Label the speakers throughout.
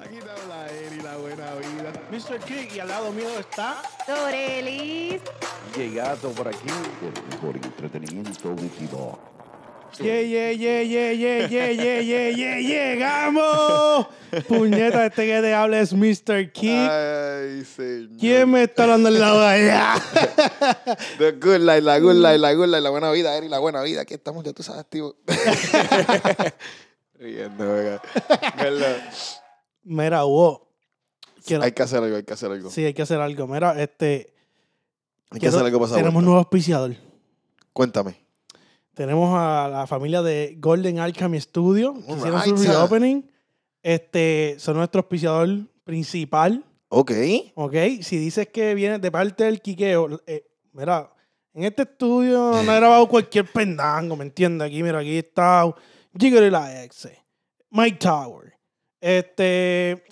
Speaker 1: Aquí te habla Eri, la buena vida.
Speaker 2: Mr. King y al lado mío está.
Speaker 3: Dorelis.
Speaker 4: Llegado por aquí el mejor entretenimiento último.
Speaker 2: Yeah, yeah, yeah, yeah, yeah, yeah, yeah, yeah, yeah, llegamos. Puñeta, este que te habla es Mr. King.
Speaker 1: Ay, señor.
Speaker 2: ¿Quién me está hablando al lado de allá?
Speaker 1: The good life, la good life, la good life, la buena vida, Eri, la buena vida. Aquí estamos, ya tú sabes, activo. Riendo, venga. Verdad.
Speaker 2: Mira, wow. Quiero-
Speaker 1: Hay que hacer algo, hay que hacer algo.
Speaker 2: sí, hay que hacer algo. Mira, este.
Speaker 1: Hay que
Speaker 2: quiero-
Speaker 1: hacer algo para
Speaker 2: Tenemos
Speaker 1: Sabueso.
Speaker 2: nuevo auspiciador.
Speaker 1: Cuéntame.
Speaker 2: Tenemos a la familia de Golden Alchemy Studio. que hicieron su
Speaker 1: Alright.
Speaker 2: reopening. Este, son nuestro auspiciador principal.
Speaker 1: Ok.
Speaker 2: ¿Ok? Si dices que viene de parte del quiqueo, eh, mira, en este estudio no he grabado cualquier pendango, ¿me entiendes? Aquí, mira, aquí está Jigger y la ex, Mike Tower, este.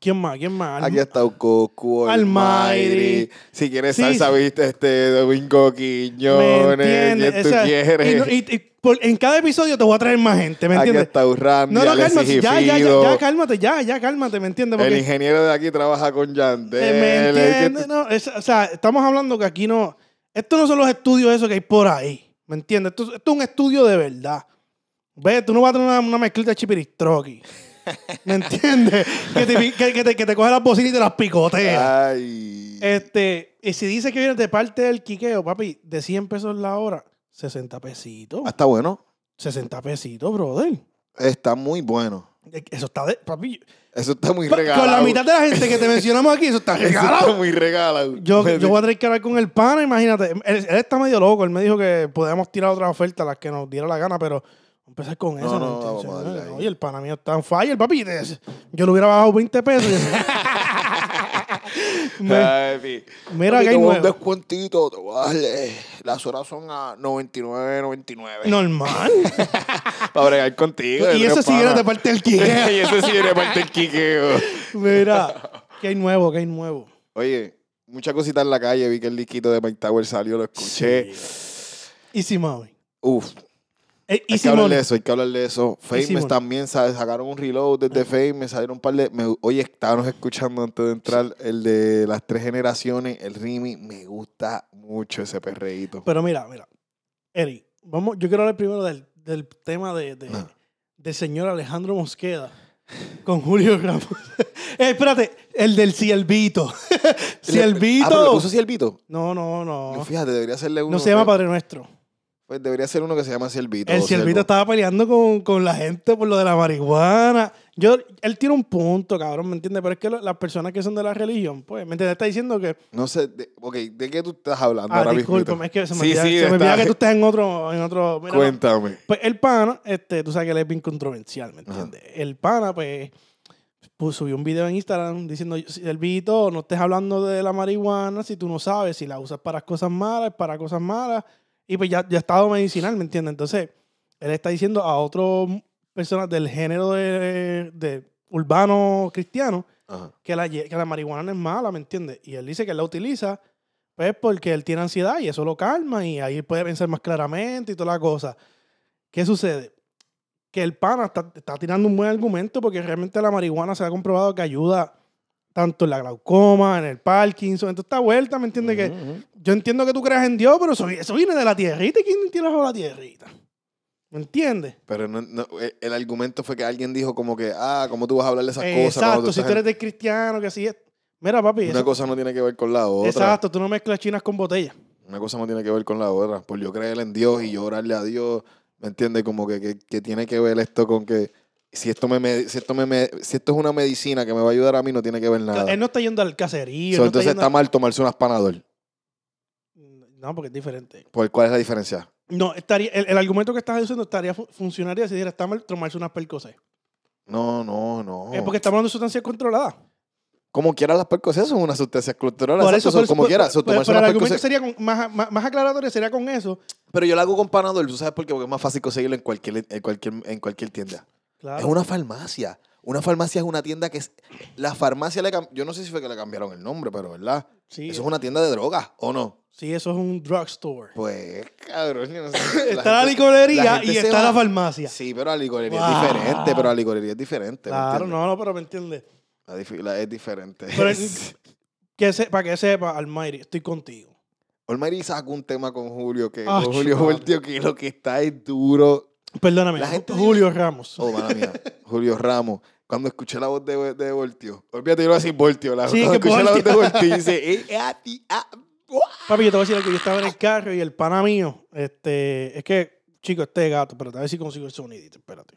Speaker 2: ¿Quién más? ¿Quién más?
Speaker 1: Aquí está Coco,
Speaker 2: Almighty.
Speaker 1: Almighty. Si quieres
Speaker 2: Sí.
Speaker 1: salsa, viste este Domingo
Speaker 2: ¿Me
Speaker 1: Quiñones.
Speaker 2: entiendes?
Speaker 1: ¿Quién tú
Speaker 2: O sea, y no-
Speaker 1: quieres?
Speaker 2: y- y por- en cada episodio te voy a traer más gente, ¿me
Speaker 1: Aquí
Speaker 2: entiendes?
Speaker 1: está Urrandi,
Speaker 2: No, no,
Speaker 1: Alexis
Speaker 2: cálmate, ya, ya, ya,
Speaker 1: Gifido.
Speaker 2: ya, cálmate, ya, ya, cálmate, ¿me entiendes?
Speaker 1: El
Speaker 2: Porque-
Speaker 1: ingeniero de aquí trabaja con Yandel.
Speaker 2: Eh, ¿Me
Speaker 1: el que
Speaker 2: entiendes?
Speaker 1: tú-
Speaker 2: No, es- o sea, estamos hablando que aquí no. Estos no son los estudios esos que hay por ahí. ¿Me entiendes? Esto, esto es un estudio de verdad. Ve, tú no vas a tener una, una mezclita de chipiritroqui. ¿Me entiendes? que, te, pi- que, que te, que te coge las bocinas y te las picotea.
Speaker 1: Ay.
Speaker 2: Este, y si dices que vienes de parte del quiqueo, papi, de 100 pesos la hora, 60 pesitos.
Speaker 1: Ah, Está bueno.
Speaker 2: 60 pesitos, brother.
Speaker 1: Está muy bueno.
Speaker 2: Eso está de. Papi,
Speaker 1: Eso está muy
Speaker 2: pa-
Speaker 1: regalado.
Speaker 2: con la mitad de la gente que te mencionamos aquí, eso está
Speaker 1: Eso
Speaker 2: regalado.
Speaker 1: está muy regalado.
Speaker 2: Yo, yo voy a tener que hablar con el pana, imagínate. Él, él está medio loco. Él me dijo que podíamos tirar otra oferta, las que nos diera la gana, pero empezar con eso.
Speaker 1: no, vamos a darle ahí.
Speaker 2: Oye, el pana mío está en fire, papi. Te- Yo le hubiera bajado 20 pesos. Me-
Speaker 1: Ay, pi.
Speaker 2: mira
Speaker 1: Papi,
Speaker 2: que
Speaker 1: te
Speaker 2: hay
Speaker 1: voy a un
Speaker 2: nuevo.
Speaker 1: descuentito, te voy a darle. Las horas son a 99.99.
Speaker 2: Normal.
Speaker 1: Para bregar contigo.
Speaker 2: y eso
Speaker 1: eso
Speaker 2: sí era de parte del quiqueo.
Speaker 1: y eso sí era parte del quiqueo.
Speaker 2: mira, que hay nuevo, que hay nuevo.
Speaker 1: Oye, mucha cosita en la calle. Vi que el liquito de Mike Tower salió, lo escuché.
Speaker 2: Easy Mami.
Speaker 1: Uf,
Speaker 2: Eh,
Speaker 1: Hay
Speaker 2: Easy
Speaker 1: que hablar
Speaker 2: Money.
Speaker 1: de eso, hay que hablar de eso. Famous
Speaker 2: Simón.
Speaker 1: también sa- sacaron un reload desde Famous, salieron un par de. me- oye, estábamos escuchando antes de entrar el de las tres generaciones, el Rimi. Me gusta mucho ese perreíto.
Speaker 2: Pero mira, mira. Eri, vamos, yo quiero hablar primero del, del tema de, de,
Speaker 1: Ajá.
Speaker 2: de señor Alejandro Mosqueda con Julio Ramos. Eh, espérate, el del Cielvito.
Speaker 1: Ah, pero ¿le
Speaker 2: Cielvito.
Speaker 1: puso Cielvito?
Speaker 2: No, no,
Speaker 1: No.
Speaker 2: no.
Speaker 1: Fíjate, debería hacerle uno.
Speaker 2: No se llama
Speaker 1: pero-
Speaker 2: Padre Nuestro.
Speaker 1: Pues debería ser uno que se llama Cielvito.
Speaker 2: El
Speaker 1: o Ciervo.
Speaker 2: Cielvito estaba peleando con, con la gente por lo de la marihuana. Yo, él tiene un punto, cabrón, ¿me entiendes? Pero es que lo- las personas que son de la religión, pues, ¿me entiendes? Está diciendo que.
Speaker 1: No sé, de, ok, ¿de qué tú estás hablando
Speaker 2: Ah,
Speaker 1: ahora mismo?
Speaker 2: discúlpame, es que se me
Speaker 1: Sí,
Speaker 2: olvida,
Speaker 1: sí,
Speaker 2: se me
Speaker 1: está-
Speaker 2: olvida que tú estás en otro. En otro mira, no.
Speaker 1: Cuéntame.
Speaker 2: Pues el pana, este, tú sabes que él es bien controversial, ¿me entiendes? El pana, pues, pues, subió un video en Instagram diciendo, Elvito, no estés hablando de la marihuana si tú no sabes, si la usas para cosas malas, es para cosas malas. Y pues ya, ya ha estado medicinal, ¿me entiendes? Entonces, él está diciendo a otras personas del género de, de urbano cristiano
Speaker 1: Ajá.
Speaker 2: que la, ye- que la marihuana no es mala, ¿me entiendes? Y él dice que él la utiliza, pues porque él tiene ansiedad y eso lo calma y ahí puede pensar más claramente y toda la cosa. ¿Qué sucede? Que el pana está, está tirando un buen argumento porque realmente la marihuana se ha comprobado que ayuda tanto en la glaucoma, en el Parkinson, en toda esta vuelta, ¿me entiendes? Que
Speaker 1: Ujú, ujú.
Speaker 2: yo entiendo que tú creas en Dios, pero eso, vi- eso viene de la tierrita y quién tiene la tierrita. ¿Me entiendes?
Speaker 1: Pero no- no, eh, el argumento fue que alguien dijo como que, ah, ¿cómo tú vas a hablar de esas
Speaker 2: Eh,
Speaker 1: cosas? cuando
Speaker 2: exacto, si tú
Speaker 1: estás en-
Speaker 2: eres de cristiano, que así es. Mira, papi,
Speaker 1: Una
Speaker 2: eso-
Speaker 1: cosa no tiene que ver con la otra.
Speaker 2: exacto, tú no mezclas chinas con botellas.
Speaker 1: Una cosa no tiene que ver con la otra. Por yo creer en Dios y yo orarle a Dios, ¿me entiendes? Como que, que- que tiene que ver esto con que si esto, me, me- si, esto me, me- si esto es una medicina que me va a ayudar a mí, no tiene que ver nada.
Speaker 2: Él no está yendo al caserío.
Speaker 1: So,
Speaker 2: no
Speaker 1: entonces
Speaker 2: está
Speaker 1: está
Speaker 2: yendo
Speaker 1: mal tomarse unas panadol.
Speaker 2: a- No, porque es diferente.
Speaker 1: ¿Por cuál es la diferencia?
Speaker 2: No, estaría, el, el argumento que estás diciendo estaría fu- funcionaría si dijera está mal tomarse unas percocet.
Speaker 1: No, no, no.
Speaker 2: Es porque estamos hablando de sustancias controladas.
Speaker 1: Como quiera las percocet son unas sustancias culturales.
Speaker 2: Por
Speaker 1: exacto,
Speaker 2: eso,
Speaker 1: son
Speaker 2: por-
Speaker 1: como
Speaker 2: por-
Speaker 1: quiera.
Speaker 2: por-
Speaker 1: son
Speaker 2: pero,
Speaker 1: tomarse
Speaker 2: pero el
Speaker 1: unas
Speaker 2: argumento
Speaker 1: Percocet.
Speaker 2: sería con- más, más, más aclaratorio, sería con eso.
Speaker 1: Pero yo la hago con panadol. ¿Tú sabes por qué? Porque es más fácil conseguirlo en cualquier, en cualquier, en cualquier tienda.
Speaker 2: Claro.
Speaker 1: Es una farmacia. Una farmacia es una tienda que. es- La farmacia le cam- Yo no sé si fue que le cambiaron el nombre, pero ¿verdad?
Speaker 2: Sí,
Speaker 1: Eso es una tienda de drogas, ¿o no?
Speaker 2: sí, eso es un drugstore.
Speaker 1: Pues, cabrón, yo no sé.
Speaker 2: está la
Speaker 1: gente-
Speaker 2: licorería
Speaker 1: la gente
Speaker 2: y
Speaker 1: se
Speaker 2: está
Speaker 1: va-
Speaker 2: la farmacia.
Speaker 1: Sí, pero la licorería
Speaker 2: Wow.
Speaker 1: es diferente, pero la licorería es diferente. ¿me
Speaker 2: claro,
Speaker 1: entiendes?
Speaker 2: no, no, pero me entiendes.
Speaker 1: La difi- la- es diferente.
Speaker 2: Pero el- que se, para que sepa, Almighty, estoy contigo.
Speaker 1: Olmeri sacó un tema con Julio que
Speaker 2: Ah,
Speaker 1: con Julio
Speaker 2: chupame.
Speaker 1: Voltio que lo que está es duro.
Speaker 2: Perdóname,
Speaker 1: La gente
Speaker 2: Julio Ramos.
Speaker 1: Oh, mala mía. Julio Ramos. Cuando escuché la voz de, de Voltio, olvídate, yo lo voy a decir Voltio. La,
Speaker 2: Sí,
Speaker 1: cuando
Speaker 2: que
Speaker 1: escuché la voz de
Speaker 2: Voltio.
Speaker 1: Voltio, yo hice, eh, eh, a ti, ah, buah.
Speaker 2: Papi, yo te voy a decir algo. Yo estaba en el carro y el pana mío, este, es que, chico, este es gato, pero te voy a ver si consigo el sonidito. Espérate.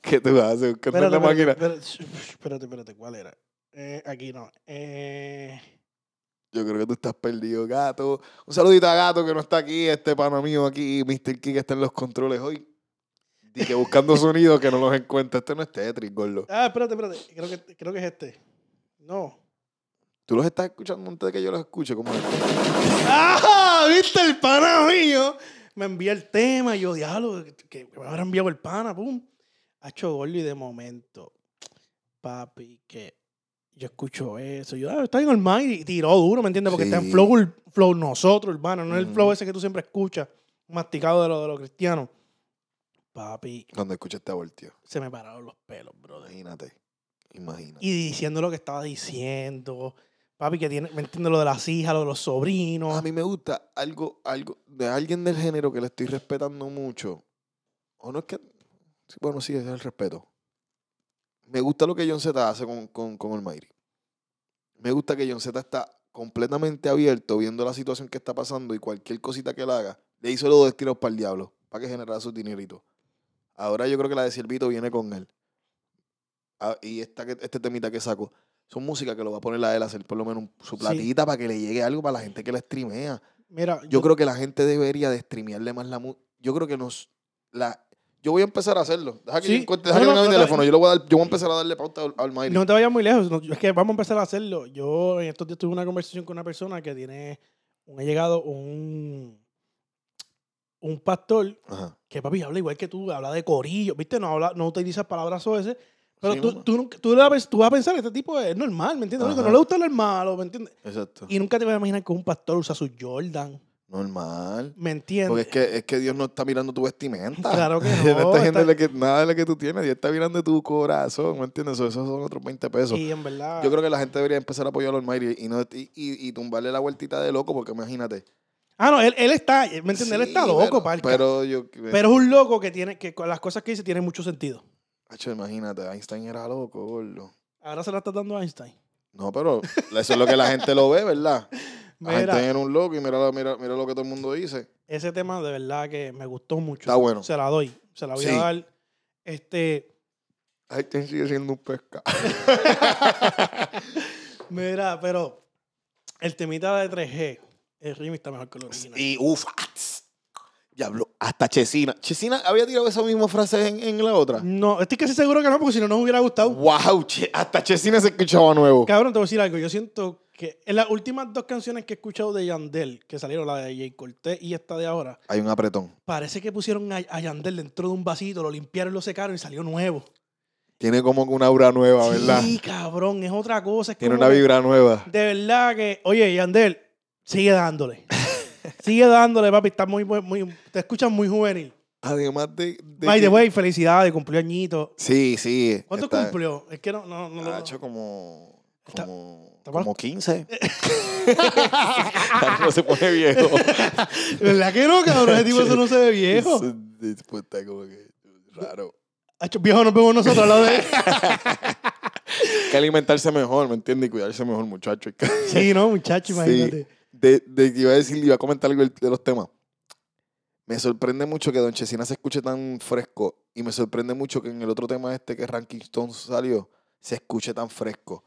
Speaker 1: ¿Qué tú haces? ¿Qué
Speaker 2: Espérate, espérate,
Speaker 1: la máquina?
Speaker 2: espérate, espérate, espérate, ¿cuál era? Eh, aquí no. Eh,
Speaker 1: Yo creo que tú estás perdido, gato. Un saludito a gato que no está aquí, este pana mío aquí, Mr. Key que está en los controles hoy. Y que buscando sonidos que no los encuentra. Este no es Tetris, gordo.
Speaker 2: ah, espérate, espérate. Creo que, creo que es este. No.
Speaker 1: Tú los estás escuchando antes de que yo los escuche. ¿Cómo es?
Speaker 2: ¡Ah! ¿Viste el pana mío? Me envía el tema y yo, diablo, que me habrá enviado el pana, pum. Ha hecho gol y de momento, papi, que yo escucho eso. Yo, ah, está bien normal y tiró duro, ¿me entiendes? Porque está en
Speaker 1: Sí.
Speaker 2: flow, ur- flow nosotros, urbano, no es el
Speaker 1: Ujú.
Speaker 2: flow ese que tú siempre escuchas, masticado de lo de los cristianos. Papi,
Speaker 1: Cuando escuchaste a Voltio.
Speaker 2: se me pararon los pelos, brother.
Speaker 1: Imagínate. Imagínate.
Speaker 2: Y diciendo lo que estaba diciendo. Papi, que tiene, ¿me entiendes? Lo de las hijas, lo de los sobrinos.
Speaker 1: A mí me gusta algo, algo de alguien del género que le estoy respetando mucho. O no es que. sí, Bueno, sí, es el respeto. Me gusta lo que John Z hace con, con, con Almighty. Me gusta que John Z está completamente abierto viendo la situación que está pasando y cualquier cosita que él haga, le hizo los dos tiros para el diablo, para que generara su dinerito. Ahora yo creo que la de Silvito viene con él. Ah, y esta, que- este temita que sacó, son música que lo va a poner a él a hacer por lo menos un- su
Speaker 2: Sí.
Speaker 1: platita para que le llegue algo para la gente que la streamea.
Speaker 2: Mira,
Speaker 1: Yo creo que la gente debería de streamearle más la música. Yo creo que nos. La, yo voy a empezar a hacerlo. Deja que
Speaker 2: Sí.
Speaker 1: yo encuentre, deja
Speaker 2: No,
Speaker 1: que
Speaker 2: no,
Speaker 1: venga mi
Speaker 2: no,
Speaker 1: teléfono.
Speaker 2: no.
Speaker 1: Yo, le voy a dar- yo voy a empezar a darle pauta al, al Mayri.
Speaker 2: No te vayas muy lejos, no, es que vamos a empezar a hacerlo. Yo en estos días tuve una conversación con una persona que tiene, un ha llegado un, un pastor
Speaker 1: Ajá.
Speaker 2: que papi habla igual que tú, habla de corillo, ¿viste? No habla, no utilizas palabras ese pero
Speaker 1: Sí,
Speaker 2: tú,
Speaker 1: mamá.
Speaker 2: tú, nunca- tú, le vas, a pens- tú vas a pensar, este tipo es normal, ¿me entiendes? Lo único,
Speaker 1: Ajá.
Speaker 2: No le gusta lo malo, ¿me entiendes?
Speaker 1: Exacto.
Speaker 2: Y nunca te vas a imaginar que un pastor usa su Jordan,
Speaker 1: Normal.
Speaker 2: ¿me
Speaker 1: Porque
Speaker 2: entiendes?
Speaker 1: es que, es que Dios no está mirando tu vestimenta.
Speaker 2: Claro que
Speaker 1: Dios
Speaker 2: no,
Speaker 1: está viendo
Speaker 2: está-
Speaker 1: lo que- nada de lo que tú tienes. Dios está mirando tu corazón. ¿Me entiendes? Eso- Esos son otros 20 pesos.
Speaker 2: y en verdad,
Speaker 1: Yo creo que la gente debería empezar a apoyar al Mayri y, no, y, y- y tumbarle la vueltita de loco, porque imagínate.
Speaker 2: ah, no, él, él está, ¿me entiendes? él
Speaker 1: Sí,
Speaker 2: está loco,
Speaker 1: pero-
Speaker 2: parca.
Speaker 1: Pero yo. eh,
Speaker 2: pero es un loco que tiene, que con las cosas que dice tienen mucho sentido.
Speaker 1: Hacho, imagínate, Einstein era loco, gordo.
Speaker 2: Ahora se la está dando a Einstein.
Speaker 1: No, pero eso es lo que la gente lo ve, ¿verdad? La
Speaker 2: Mira.
Speaker 1: gente era un loco y mira, lo- mira, mira lo que todo el mundo dice.
Speaker 2: Ese tema de verdad que me gustó mucho.
Speaker 1: Está bueno.
Speaker 2: Se la doy. Se la voy
Speaker 1: Sí.
Speaker 2: a dar. Este,
Speaker 1: Einstein sigue siendo un pescado.
Speaker 2: mira, pero el temita de 3G, el remix está mejor que el original.
Speaker 1: Pues, Y uff, ya habló hasta Chesina. Chesina había tirado esa misma frase en, en la otra.
Speaker 2: No, estoy casi seguro que no, porque si no nos hubiera gustado.
Speaker 1: Wow, Che- hasta Chesina se escuchaba nuevo.
Speaker 2: Cabrón, te voy a decir algo. Yo siento que en las últimas dos canciones que he escuchado de Yandel, que salieron la de J. Cortés y esta de ahora,
Speaker 1: Hay un apretón.
Speaker 2: parece que pusieron a, a Yandel dentro de un vasito, lo limpiaron, lo secaron y salió nuevo.
Speaker 1: Tiene como que una aura nueva, ¿verdad?
Speaker 2: Sí, cabrón, es otra cosa. es
Speaker 1: Tiene
Speaker 2: como
Speaker 1: una
Speaker 2: que-
Speaker 1: vibra nueva.
Speaker 2: De verdad que, oye, Yandel, sigue dándole. sigue dándole, papi. Estás muy, buen- muy, te escuchas muy juvenil.
Speaker 1: Además de. de
Speaker 2: By the
Speaker 1: que-
Speaker 2: way, felicidades, cumplió añito.
Speaker 1: Sí, sí.
Speaker 2: ¿Cuánto
Speaker 1: está-
Speaker 2: cumplió? Es que no, no, no.
Speaker 1: Ha
Speaker 2: no.
Speaker 1: hecho como.
Speaker 2: Está-
Speaker 1: Como,
Speaker 2: está mal.
Speaker 1: como 15. no se pone viejo.
Speaker 2: ¿Verdad que no, cabrón? Ese tipo eso no se ve viejo.
Speaker 1: Eso después pues, está como que raro.
Speaker 2: Hacho, viejo nos vemos nosotros al lado de él.
Speaker 1: Hay que alimentarse mejor, ¿me entiendes? Y cuidarse mejor, muchacho. Hay que-
Speaker 2: Sí, no, muchacho,
Speaker 1: Sí.
Speaker 2: imagínate.
Speaker 1: De, de que iba a decir, iba a comentar algo del- de los temas. Me sorprende mucho que Don Chesina se escuche tan fresco. Y me sorprende mucho que en el otro tema este que Ranking Stone salió, se escuche tan fresco.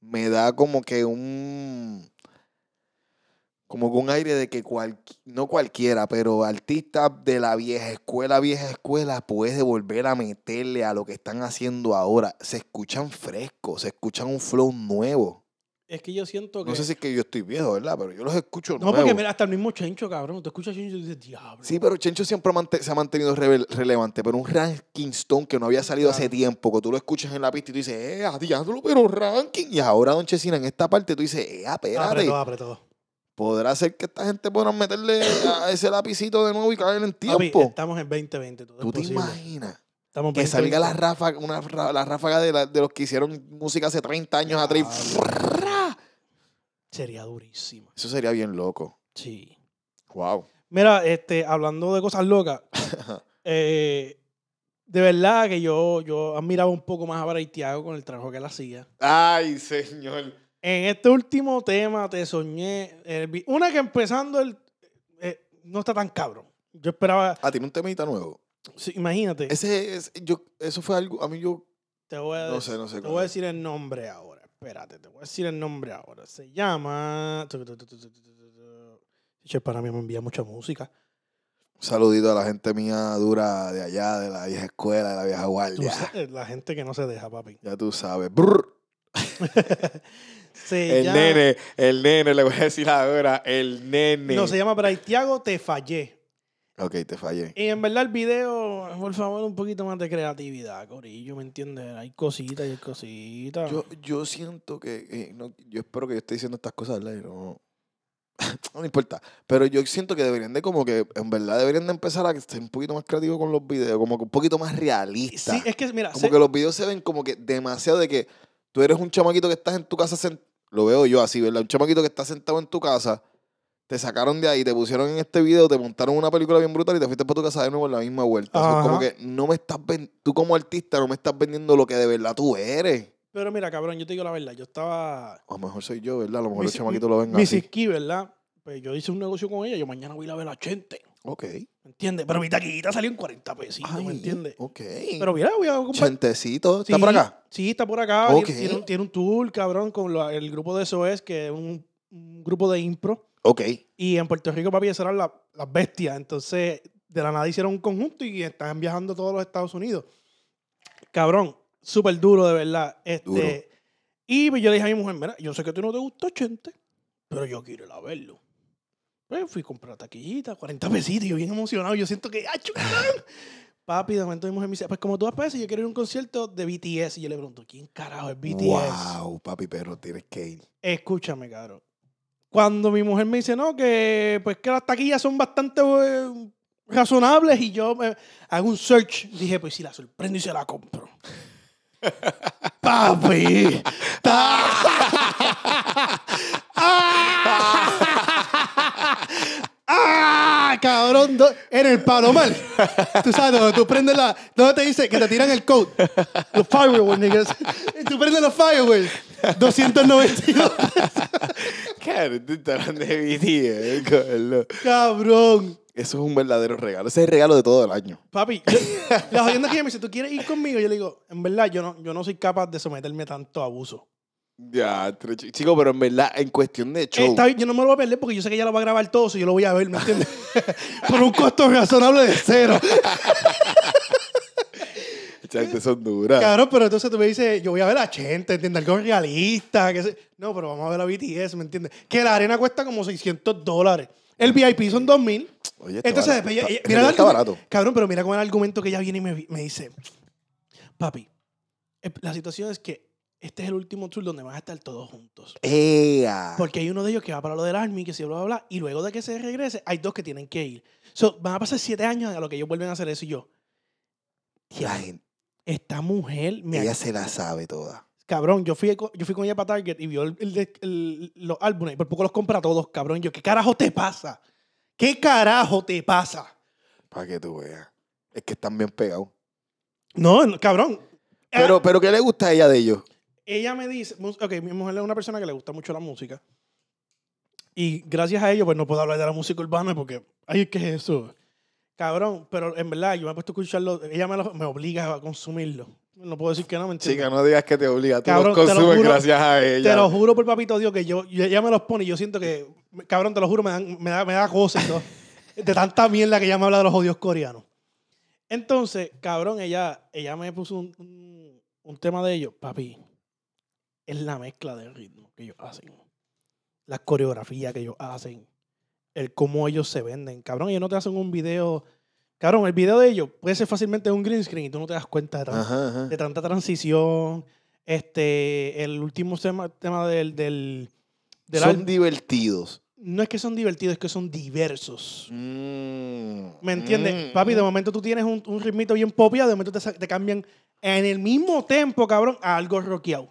Speaker 1: Me da como que un. Como que un aire de que cual, no cualquiera, pero artista de la vieja escuela, vieja escuela, puede volver a meterle a lo que están haciendo ahora. Se escuchan frescos, se escuchan un flow nuevo.
Speaker 2: Es que yo siento que.
Speaker 1: No sé si es que yo estoy viejo, ¿verdad? Pero yo los escucho
Speaker 2: No, porque
Speaker 1: nuevos.
Speaker 2: mira, hasta el mismo Chencho, cabrón. Tú escuchas Chencho y dices, diablo.
Speaker 1: Sí, pero Chencho siempre mante- se ha mantenido revel- relevante, pero un Rankingston que no había salido hace tiempo, que tú lo escuchas en la pista y tú dices, eh, diablo, pero ranking. Y ahora Don Chesina en esta parte tú dices, eh, espérate,
Speaker 2: apretó, apretó.
Speaker 1: ¿podrá ser que esta gente pueda meterle a ese lapicito de nuevo y caer en
Speaker 2: Papi,
Speaker 1: tiempo?
Speaker 2: estamos en 2020. Todo es
Speaker 1: ¿Tú te
Speaker 2: posible.
Speaker 1: imaginas?
Speaker 2: Estamos
Speaker 1: Que
Speaker 2: 2020.
Speaker 1: salga la ráfaga, una, ra- la ráfaga de, la- de los que hicieron música hace 30 años atrás.
Speaker 2: Diablo. Sería durísima.
Speaker 1: Eso sería bien loco.
Speaker 2: Sí.
Speaker 1: Wow.
Speaker 2: Mira, este, hablando de cosas locas, eh, de verdad que yo, yo admiraba un poco más a Braithiago con el trabajo que él hacía.
Speaker 1: Ay, señor.
Speaker 2: En este último tema, te soñé. el vi- una que empezando el, eh, no está tan cabrón. Yo esperaba,
Speaker 1: Ah, tiene un temita nuevo.
Speaker 2: sí, imagínate,
Speaker 1: Ese es, yo, eso fue algo, a mí yo
Speaker 2: te voy a
Speaker 1: no
Speaker 2: decir-
Speaker 1: sé, no sé
Speaker 2: Te
Speaker 1: cuál
Speaker 2: voy a
Speaker 1: es.
Speaker 2: decir el nombre ahora. Espérate, te voy a decir el nombre ahora. Se llama. Che, para mí me envía mucha música.
Speaker 1: Un saludito a la gente mía dura de allá, de la vieja escuela, de la vieja
Speaker 2: Tú
Speaker 1: guardia.
Speaker 2: sabes, la gente que no se deja, papi.
Speaker 1: Ya tú sabes. Brr.
Speaker 2: Se
Speaker 1: El
Speaker 2: llama-
Speaker 1: nene, el nene, le voy a decir ahora, el nene.
Speaker 2: No, se llama Braithiago, te fallé.
Speaker 1: Ok, te fallé.
Speaker 2: Y en verdad el video, por favor, un poquito más de creatividad, Corillo, ¿me entiendes? Hay cositas y hay cositas.
Speaker 1: Yo, yo siento que, eh, no, yo espero que yo esté diciendo estas cosas, ¿verdad? Y no, no me importa. Pero yo siento que deberían de como que, en verdad deberían de empezar a ser un poquito más creativos con los videos, como que un poquito más realistas.
Speaker 2: sí, es que mira,
Speaker 1: Como
Speaker 2: se-
Speaker 1: que los videos se ven como que demasiado de que tú eres un chamaquito que estás en tu casa, sen- lo veo yo así, ¿verdad? Un chamaquito que está sentado en tu casa, te sacaron de ahí, te pusieron en este video, te montaron una película bien brutal y te fuiste para tu casa de nuevo en la misma vuelta. Eso es como
Speaker 2: Ajá.
Speaker 1: que no me estás ven- tú como artista no me estás vendiendo lo que de verdad tú eres.
Speaker 2: pero mira, cabrón, yo te digo la verdad, yo estaba
Speaker 1: A lo mejor soy yo, ¿verdad? A lo
Speaker 2: Mrs.
Speaker 1: mejor los chamaquitos lo ven
Speaker 2: Mrs.
Speaker 1: así.
Speaker 2: Key, ¿verdad? Pues yo hice un negocio con ella, yo mañana voy a ir a ver a Chente,
Speaker 1: Ok.
Speaker 2: ¿me entiendes? Pero mi taquillita salió en 40 pesitos,
Speaker 1: Ay,
Speaker 2: ¿me entiendes?
Speaker 1: Ok.
Speaker 2: Pero mira, voy a comprar...
Speaker 1: Chentecito, ¿está por acá?
Speaker 2: Sí, está por acá.
Speaker 1: Ok.
Speaker 2: Tiene, tiene un, tiene un tour, cabrón, con la- el grupo de SOS, que es un, un grupo de impro.
Speaker 1: Ok.
Speaker 2: Y en Puerto Rico, papi, esas eran la- las bestias. Entonces, de la nada hicieron un conjunto y están viajando a todos los Estados Unidos. Cabrón, súper duro, de verdad. Este,
Speaker 1: Duro.
Speaker 2: Y pues yo le dije a mi mujer, mira, yo sé que a ti no te gusta Chente, pero yo quiero ir a verlo. Pues fui a comprar taquillita, 40 pesitos, y yo bien emocionado, yo siento que, ¡ah, chulán! Papi, de momento mi mujer me dice, pues como tú vas para eso, yo quiero ir a un concierto de BTS. Y yo le pregunto, ¿quién carajo es BTS?
Speaker 1: Wow, papi, pero tienes que ir.
Speaker 2: Escúchame, cabrón. Cuando mi mujer me dice, no, que pues que las taquillas son bastante eh, razonables y yo me- hago un search, dije, pues si la sorprendo y se la compro. Papi. ¡Ah! Cabrón, do- en el palomar. Tú sabes, donde tú prendes la. ¿Dónde te dice que te tiran el code? Los fireworks, niggas. Tú prendes los fireworks. 292.
Speaker 1: Claro, tú estás hablando de BTS, cabrón.
Speaker 2: Cabrón.
Speaker 1: Eso es un verdadero regalo. Ese es el regalo de todo el año.
Speaker 2: Papi, yo- la jodienda que ella me dice, ¿tú quieres ir conmigo? Yo le digo, en verdad, yo no, yo no soy capaz de someterme a tanto abuso.
Speaker 1: Ya, tre- chi- chico, pero en verdad, en cuestión de
Speaker 2: Eh,
Speaker 1: show.
Speaker 2: está bien, yo no me lo voy a perder porque yo sé que ella lo va a grabar todo, si yo lo voy a ver, ¿me entiendes? Por un costo razonable de cero.
Speaker 1: Chante, son duras.
Speaker 2: Cabrón, pero entonces tú me dices, yo voy a ver a gente, ¿entiendes? Algo realista. Que se... No, pero vamos a ver a BTS, ¿me entiendes? Que la arena cuesta como 600 dólares. El VIP son 2000.
Speaker 1: Oye, está
Speaker 2: Entonces,
Speaker 1: barato.
Speaker 2: después ella-
Speaker 1: Está-
Speaker 2: ella-
Speaker 1: en
Speaker 2: mira el
Speaker 1: realidad está
Speaker 2: argumento-
Speaker 1: barato.
Speaker 2: Cabrón, pero mira con el argumento que ella viene y me, vi- me dice, papi, eh, la situación es que este es el último tour donde van a estar todos juntos.
Speaker 1: Ea.
Speaker 2: Porque hay uno de ellos que va para lo del Army, que se bla, bla, bla. Y luego de que se regrese, hay dos que tienen que ir. So, van a pasar siete años a lo que ellos vuelven a hacer eso y yo.
Speaker 1: La
Speaker 2: "Ya,
Speaker 1: gente,
Speaker 2: Esta mujer me
Speaker 1: ella se la sabe toda.
Speaker 2: Cabrón, yo fui, co- yo fui con ella para Target y vio el- el- el- los álbumes y por poco los compra todos, cabrón. Yo, ¿qué carajo te pasa? ¿Qué carajo te pasa?
Speaker 1: Para que tú veas. Es que están bien pegados.
Speaker 2: No, no, cabrón. Eh,
Speaker 1: Pero, pero, ¿qué le gusta a ella de ellos?
Speaker 2: ella me dice, mus- ok, mi mujer es una persona que le gusta mucho la música. Y gracias a ello, pues no puedo hablar de la música urbana porque, ay, ¿qué es eso? Cabrón, pero en verdad, yo me he puesto a escucharlo, ella me, lo- me obliga a consumirlo. No puedo decir que no, ¿me entiendes?
Speaker 1: Chica, no digas que te obliga. Tú
Speaker 2: Cabrón,
Speaker 1: los
Speaker 2: te lo
Speaker 1: consumes
Speaker 2: juro-
Speaker 1: gracias a ella.
Speaker 2: Te lo juro por papito Dios que yo, yo- ella me los pone y yo siento que, cabrón, te lo juro, me, dan- me da, me da cosa y todo. De tanta mierda que ella me habla de los odios coreanos. Entonces, cabrón, ella, ella me puso un, un- un tema de ellos. Papi, es la mezcla del ritmo que ellos hacen. La coreografía que ellos hacen. El cómo ellos se venden. Cabrón, ellos no te hacen un video. Cabrón, el video de ellos puede ser fácilmente un green screen y tú no te das cuenta de, tan-
Speaker 1: Ajá, ajá.
Speaker 2: de tanta transición. Este, el último tema, tema del, del, del
Speaker 1: Son
Speaker 2: álbum.
Speaker 1: divertidos.
Speaker 2: No es que son divertidos, es que son diversos. ¿Me
Speaker 1: ¿Me
Speaker 2: entiendes?
Speaker 1: Mm,
Speaker 2: Papi, de momento tú tienes un, un ritmito bien popiado, de momento te, sa- te cambian en el mismo tempo, cabrón, a algo rockeado.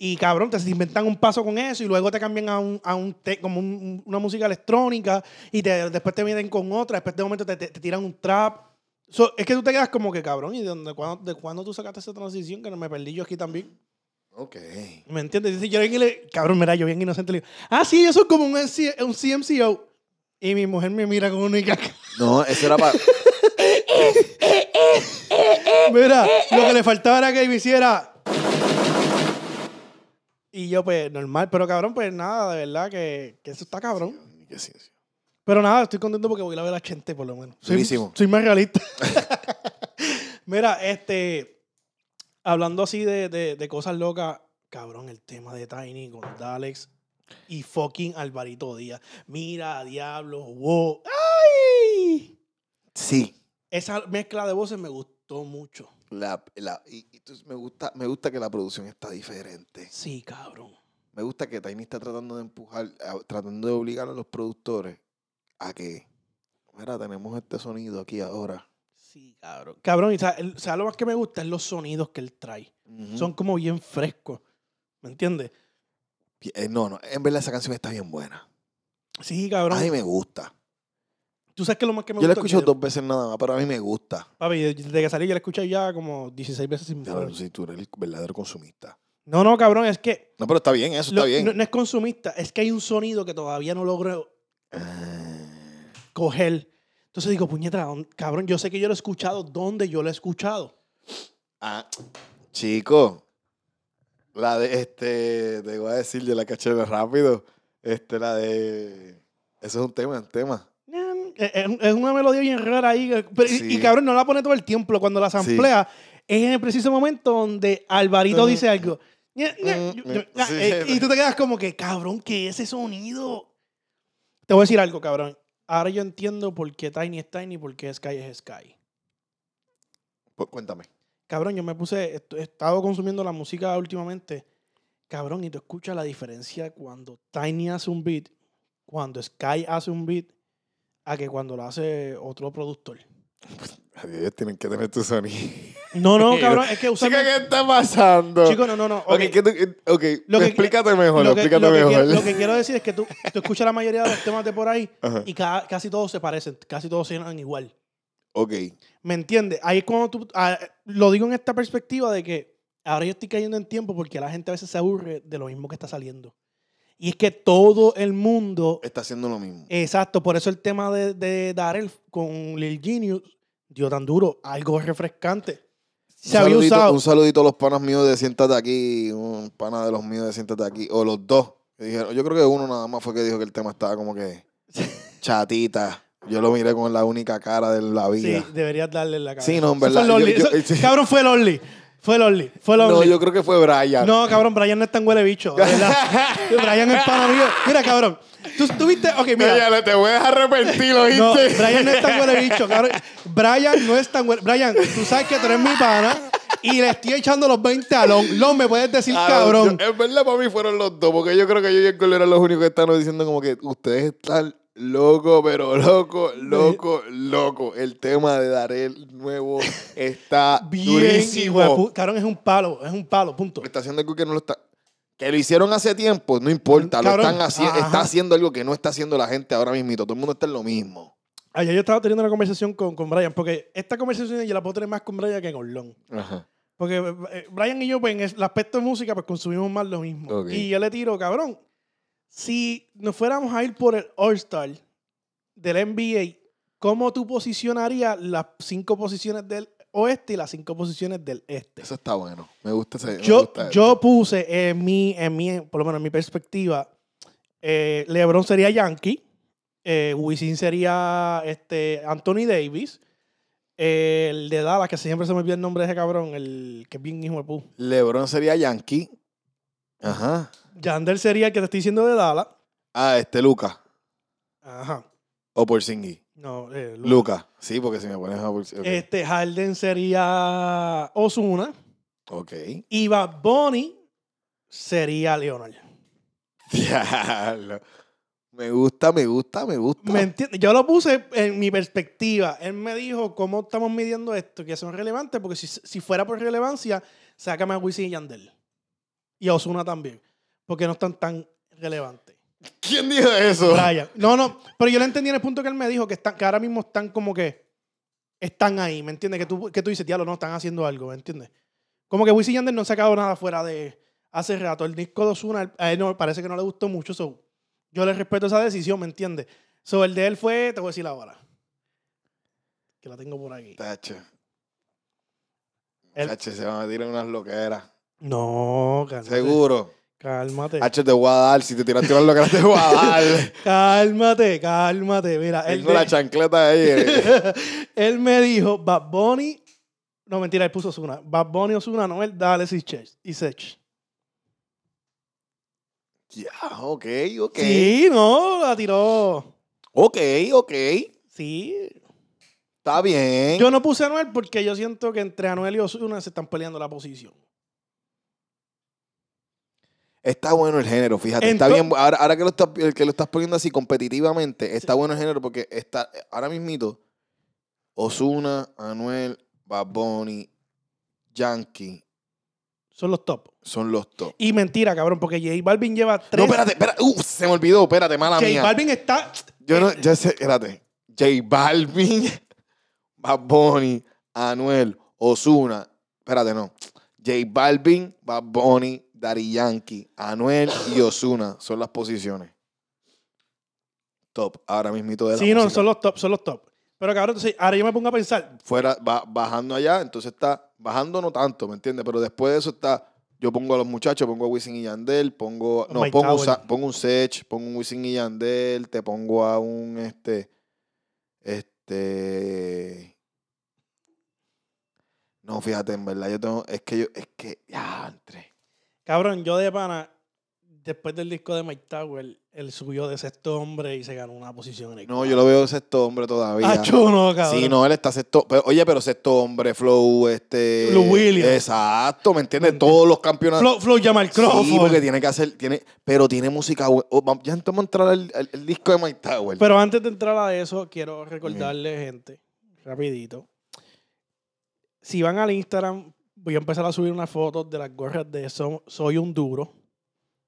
Speaker 2: Y cabrón, te inventan un paso con eso y luego te cambian a, un, a un te- como un- un- una música electrónica y te- después te vienen con otra, después de momento te, te- te tiran un trap. So, es que tú te quedas como que, cabrón, ¿y de, dónde- cuándo, de cuándo tú sacaste esa transición que no me perdí yo aquí también?
Speaker 1: Ok.
Speaker 2: ¿Me entiendes? Dice, yo bien y le- cabrón, mira, yo bien inocente le digo, ah, sí, yo soy como un, NC un CMCO. Y mi mujer me mira con una cara.
Speaker 1: No, eso era para.
Speaker 2: Mira, lo que le faltaba era que me hiciera. Y yo, pues, normal. Pero cabrón, pues nada, de verdad que, que eso está cabrón.
Speaker 1: Qué ciencia.
Speaker 2: Pero nada, estoy contento porque voy a ir a ver a Chente, por lo menos. Soy,
Speaker 1: Durísimo.
Speaker 2: soy más realista. Mira, este. Hablando así de, de- de cosas locas, cabrón, el tema de Tiny con Dalex y fucking Alvarito Díaz. Mira, diablo, wow. ¡Ay!
Speaker 1: Sí.
Speaker 2: Esa mezcla de voces me gustó mucho.
Speaker 1: La, la- y, y entonces me, gusta, me gusta que la producción está diferente.
Speaker 2: Sí, cabrón.
Speaker 1: Me gusta que Tiny está tratando de empujar, a- tratando de obligar a los productores a que. Mira, tenemos este sonido aquí ahora.
Speaker 2: Sí, cabrón. Cabrón, y sa- el- ¿sabes lo más que me gusta? Es los sonidos que él trae.
Speaker 1: Ujú.
Speaker 2: Son como bien frescos. ¿Me entiendes?
Speaker 1: Eh, no, no. En verdad, esa canción está bien buena.
Speaker 2: Sí,
Speaker 1: A mí
Speaker 2: cabrón.
Speaker 1: me gusta.
Speaker 2: Tú sabes que lo más que me
Speaker 1: Yo la
Speaker 2: gusta.
Speaker 1: escucho
Speaker 2: que-
Speaker 1: dos veces nada más, pero a mí me gusta.
Speaker 2: Papi, yo- desde que salí yo la escuché ya como 16 veces sin
Speaker 1: Ya,
Speaker 2: parar.
Speaker 1: no sé si tú eres el verdadero consumista.
Speaker 2: No, no, cabrón, es que.
Speaker 1: No, pero está bien, eso
Speaker 2: lo-
Speaker 1: está bien.
Speaker 2: No, no es consumista, es que hay un sonido que todavía no logro
Speaker 1: Ah.
Speaker 2: coger. Entonces digo, puñeta, ¿dónde- cabrón, yo sé que yo lo he escuchado donde yo lo he escuchado.
Speaker 1: Ah, chico. La de este, te voy a decir de la cachera rápido. Este, la de. Eso es un tema, un tema.
Speaker 2: Nan, Es, es- es una melodía bien rara ahí. que- pero- y-
Speaker 1: Sí.
Speaker 2: y, cabrón, no la pone todo el tiempo. pero Cuando la samplea, es en el preciso momento donde Alvarito
Speaker 1: Mm.
Speaker 2: dice algo. Ña, ña,
Speaker 1: Mm,
Speaker 2: yo-
Speaker 1: mm,
Speaker 2: yo- ah,
Speaker 1: sí.
Speaker 2: eh, Y tú te quedas como que, cabrón, que ese sonido. Te voy a decir algo, cabrón. Ahora yo entiendo por qué Tiny es Tiny y por qué Sky es Sky.
Speaker 1: Pues, cuéntame.
Speaker 2: Cabrón, yo me puse, est- he estado consumiendo la música últimamente. Cabrón, y tú escuchas la diferencia cuando Tiny hace un beat, cuando Sky hace un beat, a que cuando lo hace otro productor.
Speaker 1: Ellos tienen que tener tu sonido.
Speaker 2: No, no, cabrón, es que
Speaker 1: Chica,
Speaker 2: usualmente...
Speaker 1: ¿qué está pasando?
Speaker 2: Chico, no, no, no.
Speaker 1: ok,
Speaker 2: ok.
Speaker 1: ¿qué tú- ok,
Speaker 2: Lo que-
Speaker 1: explícate mejor,
Speaker 2: lo, que,
Speaker 1: explícate
Speaker 2: lo que
Speaker 1: mejor.
Speaker 2: quiero, lo que quiero decir es que tú, tú escuchas la mayoría de los temas de por ahí
Speaker 1: Ajá.
Speaker 2: y ca- casi todos se parecen, casi todos suenan igual.
Speaker 1: Ok,
Speaker 2: ¿Me entiendes? Ahí es cuando tú... ah, lo digo en esta perspectiva de que ahora yo estoy cayendo en tiempo porque la gente a veces se aburre de lo mismo que está saliendo. Y es que todo el mundo...
Speaker 1: está haciendo lo mismo.
Speaker 2: Exacto, por eso el tema de, de Darrell con Lil Genius dio tan duro, algo refrescante.
Speaker 1: Un
Speaker 2: Se había
Speaker 1: saludito-
Speaker 2: usado...
Speaker 1: Un saludito a los panas míos de Siéntate aquí, un pana de los míos de Siéntate aquí, o los dos. que dijeron- yo creo que uno nada más fue que dijo que el tema estaba como que chatita. Yo lo miré con la única cara de la vida.
Speaker 2: Sí, deberías darle la cara.
Speaker 1: Sí, no, en
Speaker 2: Eso fue
Speaker 1: verdad,
Speaker 2: el Only.
Speaker 1: yo- yo-
Speaker 2: Eso-
Speaker 1: sí.
Speaker 2: Cabrón, fue el Only. Fue el Only. Fue el
Speaker 1: no,
Speaker 2: Only.
Speaker 1: yo creo que fue Brian.
Speaker 2: No, cabrón, Brian no es tan huele bicho. de verdad. Brian es pana mío. Mira, cabrón. Tú, tú viste. Ok, mira.
Speaker 1: te voy a dejar arrepentir, ¿oíste?
Speaker 2: No, Brian no es tan huele bicho, cabrón. Brian no es tan huele. Brian, tú sabes que tú eres mi pana y le estoy echando los 20 a Lon. Lon, me puedes decir,
Speaker 1: Ah, no,
Speaker 2: cabrón.
Speaker 1: yo- en verdad, para mí fueron los dos, porque yo creo que yo y el Colo eran los únicos que estaban diciendo como que ustedes están loco, pero loco, loco, loco. El tema de Darel nuevo está
Speaker 2: Bien, hijo de
Speaker 1: durísimo.
Speaker 2: pu- Cabrón, es un palo. Es un palo, punto.
Speaker 1: Prestación de algo que no lo está. Que lo hicieron hace tiempo, no importa, lo
Speaker 2: Cabrón,
Speaker 1: están haciendo,
Speaker 2: ajá.
Speaker 1: está haciendo algo que no está haciendo la gente ahora mismito. Todo el mundo está en lo mismo.
Speaker 2: Ayer yo estaba teniendo una conversación con, con Brian, porque esta conversación yo la puedo tener más con Brian que con Lon.
Speaker 1: Ajá.
Speaker 2: Porque eh, Brian y yo, pues, en el aspecto de música, pues consumimos más lo mismo.
Speaker 1: Ok.
Speaker 2: Y yo le tiro, cabrón, si nos fuéramos a ir por el All-Star del NBA, ¿cómo tú posicionarías las cinco posiciones del oeste y las cinco posiciones del este?
Speaker 1: Eso está bueno. Me gusta ese. me
Speaker 2: Yo,
Speaker 1: gusta
Speaker 2: yo puse en mi, en mi, por lo menos en mi perspectiva, eh, LeBron sería Yankee, eh, Wisin sería este, Anthony Davis, eh, el de Dallas, que siempre se me olvida el nombre de ese cabrón, el que es bien hijo de pu.
Speaker 1: LeBron sería Yankee. Ajá.
Speaker 2: Yandel sería el que te estoy diciendo de Dala.
Speaker 1: Ah, este Luca.
Speaker 2: Ajá.
Speaker 1: O Porzingis.
Speaker 2: No, eh, Luka.
Speaker 1: Luca. Sí, porque si me pones a Porzingis. Ok.
Speaker 2: Este Harden sería Osuna.
Speaker 1: Ok.
Speaker 2: Y Bad Bunny sería Leonard.
Speaker 1: Diablo. Me gusta, me gusta, me gusta.
Speaker 2: ¿Me entiendes? Yo lo puse en mi perspectiva. Él me dijo cómo estamos midiendo esto, que son relevantes, porque si, si fuera por relevancia, sácame a Wisin y Yandel. Y a Osuna también, porque no están tan relevantes.
Speaker 1: ¿Quién dijo eso?
Speaker 2: Brian. No, no, pero yo le entendí en el punto que él me dijo, que, están, que ahora mismo están como que están ahí, ¿me entiendes? Que tú, que tú dices, diablo, no, están haciendo algo, ¿me entiendes? Como que Wisin y Yandel no han sacado nada fuera de hace rato. El disco de Ozuna, a él no, parece que no le gustó mucho, so, yo le respeto esa decisión, ¿me entiendes? So, el de él fue, te voy a decir ahora, que la tengo por aquí.
Speaker 1: Tacho.
Speaker 2: El-
Speaker 1: Tacho, se van a tirar unas loqueras.
Speaker 2: No, cálmate.
Speaker 1: Seguro.
Speaker 2: Cálmate.
Speaker 1: H te voy a dar. Si te tiraste unas loqueras, te voy a dar.
Speaker 2: Cálmate, cálmate. Mira, él,
Speaker 1: Tengo la
Speaker 2: de-
Speaker 1: chancleta ahí. eh.
Speaker 2: él me dijo, Bad Bunny. No, mentira, él puso Osuna. Bad Bunny, Osuna, Noel, Dale y Sech. Y Sech.
Speaker 1: Ya, ok, ok.
Speaker 2: Sí, no, la tiró.
Speaker 1: Ok, ok.
Speaker 2: Sí.
Speaker 1: Está bien.
Speaker 2: Yo no puse a Noel porque yo siento que entre Anuel y Osuna se están peleando la posición.
Speaker 1: Está bueno el género, fíjate. está
Speaker 2: Ento-
Speaker 1: bien. Ahora, ahora que, lo estás, que lo estás poniendo así competitivamente, está bueno el género porque está ahora mismito Osuna, Anuel, Bad Bunny, Yankee
Speaker 2: Son los top.
Speaker 1: son los top.
Speaker 2: Y mentira, cabrón, porque J Balvin lleva tres.
Speaker 1: No, espérate, espérate. Uf, se me olvidó, espérate, mala
Speaker 2: J
Speaker 1: mía.
Speaker 2: Balvin está.
Speaker 1: Yo no, ya sé, espérate. J Balvin, Bad Bunny, Anuel, Osuna. Espérate, no. J Balvin, Bad Bunny, Daddy Yankee, Anuel y Osuna son las posiciones. Top, ahora mismito de la
Speaker 2: Sí, no,
Speaker 1: música.
Speaker 2: son los top, son los top. Pero cabrón, entonces, ahora yo me pongo a pensar,
Speaker 1: Fuera, va- bajando allá, entonces está bajando no tanto, ¿me entiendes? Pero después de eso está, yo pongo a los muchachos, pongo a Wisin y Yandel, pongo, no,
Speaker 2: Mike
Speaker 1: pongo, un
Speaker 2: Tower.
Speaker 1: Sa- pongo un Sech, pongo un Wisin y Yandel, te pongo a un, este, este... No, fíjate, en verdad, yo tengo, es que yo, es que, ya, entre.
Speaker 2: Cabrón, yo de pana, después del disco de Mike Tower, él subió de sexto hombre y se ganó una posición en el
Speaker 1: No, yo lo veo sexto hombre todavía.
Speaker 2: Ah, yo no, cabrón.
Speaker 1: Sí, no, él está sexto. pero- oye, pero sexto hombre, Flow, este.
Speaker 2: Lou Williams.
Speaker 1: Exacto, ¿me entiendes?
Speaker 2: Entiendo.
Speaker 1: Todos los campeonatos.
Speaker 2: Flow, Flow Jamal Crawford.
Speaker 1: Sí, porque tiene que hacer, tiene, pero tiene música. bu- oh, vam- ya entonces vamos a entrar al, al- al disco de Mike Tower.
Speaker 2: Pero antes de entrar a eso, quiero recordarle, gente, rapidito. Si van al Instagram, voy a empezar a subir unas fotos de las gorras de So- Soy un Duro.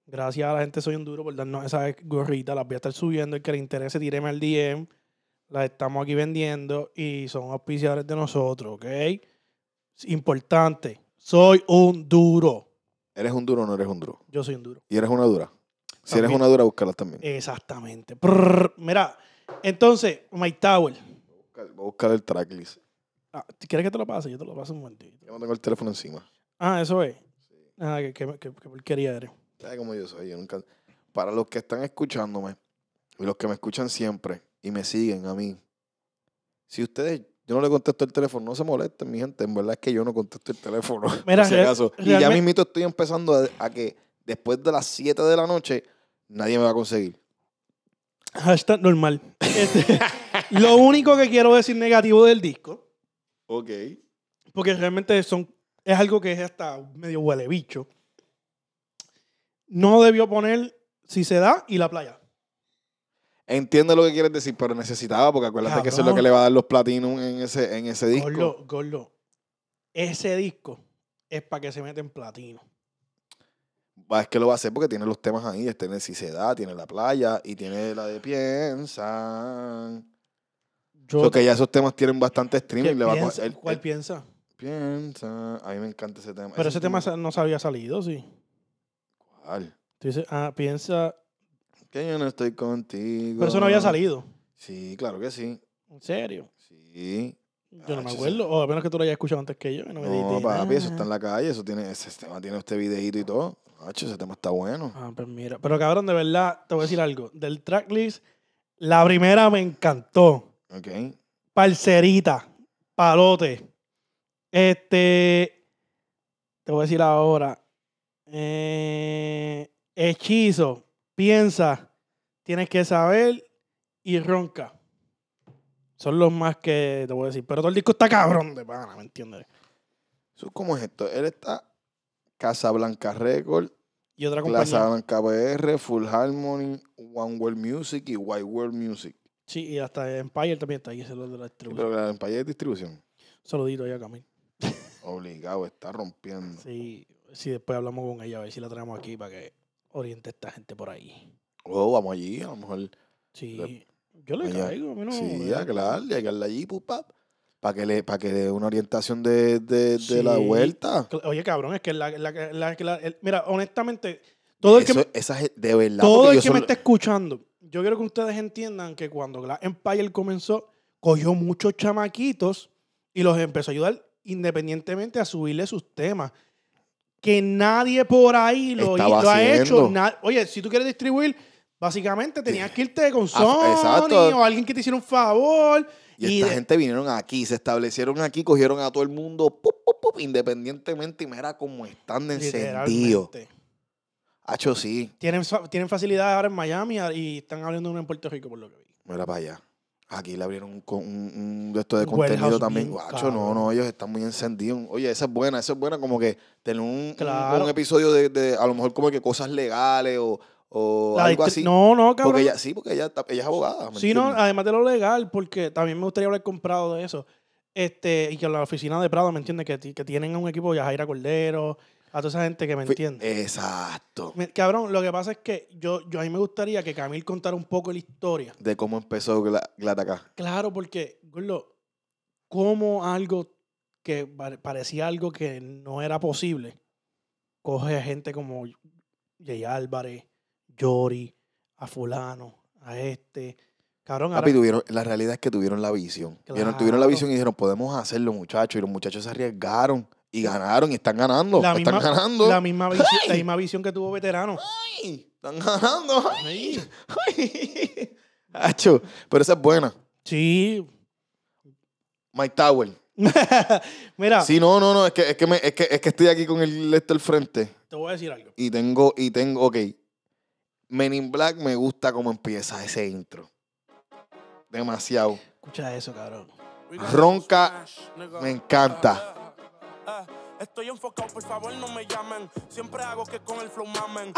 Speaker 2: Gracias a la gente de Soy un Duro por darnos esas gorritas. Las voy a estar subiendo. El que le interese, tíreme al DM. Las estamos aquí vendiendo y son auspiciadores de nosotros, ¿ok? Es Importante. Soy un duro.
Speaker 1: ¿Eres un duro o no eres un duro?
Speaker 2: Yo soy un duro.
Speaker 1: Y eres una dura. Si eres
Speaker 2: También. Eh.
Speaker 1: una dura, búscala también.
Speaker 2: Exactamente. Prrr. mira, entonces, Mike Tower.
Speaker 1: Busca- Voy a buscar el tracklist.
Speaker 2: Ah, ¿Quieres que te lo pase? Yo te lo paso un momentito.
Speaker 1: Yo no tengo el teléfono encima.
Speaker 2: Ah, eso es. Ah, qué, qué, qué- qué porquería eres.
Speaker 1: ¿Sabes cómo yo soy? Yo nunca. Para los que están escuchándome y los que me escuchan siempre y me siguen a mí, si ustedes. Yo no le contesto el teléfono, no se molesten, mi gente. En verdad es que yo no contesto el teléfono. por
Speaker 2: Mira,
Speaker 1: si
Speaker 2: real-
Speaker 1: acaso. Y ya
Speaker 2: realme-
Speaker 1: mismito estoy empezando a, a que después de las 7 de la noche nadie me va a conseguir.
Speaker 2: Hashtag normal. Este, lo único que quiero decir negativo del disco,
Speaker 1: Ok.
Speaker 2: porque realmente son, es algo que es hasta medio huele bicho. No debió poner si se da y la playa.
Speaker 1: Entiendo lo que quieres decir, pero necesitaba, porque acuérdate que eso es lo
Speaker 2: Cabrón.
Speaker 1: que le va a dar los platinos en ese, en ese disco.
Speaker 2: Gordo, gordo. Ese disco es para que se meta en platino.
Speaker 1: Va, Es que lo va a hacer porque tiene los temas ahí. este, Tiene Si se da, tiene la playa y tiene la de piensan.
Speaker 2: Yo,
Speaker 1: So que ya esos temas tienen bastante
Speaker 2: ¿qué
Speaker 1: streaming. Le va a
Speaker 2: piensa?
Speaker 1: coger- él-
Speaker 2: ¿Cuál
Speaker 1: él
Speaker 2: piensa?
Speaker 1: piensa. A mí me encanta ese tema.
Speaker 2: Pero ese tema sa- no se había salido, sí.
Speaker 1: ¿Cuál?
Speaker 2: Tú dices, ah, piensa.
Speaker 1: Que yo no estoy contigo.
Speaker 2: Pero eso no había salido.
Speaker 1: Sí, claro que sí.
Speaker 2: ¿En serio?
Speaker 1: Sí.
Speaker 2: Yo no
Speaker 1: Ah,
Speaker 2: me
Speaker 1: sí,
Speaker 2: acuerdo. O a menos que tú lo hayas escuchado antes que yo. y No, me
Speaker 1: No,
Speaker 2: dijiste
Speaker 1: papi, eso
Speaker 2: nada.
Speaker 1: está en la calle. Eso tiene, ese tema tiene este videito y todo. Hacho, ese tema está bueno.
Speaker 2: Ah, pues mira. Pero cabrón, de verdad, te voy a decir algo. Del tracklist, la primera me encantó.
Speaker 1: Ok.
Speaker 2: Parcerita. Palote. Este. Te voy a decir ahora. Eh, hechizo, piensa, tienes que saber y ronca. Son los más que te voy a decir. Pero todo el disco está cabrón de pana, ¿me entiendes?
Speaker 1: So, ¿Cómo es esto? Él está Casablanca Record,
Speaker 2: Y otra compañía.
Speaker 1: Casablanca PR, Full Harmony, One World Music y White World Music.
Speaker 2: Sí, y hasta Empire también está ahí, ese es lo de la distribución.
Speaker 1: Pero la pantalla de distribución,
Speaker 2: Saludito ahí a Camil.
Speaker 1: obligado, está rompiendo.
Speaker 2: Sí, sí, después hablamos con ella, a ver si la traemos aquí para que oriente a esta gente por ahí.
Speaker 1: Oh, vamos allí, a lo mejor.
Speaker 2: Sí, yo le
Speaker 1: Ella-
Speaker 2: caigo, a mí no eh,
Speaker 1: sí,
Speaker 2: me
Speaker 1: ya, claro, llegarle allí, para que le, para que le dé una orientación de, de, de la
Speaker 2: Sí.
Speaker 1: vuelta.
Speaker 2: Cla- Oye, cabrón, es que la, la, la- la- el- mira, honestamente, todo el que,
Speaker 1: Eso-
Speaker 2: me,
Speaker 1: esa gen- de verdad.
Speaker 2: todo
Speaker 1: porque
Speaker 2: el
Speaker 1: yo
Speaker 2: que me
Speaker 1: solo-
Speaker 2: esté escuchando, yo quiero que ustedes entiendan que cuando Glass Empire comenzó, cogió muchos chamaquitos y los empezó a ayudar independientemente a subirle sus temas. Que nadie por ahí lo, hi-
Speaker 1: Estaba
Speaker 2: lo ha hecho.
Speaker 1: haciendo. Eh,
Speaker 2: Na- Oye, si tú quieres distribuir, básicamente tenías que irte con Sony
Speaker 1: Ah, exacto.
Speaker 2: o alguien que te hiciera un favor.
Speaker 1: Y,
Speaker 2: y
Speaker 1: esta
Speaker 2: de-
Speaker 1: gente vinieron aquí, se establecieron aquí, cogieron a todo el mundo, pop, pop, pop, independientemente, y mira cómo están de encendido.
Speaker 2: literalmente.
Speaker 1: Hacho, sí,
Speaker 2: Tienen, fa- tienen facilidades ahora en Miami a- y están abriendo una en Puerto Rico, por lo que vi.
Speaker 1: mira para allá. Aquí le abrieron un, con- un, un de esto de
Speaker 2: Un
Speaker 1: contenido
Speaker 2: warehouse
Speaker 1: también.
Speaker 2: bien
Speaker 1: Hacho, no,
Speaker 2: cabrón.
Speaker 1: no, ellos están muy encendidos. Oye, esa es buena, esa es buena, como que tener un, un-
Speaker 2: Claro.
Speaker 1: un episodio de, de, a lo mejor, como que cosas legales o, o
Speaker 2: La
Speaker 1: algo
Speaker 2: distri-
Speaker 1: así.
Speaker 2: No, no, cabrón.
Speaker 1: Porque Ah, ella, sí, porque ella, está- ella es abogada. ¿me
Speaker 2: sí, no, ah,
Speaker 1: entiendes?
Speaker 2: además de lo legal, porque también me gustaría haber comprado de eso. Este, y que la oficina de Prado, ¿me entiende Que, ti- que tienen a un equipo de Jaira Cordero, a toda esa gente que me
Speaker 1: Fui- eh.
Speaker 2: entiende.
Speaker 1: Exacto.
Speaker 2: Me- Cabrón, lo que pasa es que yo, yo a mí me gustaría que Camil contara un poco la historia.
Speaker 1: De cómo empezó Gla- Glata acá.
Speaker 2: Claro, porque, gordo, como algo que pare- parecía algo que no era posible, coge a gente como Jay Álvarez, Yori, a fulano, a este. Cabrón, ahora-
Speaker 1: Papi, tuvieron, la realidad es que tuvieron la visión. Vieron- tuvieron la
Speaker 2: Claro.
Speaker 1: visión y dijeron, podemos hacerlo, muchachos. Y los muchachos se arriesgaron y ganaron y están ganando.
Speaker 2: la,
Speaker 1: están
Speaker 2: misma,
Speaker 1: ganando.
Speaker 2: la misma visi- la misma visión que tuvo Veterano.
Speaker 1: Ay, están ganando. Ay,
Speaker 2: Sí,
Speaker 1: ay. Acho, pero esa es buena.
Speaker 2: Sí.
Speaker 1: Mike Tower.
Speaker 2: Mira,
Speaker 1: Sí, no, no, no. Es que, es que, me- es que, es que estoy aquí con el esto al frente.
Speaker 2: te voy a decir algo.
Speaker 1: Y tengo, y tengo, ok. Men in Black me gusta cómo empieza ese intro. Demasiado.
Speaker 2: Escucha eso, cabrón.
Speaker 1: Ronca, me encanta.
Speaker 3: Ah, Estoy enfocado, por favor no me llamen. Siempre hago que con el flow mamen.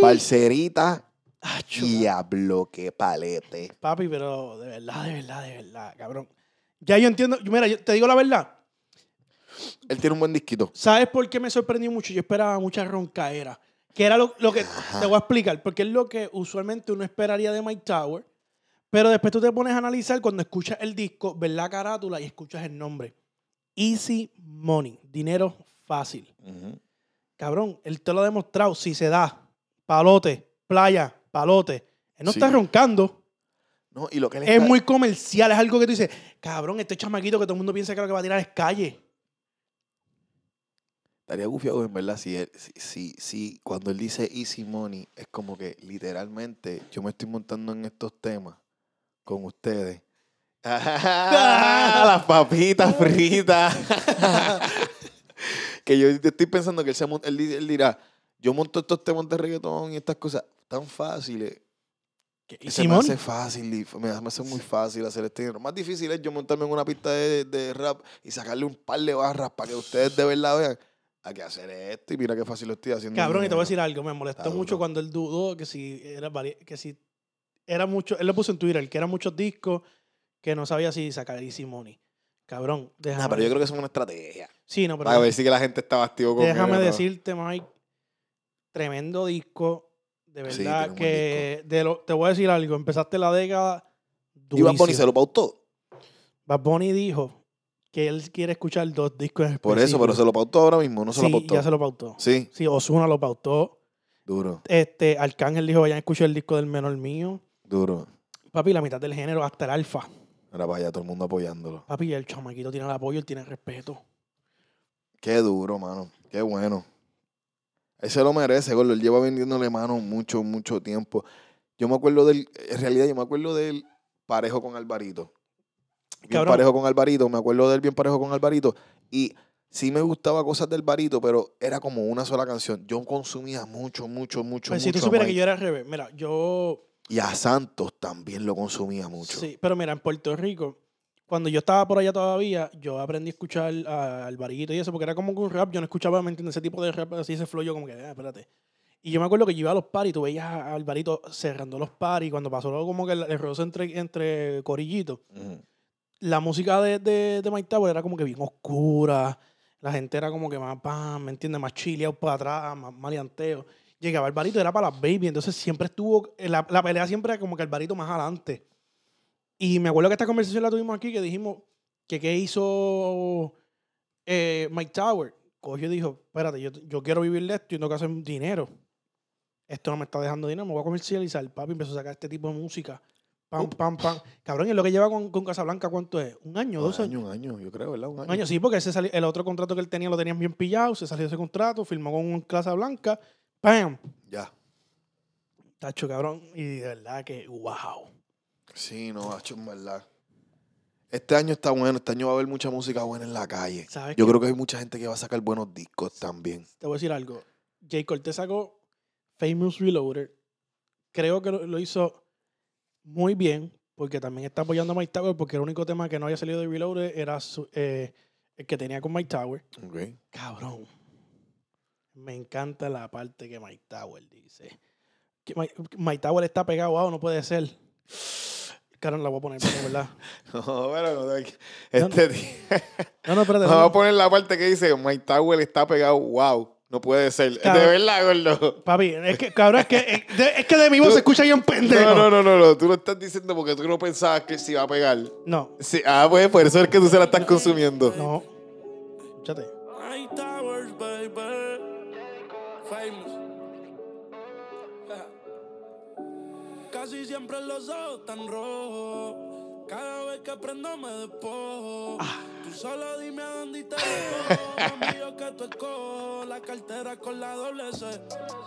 Speaker 1: Parcerita
Speaker 2: Acho,
Speaker 1: Diablo, qué palete.
Speaker 2: Papi, pero de verdad, de verdad, de verdad, cabrón. Ya yo entiendo, yo- mira, yo te digo la verdad.
Speaker 1: Él tiene un buen disquito.
Speaker 2: ¿Sabes por qué me sorprendió mucho? Yo esperaba mucha roncaera. Que era lo, lo que te voy a explicar, porque es lo que usualmente uno esperaría de Mike Tower. Pero después tú te pones a analizar cuando escuchas el disco, ves la carátula y escuchas el nombre. Easy Money, dinero fácil. Cabrón, él te lo ha demostrado. Si se da, palote, playa, palote. Él no
Speaker 1: Sí.
Speaker 2: está roncando.
Speaker 1: No, y lo que él
Speaker 2: Es
Speaker 1: está-
Speaker 2: muy comercial, es algo que tú dices, cabrón, este chamaquito que todo el mundo piensa que lo que va a tirar es calle.
Speaker 1: Estaría gufiado, en verdad, si, él, si, si, si cuando él dice Easy Money, es como que literalmente yo me estoy montando en estos temas con ustedes. Las papitas fritas. que yo estoy pensando que él, se mon- él, di- él dirá, yo monto estos temas de reggaetón y estas cosas tan fáciles
Speaker 2: ¿Qué? ¿Y
Speaker 1: Y se me
Speaker 2: Simón?
Speaker 1: hace fácil, y me me hace muy fácil hacer este dinero. Más difícil es yo montarme en una pista de, de rap y sacarle un par de barras para que ustedes de verdad vean. Hay que hacer esto y mira qué fácil lo estoy haciendo.
Speaker 2: Cabrón, y te voy a decir
Speaker 1: dinero".
Speaker 2: algo, me molestó
Speaker 1: Mm. Está duro.
Speaker 2: mucho cuando él dudó que si era vari- que si era mucho, él lo puso en Twitter, que eran muchos discos, que no sabía si sacar Easy Money. Cabrón, déjame.
Speaker 1: Nah, Ah, pero yo creo que eso es una estrategia.
Speaker 2: Sí, no, pero
Speaker 1: Para ver si que la gente está bastido con
Speaker 2: déjame
Speaker 1: mierda.
Speaker 2: decirte, Mike, tremendo disco, de verdad
Speaker 1: Sí, tiene un buen
Speaker 2: que de lo- te voy a decir algo, empezaste la década
Speaker 1: Y Bad Bunny
Speaker 2: durísimo.
Speaker 1: se lo pautó.
Speaker 2: Bad Bunny dijo que él quiere escuchar dos discos en
Speaker 1: Por eso, pero se lo pautó ahora mismo, no se lo
Speaker 2: sí,
Speaker 1: pautó.
Speaker 2: ya se lo pautó.
Speaker 1: Sí,
Speaker 2: Sí, Osuna lo pautó.
Speaker 1: duro,
Speaker 2: Este, Arcángel dijo, vayan a escuchar el disco del menor mío.
Speaker 1: duro.
Speaker 2: Papi, la mitad del género, hasta el alfa.
Speaker 1: Mira para allá, todo el mundo apoyándolo.
Speaker 2: Papi, el chamaquito tiene el apoyo, él tiene el respeto.
Speaker 1: Qué duro, mano. Qué bueno. Él se lo merece, gordo. Él lleva vendiéndole mano mucho, mucho tiempo. Yo me acuerdo del. En realidad, yo me acuerdo del parejo con Alvarito. Bien
Speaker 2: Cabrón.
Speaker 1: parejo con Alvarito. Me acuerdo del bien parejo con Alvarito. Y sí me gustaba cosas del barito, pero era como una sola canción. Yo consumía mucho, mucho, mucho,
Speaker 2: Pues
Speaker 1: mucho.
Speaker 2: si tú
Speaker 1: a
Speaker 2: supieras que
Speaker 1: Mike.
Speaker 2: yo era al revés, mira, yo.
Speaker 1: Y a Santos también lo consumía mucho.
Speaker 2: Sí, pero mira, en Puerto Rico, cuando yo estaba por allá todavía, yo aprendí a escuchar a- al barito y eso, porque era como que un rap, yo no escuchaba, ¿me entiendes? Ese tipo de rap, así ese flow, yo como que, ah, espérate. Y yo me acuerdo que yo iba a los paris, tú veías a- al barito cerrando los paris, cuando pasó luego como que el, el roce entre, entre Corillito,
Speaker 1: Ujú.
Speaker 2: la música de, de, de Mike Tower era como que bien oscura. La gente era como que más, pam, ¿me entiendes? Más chileado para atrás, más maleanteo. Llegaba el barito, era para las baby. Entonces siempre estuvo, eh, la, la pelea siempre era como que el barito más adelante. Y me acuerdo que esta conversación la tuvimos aquí, que dijimos que qué hizo eh, Mike Tower. Cogió y dijo, espérate, yo, yo quiero vivir de esto y tengo que hacer dinero. Esto no me está dejando dinero, me voy a comercializar. Papi empezó a sacar este tipo de música.
Speaker 1: Uh.
Speaker 2: Pam, pam, pam. Cabrón, ¿y lo que lleva con, con Casablanca cuánto es? ¿Un año,
Speaker 1: Un
Speaker 2: dos años?
Speaker 1: año, un año, yo creo, ¿verdad? Un año.
Speaker 2: Un año, sí, porque ese sali- el otro contrato que él tenía lo tenían bien pillado, se salió ese contrato, firmó con un Casablanca. ¡Pam!
Speaker 1: Ya.
Speaker 2: Tacho, cabrón. Y de verdad que, wow.
Speaker 1: Sí, no, hacho, en verdad. Este año está bueno, este año va a haber mucha música buena en la calle.
Speaker 2: ¿Sabes
Speaker 1: Yo
Speaker 2: qué?
Speaker 1: creo que hay mucha gente que va a sacar buenos discos también.
Speaker 2: Te voy a decir algo. Jay Cortez sacó Famous Reloader. Creo que lo, lo hizo muy bien, porque también está apoyando a Mike Tower, porque el único tema que no había salido de Reloader era su- eh, el que tenía con Mike Tower.
Speaker 1: Ok.
Speaker 2: Cabrón. Me encanta la parte que Mike Tower dice. Que Mike, Mike Tower está pegado, wow, no puede ser. Cabrón, la voy a poner, pero, ¿verdad?
Speaker 1: No, pero no te... Este tío-
Speaker 2: No, no, espérate. no,
Speaker 1: Nos vamos
Speaker 2: no.
Speaker 1: a poner la parte que dice Mike Tower está pegado, wow. No puede ser.
Speaker 2: Cabrón.
Speaker 1: De verdad, gordo.
Speaker 2: Papi, es que, cabrón, es que, es de, es que de mi voz
Speaker 1: Tú-
Speaker 2: se escucha bien pendejo.
Speaker 1: No, no, no, no, no. Tú lo estás diciendo porque tú no pensabas que se iba a pegar.
Speaker 2: No,
Speaker 1: Sí, ah, pues por eso es que tú se la estás consumiendo.
Speaker 2: no. Escúchate.
Speaker 3: Hay towers, baby. Famous. Casi siempre los ojos están rojos. Cada vez que prendo me despojo. Tú solo dime a dónde te recojo. Amigo que tú escojo. La cartera con la doble C.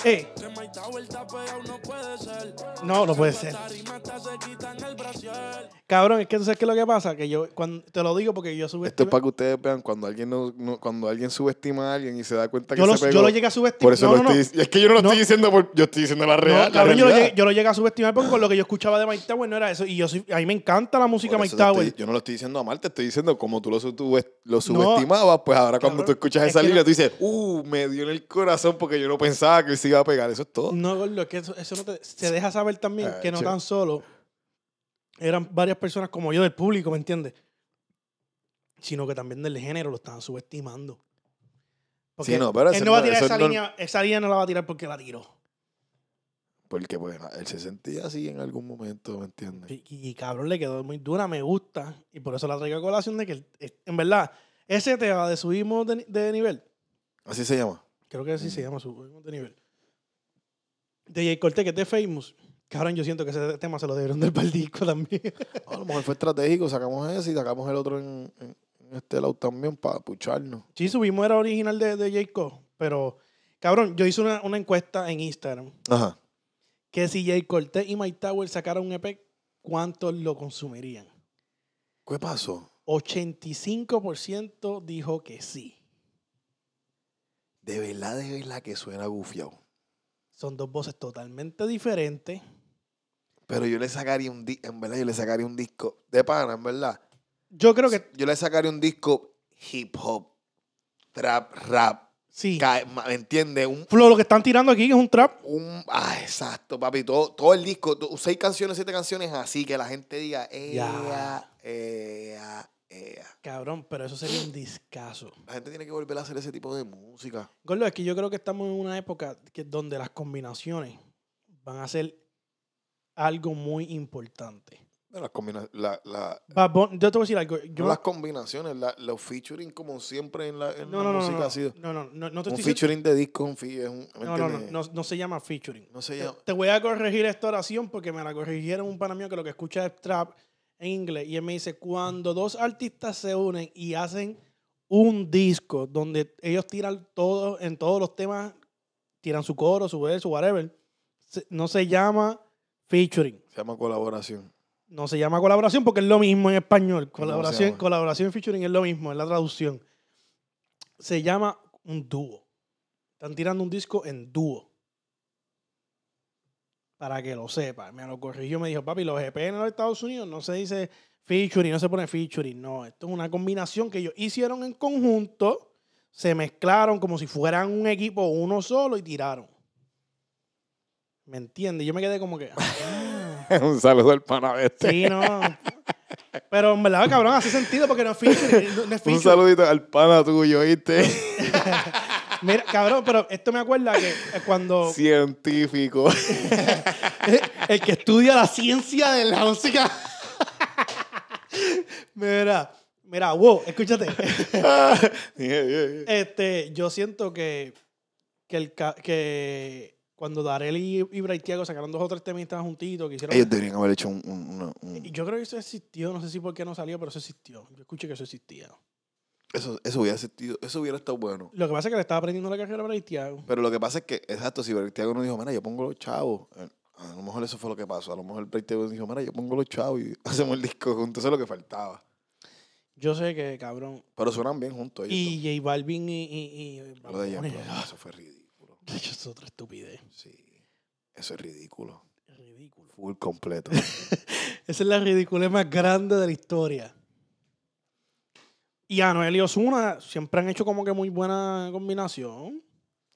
Speaker 2: Eh,
Speaker 3: Que Mike Tower está pegado, pues, no puede ser.
Speaker 2: no, no puede ser.
Speaker 3: Las rimas se quitan el brasier.
Speaker 2: Cabrón, es que tú sabes qué es lo que pasa, que yo, cuando, te lo digo porque yo subestimo.
Speaker 1: Esto es para que ustedes vean cuando alguien no, no- cuando alguien subestima a alguien y se da cuenta que
Speaker 2: yo,
Speaker 1: se
Speaker 2: lo,
Speaker 1: pegó.
Speaker 2: yo lo llegué a subestimar.
Speaker 1: Por eso
Speaker 2: no,
Speaker 1: lo
Speaker 2: no, no.
Speaker 1: estoy dic- Es que yo no lo
Speaker 2: No.
Speaker 1: estoy diciendo, por- yo estoy diciendo la real.
Speaker 2: No, cabrón,
Speaker 1: la
Speaker 2: yo lo,
Speaker 1: realidad.
Speaker 2: llegué, yo lo llegué a subestimar porque con lo que yo escuchaba de Mike Tower no era eso. Y yo soy- a mí me encanta la música de
Speaker 1: Por
Speaker 2: Mike
Speaker 1: eso te
Speaker 2: Tower.
Speaker 1: estoy- yo no lo estoy diciendo a mal, te estoy diciendo como tú lo, su- tú es- lo subestimabas, pues ahora cuando
Speaker 2: cabrón,
Speaker 1: tú escuchas
Speaker 2: es
Speaker 1: esa
Speaker 2: que
Speaker 1: línea
Speaker 2: no-
Speaker 1: tú dices, uh, me dio en el corazón porque yo no pensaba que se iba a pegar, eso es todo.
Speaker 2: No, gordo, es que eso, eso no te, se deja saber también
Speaker 1: Ah,
Speaker 2: que no
Speaker 1: che.
Speaker 2: tan solo eran varias personas como yo del público, ¿me entiendes? Sino que también del género lo estaban subestimando. Porque
Speaker 1: Sí, no, pero
Speaker 2: él
Speaker 1: eso
Speaker 2: no va a
Speaker 1: no-
Speaker 2: tirar
Speaker 1: eso
Speaker 2: esa
Speaker 1: no-
Speaker 2: línea, esa línea no la va a tirar porque la tiró.
Speaker 1: Porque bueno, él se sentía así en algún momento, ¿me entiendes?
Speaker 2: Y, y, cabrón, le quedó muy dura, me gusta. Y por eso la traigo a colación de que, el- es- en verdad, ese tema de subimos de, ni- de nivel,
Speaker 1: Así se llama.
Speaker 2: creo que así se llama, subimos de nivel. De J. Cortez, que es de Famous. Cabrón, yo siento que ese tema se lo debieron del paldico también.
Speaker 1: A lo mejor fue estratégico, sacamos ese y sacamos el otro en, en- en este lado también para pucharnos.
Speaker 2: sí, subimos era original de, de J. Cole, pero, cabrón, yo hice una, una encuesta en Instagram
Speaker 1: Ajá.
Speaker 2: que si J. Cortez y Mike Tower sacaran un EP, ¿cuántos lo consumirían?
Speaker 1: ¿Qué pasó?
Speaker 2: 85% dijo que sí.
Speaker 1: De verdad, de verdad que suena gufiado.
Speaker 2: Son dos voces totalmente diferentes.
Speaker 1: Pero yo le sacaría un disco, en verdad, yo le sacaría un disco de pana, en verdad.
Speaker 2: Yo creo que
Speaker 1: Yo le sacaría un disco hip hop, trap, rap,
Speaker 2: sí.
Speaker 1: ca- ma- ¿me entiendes? Un,
Speaker 2: Flo, lo que están tirando aquí es un trap.
Speaker 1: un, ah, exacto, papi, todo, todo el disco, to- seis canciones, siete canciones así, que la gente diga, ea, ea, ea.
Speaker 2: Cabrón, pero eso sería un discazo.
Speaker 1: La gente tiene que volver a hacer ese tipo de música.
Speaker 2: Gordo, es que yo creo que estamos en una época que, donde las combinaciones van a ser algo muy importante.
Speaker 1: Las, combina- la- la-
Speaker 2: Bad Bunny- yo te voy a decir algo. Yo,
Speaker 1: no las combinaciones, la- los featuring como siempre en la, en
Speaker 2: no,
Speaker 1: la
Speaker 2: no, no,
Speaker 1: música
Speaker 2: no, no,
Speaker 1: ha sido.
Speaker 2: no, no, no, no te
Speaker 1: un
Speaker 2: estoy diciendo-
Speaker 1: featuring de disco, un fi- es un- ¿me
Speaker 2: no, no, no,
Speaker 1: entiendes?
Speaker 2: no, no se llama featuring.
Speaker 1: No se llama-
Speaker 2: Te, te voy a corregir esta oración porque me la corrigieron un pana mío que lo que escucha es trap en inglés. Y él me dice, cuando dos artistas se unen y hacen un disco donde ellos tiran todo, en todos los temas, tiran su coro, su verso, whatever, se- no se llama featuring.
Speaker 1: Se llama colaboración.
Speaker 2: No se llama colaboración porque es lo mismo en español.
Speaker 1: se
Speaker 2: Colaboración,
Speaker 1: llama?
Speaker 2: colaboración y featuring es lo mismo, es la traducción. se llama un dúo. Están tirando un disco en dúo. Para que lo sepa. Me lo corrigió, me dijo, papi, los E GPN en los Estados Unidos no se dice featuring, no se pone featuring. No, esto es una combinación que ellos hicieron en conjunto, se mezclaron como si fueran un equipo uno solo y tiraron. ¿Me entiendes? Yo me quedé como que... ah.
Speaker 1: un saludo al pana este.
Speaker 2: Sí, no. Pero en verdad, cabrón, hace sentido porque no es featuring. no- no es
Speaker 1: un
Speaker 2: featuring.
Speaker 1: saludito al pana tuyo, ¿oíste?
Speaker 2: Mira, cabrón, pero esto me acuerda que eh, cuando
Speaker 1: Científico.
Speaker 2: el que estudia la ciencia de la música. mira, mira, wow, escúchate.
Speaker 1: Yeah, yeah, yeah.
Speaker 2: Este, yo siento que, que, el, ca- que cuando Darel y, y Braithiago sacaron dos o tres temistas juntitos, que hicieron.
Speaker 1: Ellos deberían haber hecho un... un- una- un-
Speaker 2: Y yo creo que eso existió, no sé si por qué no salió, pero eso existió. Yo escuché que eso existía.
Speaker 1: Eso, eso hubiera sentido, eso hubiera estado bueno.
Speaker 2: Lo que pasa es que le estaba aprendiendo la carrera a Braithiago.
Speaker 1: Pero lo que pasa es que, exacto, si Bertiago no dijo, mira, yo pongo los chavos. eh, A lo mejor eso fue lo que pasó. A lo mejor Bertiago dijo, mira, yo pongo los chavos y hacemos el disco juntos. Eso es lo que faltaba.
Speaker 2: Yo sé que, cabrón.
Speaker 1: Pero suenan bien juntos ellos.
Speaker 2: Y J Balvin y. y, y-
Speaker 1: dos. Lo de
Speaker 2: Bad
Speaker 1: pues. Jan
Speaker 2: Bunny.
Speaker 1: Brown, eso fue ridículo.
Speaker 2: Eso es otra estupidez.
Speaker 1: Sí. Eso es ridículo.
Speaker 2: Ridículo.
Speaker 1: Full completo.
Speaker 2: Esa es la ridiculez más grande de la historia. Y Anuel y Osuna siempre han hecho como que muy buena combinación.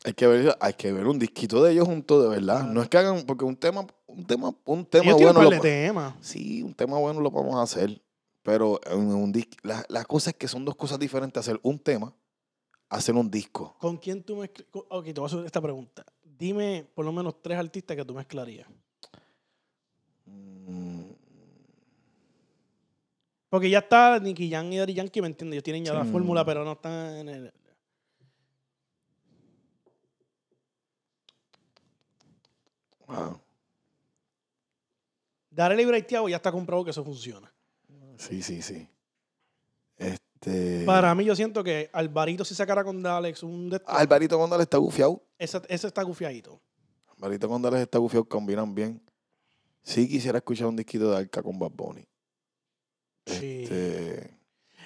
Speaker 1: hay, que ver, hay que ver un disquito de ellos juntos, de verdad. No es que hagan, porque un tema, un tema, un tema
Speaker 2: Ellos tienen
Speaker 1: bueno.
Speaker 2: un
Speaker 1: lo
Speaker 2: par de
Speaker 1: po-
Speaker 2: temas.
Speaker 1: Sí, un tema bueno lo podemos hacer, pero en un disco, la, la cosa es que son dos cosas diferentes, hacer un tema, hacer un disco.
Speaker 2: ¿Con quién tú mezclarías? Ok, te voy a hacer esta pregunta. Dime por lo menos tres artistas que tú mezclarías.
Speaker 1: Mm,
Speaker 2: Porque ya está Nicky Jan y Dari Yankee, ¿me entiendes? Ellos tienen ya la
Speaker 1: Sí.
Speaker 2: fórmula, pero no están en el...
Speaker 1: wow.
Speaker 2: Darle libre ya está comprobado que eso funciona.
Speaker 1: Sí, sí, sí. Este.
Speaker 2: Para mí yo siento que Alvarito si sacara con Dalex un... de estos-
Speaker 1: Alvarito Gondales está gufiado.
Speaker 2: Ese, ese está gufiadito.
Speaker 1: Alvarito Gondales está gufiado, combinan bien. Sí quisiera escuchar un disquito de Arca con Bad Bunny.
Speaker 2: Sí.
Speaker 1: Este,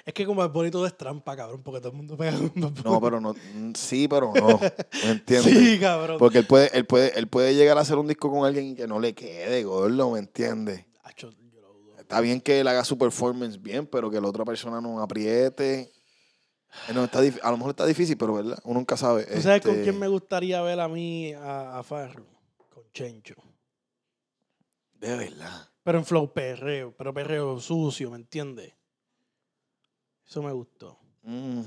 Speaker 2: Es que como Bad Bunny todo es trampa, cabrón, porque todo el mundo pega con Bad Bunny.
Speaker 1: No, pero no. mm, Sí, pero no. ¿Me entiendes?
Speaker 2: Sí, cabrón.
Speaker 1: Porque él puede, él puede, él puede llegar a hacer un disco con alguien y que no le quede, gordo, ¿me entiendes?
Speaker 2: Acho, yo lo dudo.
Speaker 1: Está bien que él haga su performance bien, pero que la otra persona no apriete. Eh, No, está dif- a lo mejor está difícil, pero ¿verdad? uno nunca sabe.
Speaker 2: ¿Tú sabes con
Speaker 1: Este,
Speaker 2: quién me gustaría ver a mí, a, a Farru? Con Chencho.
Speaker 1: De verdad.
Speaker 2: Pero en flow perreo, pero perreo sucio, ¿me entiendes? Eso me gustó.
Speaker 1: Mm.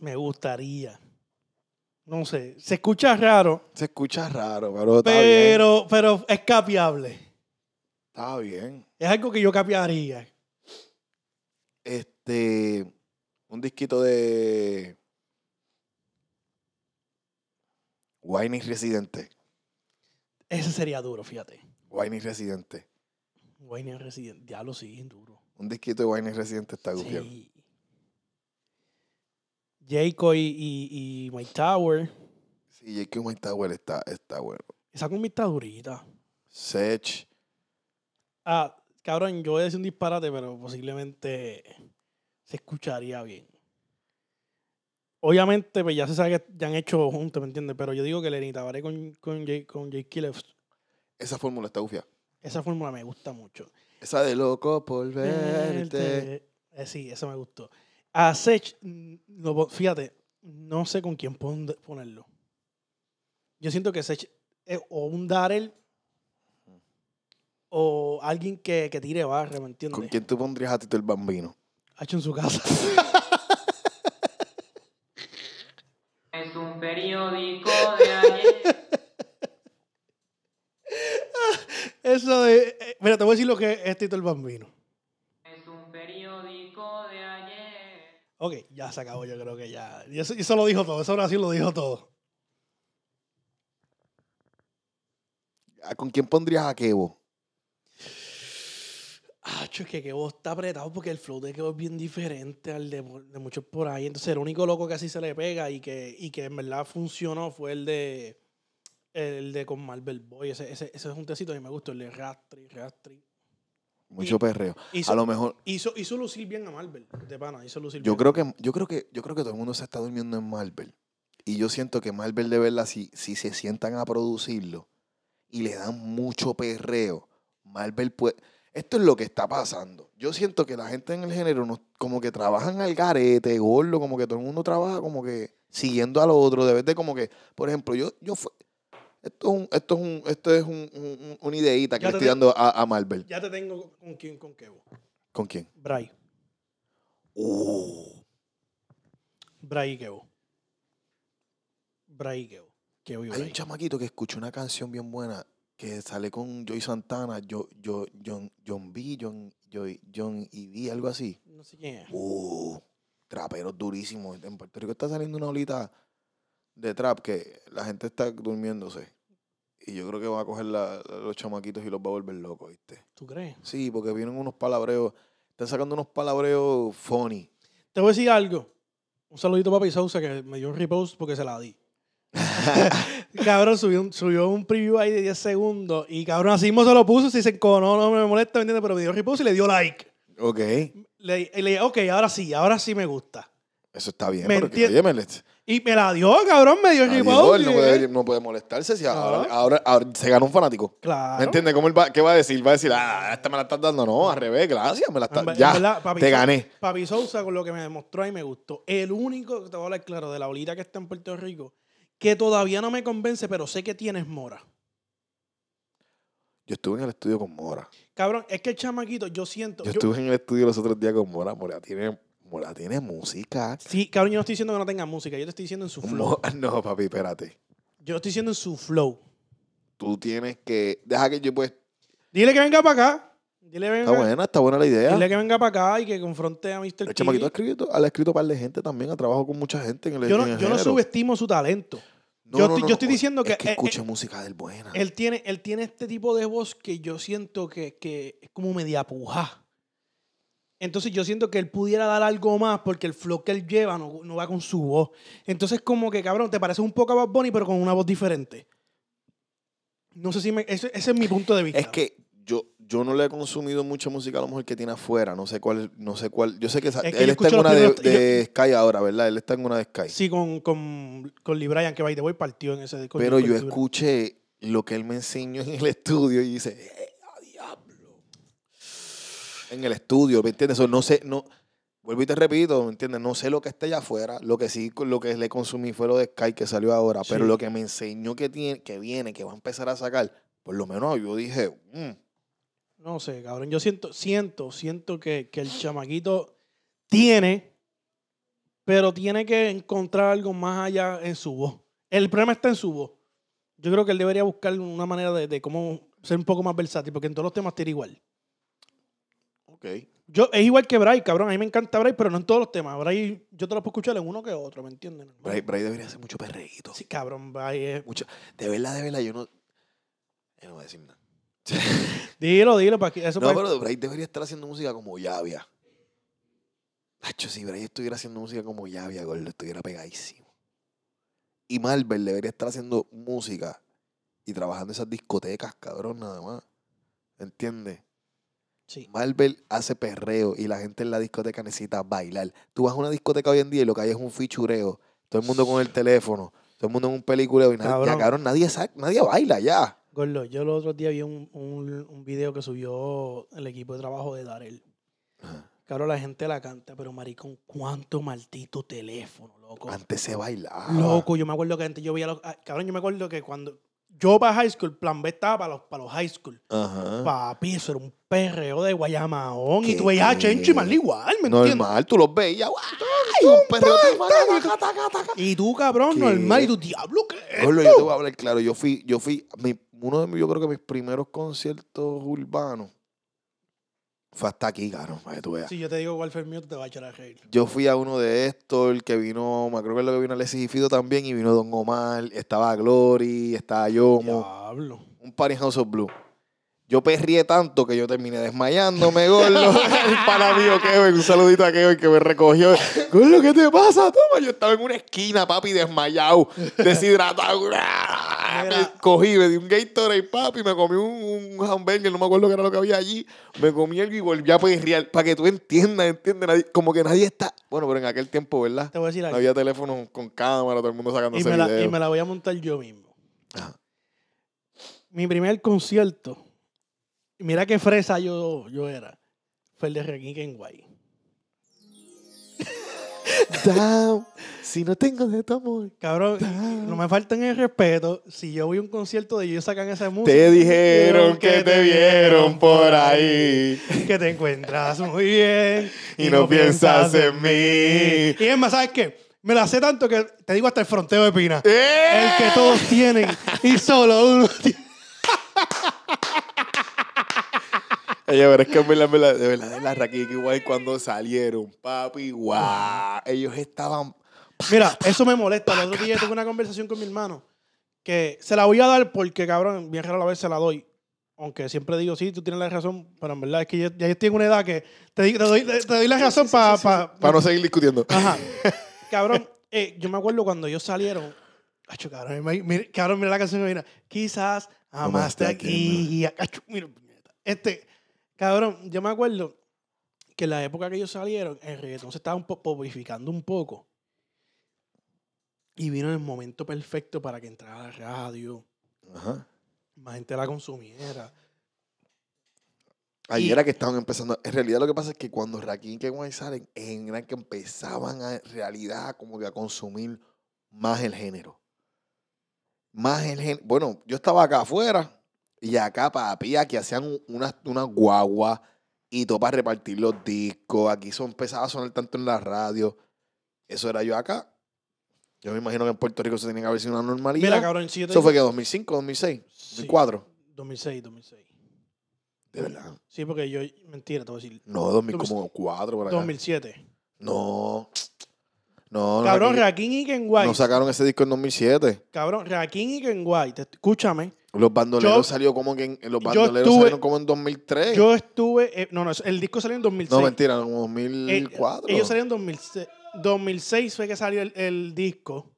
Speaker 2: Me gustaría. No sé, se escucha raro,
Speaker 1: Se escucha raro, pero está bien.
Speaker 2: pero, pero es capiable.
Speaker 1: Está bien.
Speaker 2: Es algo que yo capiaría.
Speaker 1: Este. Un disquito de. Winey Residente.
Speaker 2: Ese sería duro, fíjate.
Speaker 1: Winey Residente.
Speaker 2: Wayne Resident, diablo sí, duro.
Speaker 1: Un disquito de Winey Residente está gufiado.
Speaker 2: Sí. Jacob y, y, y Mike Tower.
Speaker 1: Sí, J.K. White Tower está, está bueno.
Speaker 2: Esa con está durita.
Speaker 1: Sech.
Speaker 2: Ah, cabrón, yo voy a decir un disparate, pero posiblemente se escucharía bien. Obviamente, pues ya se sabe que ya han hecho juntos, ¿me entiendes? Pero yo digo que Lenny Tabaré con, con, Jay, con Jay Killef,
Speaker 1: Esa fórmula está gufiada.
Speaker 2: esa fórmula me gusta mucho.
Speaker 1: Esa de loco por verte.
Speaker 2: Eh, sí, eso me gustó. A Sech, mm, lo pon- fíjate, no sé con quién pon- ponerlo. Yo siento que Sech es o un Darel o alguien que, que tire barra, ¿me entiendes?
Speaker 1: ¿Con quién tú pondrías a Tito el Bambino?
Speaker 2: Ha hecho en su casa.
Speaker 5: Es un periódico de ayer.
Speaker 2: Eso de. eh, mira, te voy a decir lo que es Tito el Bambino.
Speaker 5: Es un periódico de ayer.
Speaker 2: Ok, ya se acabó, yo creo que ya. Y eso, y eso lo dijo todo, esa oración lo dijo todo.
Speaker 1: ¿A- ¿Con quién pondrías a Kevo?
Speaker 2: Ah, es que Kevo está apretado porque el flow de Kevo es bien diferente al de, mu- de muchos por ahí. Entonces, el único loco que así se le pega y que, y que en verdad funcionó fue el de el de con Marvel Boy. Ese, ese, ese es un tecito que me gustó, el de Rastri, Rastri.
Speaker 1: Mucho
Speaker 2: Y-
Speaker 1: perreo.
Speaker 2: hizo-
Speaker 1: A lo mejor.
Speaker 2: Hizo, hizo lucir bien a Marvel, de pana, hizo lucir
Speaker 1: Yo
Speaker 2: bien.
Speaker 1: creo que, yo creo que, yo creo que todo el mundo se está durmiendo en Marvel. Y yo siento que Marvel, de verdad, si, si se sientan a producirlo y le dan mucho perreo, Marvel puede. Esto es lo que está pasando. Yo siento que la gente en el género no- como que trabajan al garete, gordo, como que todo el mundo trabaja como que siguiendo a lo otro. De vez de como que, por ejemplo, yo, yo fue- esto es un, esto es un, esto es un, un- una ideita que
Speaker 2: Ya
Speaker 1: le
Speaker 2: te
Speaker 1: estoy
Speaker 2: te-
Speaker 1: dando a, a Marvel.
Speaker 2: Ya te tengo con quién, con Kevo.
Speaker 1: ¿Con quién?
Speaker 2: Bray. Oh.
Speaker 1: Uh.
Speaker 2: Bray y Kevo. Bray y Kevo. Kevo y
Speaker 1: Hay un
Speaker 2: Bray.
Speaker 1: chamaquito que escuchó una canción bien buena que sale con Joy Santana, yo, yo, John, John B, John, Joy- John y B, algo así.
Speaker 2: No sé quién es.
Speaker 1: Uh, traperos durísimos. En Puerto Rico está saliendo una olita de trap que la gente está durmiéndose. Y yo creo que va a coger la- los chamaquitos y los va a volver locos, ¿viste?
Speaker 2: ¿Tú crees?
Speaker 1: Sí, porque vienen unos palabreos. Están sacando unos palabreos funny.
Speaker 2: Te voy a decir algo. Un saludito a Papi Sousa que me dio un repost porque se la di. cabrón, subió un, subió un preview ahí de 10 segundos y cabrón, así mismo se lo puso. Si se enconó, no me molesta, ¿me entiendes? Pero me dio repost y le dio like.
Speaker 1: Ok.
Speaker 2: Le, y le dije, ok, ahora sí, ahora sí me gusta.
Speaker 1: Eso está bien.
Speaker 2: Me
Speaker 1: pero que-
Speaker 2: entiendes.
Speaker 1: oye, me le-
Speaker 2: Y me la dio, cabrón, me dio
Speaker 1: Ah,
Speaker 2: repost.
Speaker 1: Diego, él
Speaker 2: y
Speaker 1: no,
Speaker 2: llegué.
Speaker 1: puede, no puede molestarse si ahora,
Speaker 2: eh. Claro.
Speaker 1: ahora- ahora se ganó un fanático.
Speaker 2: Claro.
Speaker 1: ¿Me entiendes? ¿Cómo él va, ¿Qué va a decir? Va a decir, ah, esta me la estás dando. No, al revés, gracias, me la
Speaker 2: En
Speaker 1: estás.
Speaker 2: ver-
Speaker 1: Ya,
Speaker 2: en verdad, Papi
Speaker 1: te
Speaker 2: Sousa-
Speaker 1: gané.
Speaker 2: Papi Sousa con lo que me demostró ahí me gustó. El único, que te voy a hablar claro, de la olita que está en Puerto Rico, que todavía no me convence, pero sé que tienes mora.
Speaker 1: Yo estuve en el estudio con Mora.
Speaker 2: Cabrón, es que el chamaquito, yo siento...
Speaker 1: Yo
Speaker 2: yo-
Speaker 1: estuve en el estudio los otros días con Mora. Mora tiene, Mora tiene música.
Speaker 2: Sí, cabrón, yo no estoy diciendo que no tenga música, yo te estoy diciendo en su flow.
Speaker 1: Mo- no, papi, espérate.
Speaker 2: Yo estoy diciendo en su flow.
Speaker 1: Tú tienes que. Deja que yo pues.
Speaker 2: Dile que venga para acá. Dile, venga,
Speaker 1: Está buena, está buena la idea.
Speaker 2: dile que venga para acá y que confronte a Mr.
Speaker 1: El chamaquito ha
Speaker 2: Kid.
Speaker 1: escrito, ha escrito par de gente también, ha trabajado con mucha gente en el
Speaker 2: Yo
Speaker 1: en
Speaker 2: no,
Speaker 1: el
Speaker 2: yo no
Speaker 1: género.
Speaker 2: subestimo su talento.
Speaker 1: No,
Speaker 2: yo
Speaker 1: no,
Speaker 2: estoy-
Speaker 1: no,
Speaker 2: yo estoy
Speaker 1: no,
Speaker 2: diciendo
Speaker 1: es
Speaker 2: que- eh, eh,
Speaker 1: escucha música del buena.
Speaker 2: Él tiene, él tiene este tipo de voz que yo siento que, que es como media puja. Entonces yo siento que él pudiera dar algo más porque el flow que él lleva no, no va con su voz. Entonces como que, cabrón, te parece un poco a Bad Bunny pero con una voz diferente. No sé si me... Ese, ese es mi punto de vista.
Speaker 1: Es que yo, yo no le he consumido mucha música a la mujer que tiene afuera. No sé cuál, no sé cuál. Yo sé que, esa-
Speaker 2: Es que
Speaker 1: él
Speaker 2: yo
Speaker 1: está en
Speaker 2: escucho
Speaker 1: una de,
Speaker 2: los primeros-
Speaker 1: de Sky ahora, ¿verdad? Él está en una de Sky.
Speaker 2: Sí, con, con, con Lee Bryan, que by the way partió en ese... con
Speaker 1: Pero yo
Speaker 2: Cultura.
Speaker 1: escuché lo que él me enseñó en el estudio y dice, "Eh, a diablo! En el estudio, ¿me entiendes? Eso no sé, no. Vuelvo y te repito, ¿me entiendes? No sé lo que está allá afuera. Lo que sí, lo que le consumí fue lo de Sky que salió ahora. Pero
Speaker 2: Sí.
Speaker 1: lo que me enseñó que, tiene, que viene, que va a empezar a sacar, por lo menos yo dije, "Mm,
Speaker 2: No sé, cabrón. Yo siento, siento, siento que, que el chamaquito tiene, pero tiene que encontrar algo más allá en su voz. El problema está en su voz. Yo creo que él debería buscar una manera de, de cómo ser un poco más versátil, porque en todos los temas tira igual.
Speaker 1: ok.
Speaker 2: Yo, es igual que Bray, cabrón. A mí me encanta Bray, pero no en todos los temas. Bray, yo te lo puedo escuchar en uno que otro, ¿me entiendes?
Speaker 1: Bray, Bray debería hacer mucho perreíto.
Speaker 2: Sí, cabrón, Bray eh, es...
Speaker 1: Mucha- de verdad, de verdad, yo no. Yo no voy a decir nada.
Speaker 2: Dilo, dilo, para que eso
Speaker 1: No,
Speaker 2: para-
Speaker 1: pero Bray debería estar haciendo música como Llavia. Nacho, si Bray estuviera haciendo música como Llavia, gordo, estuviera pegadísimo. Y Marvel debería estar haciendo música y trabajando esas discotecas, cabrón, nada más. ¿Entiendes?
Speaker 2: Sí.
Speaker 1: Marvel hace perreo y la gente en la discoteca necesita bailar. Tú vas a una discoteca hoy en día y lo que hay es un fichureo. Todo el mundo con el teléfono. Todo el mundo en un peliculeo y nadie,
Speaker 2: Cabrón.
Speaker 1: ya, cabrón, nadie, sa- nadie baila ya.
Speaker 2: Gordo, yo los otros días vi un, un- un video que subió el equipo de trabajo de Darel. Claro, la gente la canta, pero maricón, cuánto maldito teléfono, loco.
Speaker 1: Antes se bailaba.
Speaker 2: Loco, yo me acuerdo que antes yo veía los. ah, Cabrón, yo me acuerdo que cuando yo para high school, plan B estaba para los, para los high school.
Speaker 1: Ajá.
Speaker 2: Papi, eso era un perreo de Guayamaón. Y
Speaker 1: Ah. ¿Qué,
Speaker 2: tú veías a
Speaker 1: qué?
Speaker 2: Chencho y Marley igual, ¿me entiendes?
Speaker 1: Normal, tú los veías. ¡Ay! Un perreo te mata, taca, taca, taca.
Speaker 2: Y tú, cabrón,
Speaker 1: ¿Qué?
Speaker 2: normal. Y tú, diablo, ¿qué? es
Speaker 1: Gordo, yo
Speaker 2: esto?".
Speaker 1: te voy a hablar claro. Yo fui, yo fui, mi- uno de mis, yo creo que mis primeros conciertos urbanos fue hasta aquí, cabrón, para que tú veas.
Speaker 2: Si yo te digo cuál fue el mío, tú te vas a echar a reír.
Speaker 1: Yo fui a uno de estos, el que vino, me acuerdo que lo que vino Alexis y Fido también, y vino Don Omar, estaba Glory, estaba Yomo,
Speaker 2: Diablo.
Speaker 1: un party en House of Blue. Yo perrié tanto que yo terminé desmayándome, gordo. el pana mío Kevin, un saludito a Kevin que me recogió. Gordo, ¿qué te pasa? Toma, yo estaba en una esquina, papi, desmayado, deshidratado. Papi, cogí, me di un Gatorade, papi, me comí un, un hamburger, no me acuerdo qué era lo que había allí. Me comí algo y volví a perrear. Para que tú entiendas, entiendes, nadie- como que nadie está. Bueno, pero en aquel tiempo, ¿verdad?
Speaker 2: Te voy a decir
Speaker 1: No
Speaker 2: algo.
Speaker 1: había teléfonos con cámara, todo el mundo
Speaker 2: Y
Speaker 1: sacándose
Speaker 2: me, la, y
Speaker 1: videos.
Speaker 2: me la voy a montar yo mismo. Mi primer concierto, y mira qué fresa yo, yo era, fue el de Requín en Guay.
Speaker 1: Down, si no tengo de tu amor.
Speaker 2: Cabrón, y- y no me falten el respeto. Si yo voy a un concierto de ellos sacan esa música.
Speaker 1: Te dijeron que te vieron por ahí
Speaker 2: Que te encuentras muy bien.
Speaker 1: y no piensas en mí.
Speaker 2: Y es más, ¿sabes qué? Me la sé tanto que te digo hasta el fronteo de Pina.
Speaker 1: ¡Eh!
Speaker 2: El que todos tienen y solo uno tiene.
Speaker 1: Ella, pero es que en verdad, en verdad, de verdad, la Raquel igual cuando salieron, papi, guau. Ellos estaban.
Speaker 2: Mira, eso me molesta. El otro día yo tuve una conversación con mi hermano que se la voy a dar porque, cabrón, bien raro a la vez se la doy. Aunque siempre digo, sí, tú tienes la razón, pero en verdad es que yo, ya yo tengo una edad que te, di- te doy, te, doy la razón para...
Speaker 1: Para no seguir discutiendo.
Speaker 2: Ajá. Cabrón, eh, yo me acuerdo cuando ellos salieron. Acho, cabrón, me- mira, cabrón, mira la canción que viene. Quizás amaste
Speaker 1: Amaste a
Speaker 2: aquí. y acá, acho, mira, puñeta. este, cabrón, yo me acuerdo que en la época que ellos salieron, el reggaetón se estaba un po popificando un poco. Y vino el momento perfecto para que entrara la radio,
Speaker 1: Ajá.
Speaker 2: más gente la consumiera.
Speaker 1: Ahí
Speaker 2: Y-
Speaker 1: era que estaban empezando. En realidad lo que pasa es que cuando Raquín y Guay salen, en gran que empezaban a, en realidad como que a consumir más el género. Más el género. Bueno, yo estaba acá afuera y acá papi, que hacían un- unas unas guaguas y todo para repartir los discos. Aquí eso empezaba a sonar tanto en la radio. Eso era yo acá. Yo me imagino que en Puerto Rico se tenía que haber sido una normalidad.
Speaker 2: Mira, cabrón, si yo te
Speaker 1: eso fue que
Speaker 2: digo-
Speaker 1: 2005, 2006,
Speaker 2: Sí,
Speaker 1: 2004.
Speaker 2: 2006, 2006.
Speaker 1: De verdad.
Speaker 2: Sí, porque yo, mentira, te voy a decir,
Speaker 1: No, 2000, como 4 por acá.
Speaker 2: 2007.
Speaker 1: No. No, no.
Speaker 2: Cabrón,
Speaker 1: Rakim-
Speaker 2: Rakim y Ken
Speaker 1: no
Speaker 2: White.
Speaker 1: sacaron ese disco en 2007.
Speaker 2: Cabrón, Rakim y Ken White. te- Escúchame.
Speaker 1: Los bandoleros
Speaker 2: Yo-
Speaker 1: salió como que en, los
Speaker 2: yo
Speaker 1: bandoleros
Speaker 2: estuve-
Speaker 1: salieron como en 2003.
Speaker 2: Yo estuve. eh, no, no, el disco salió en 2006.
Speaker 1: no, mentira, como
Speaker 2: Eh,
Speaker 1: 2004.
Speaker 2: ellos salieron en 2006. 2006 fue que salió el, el disco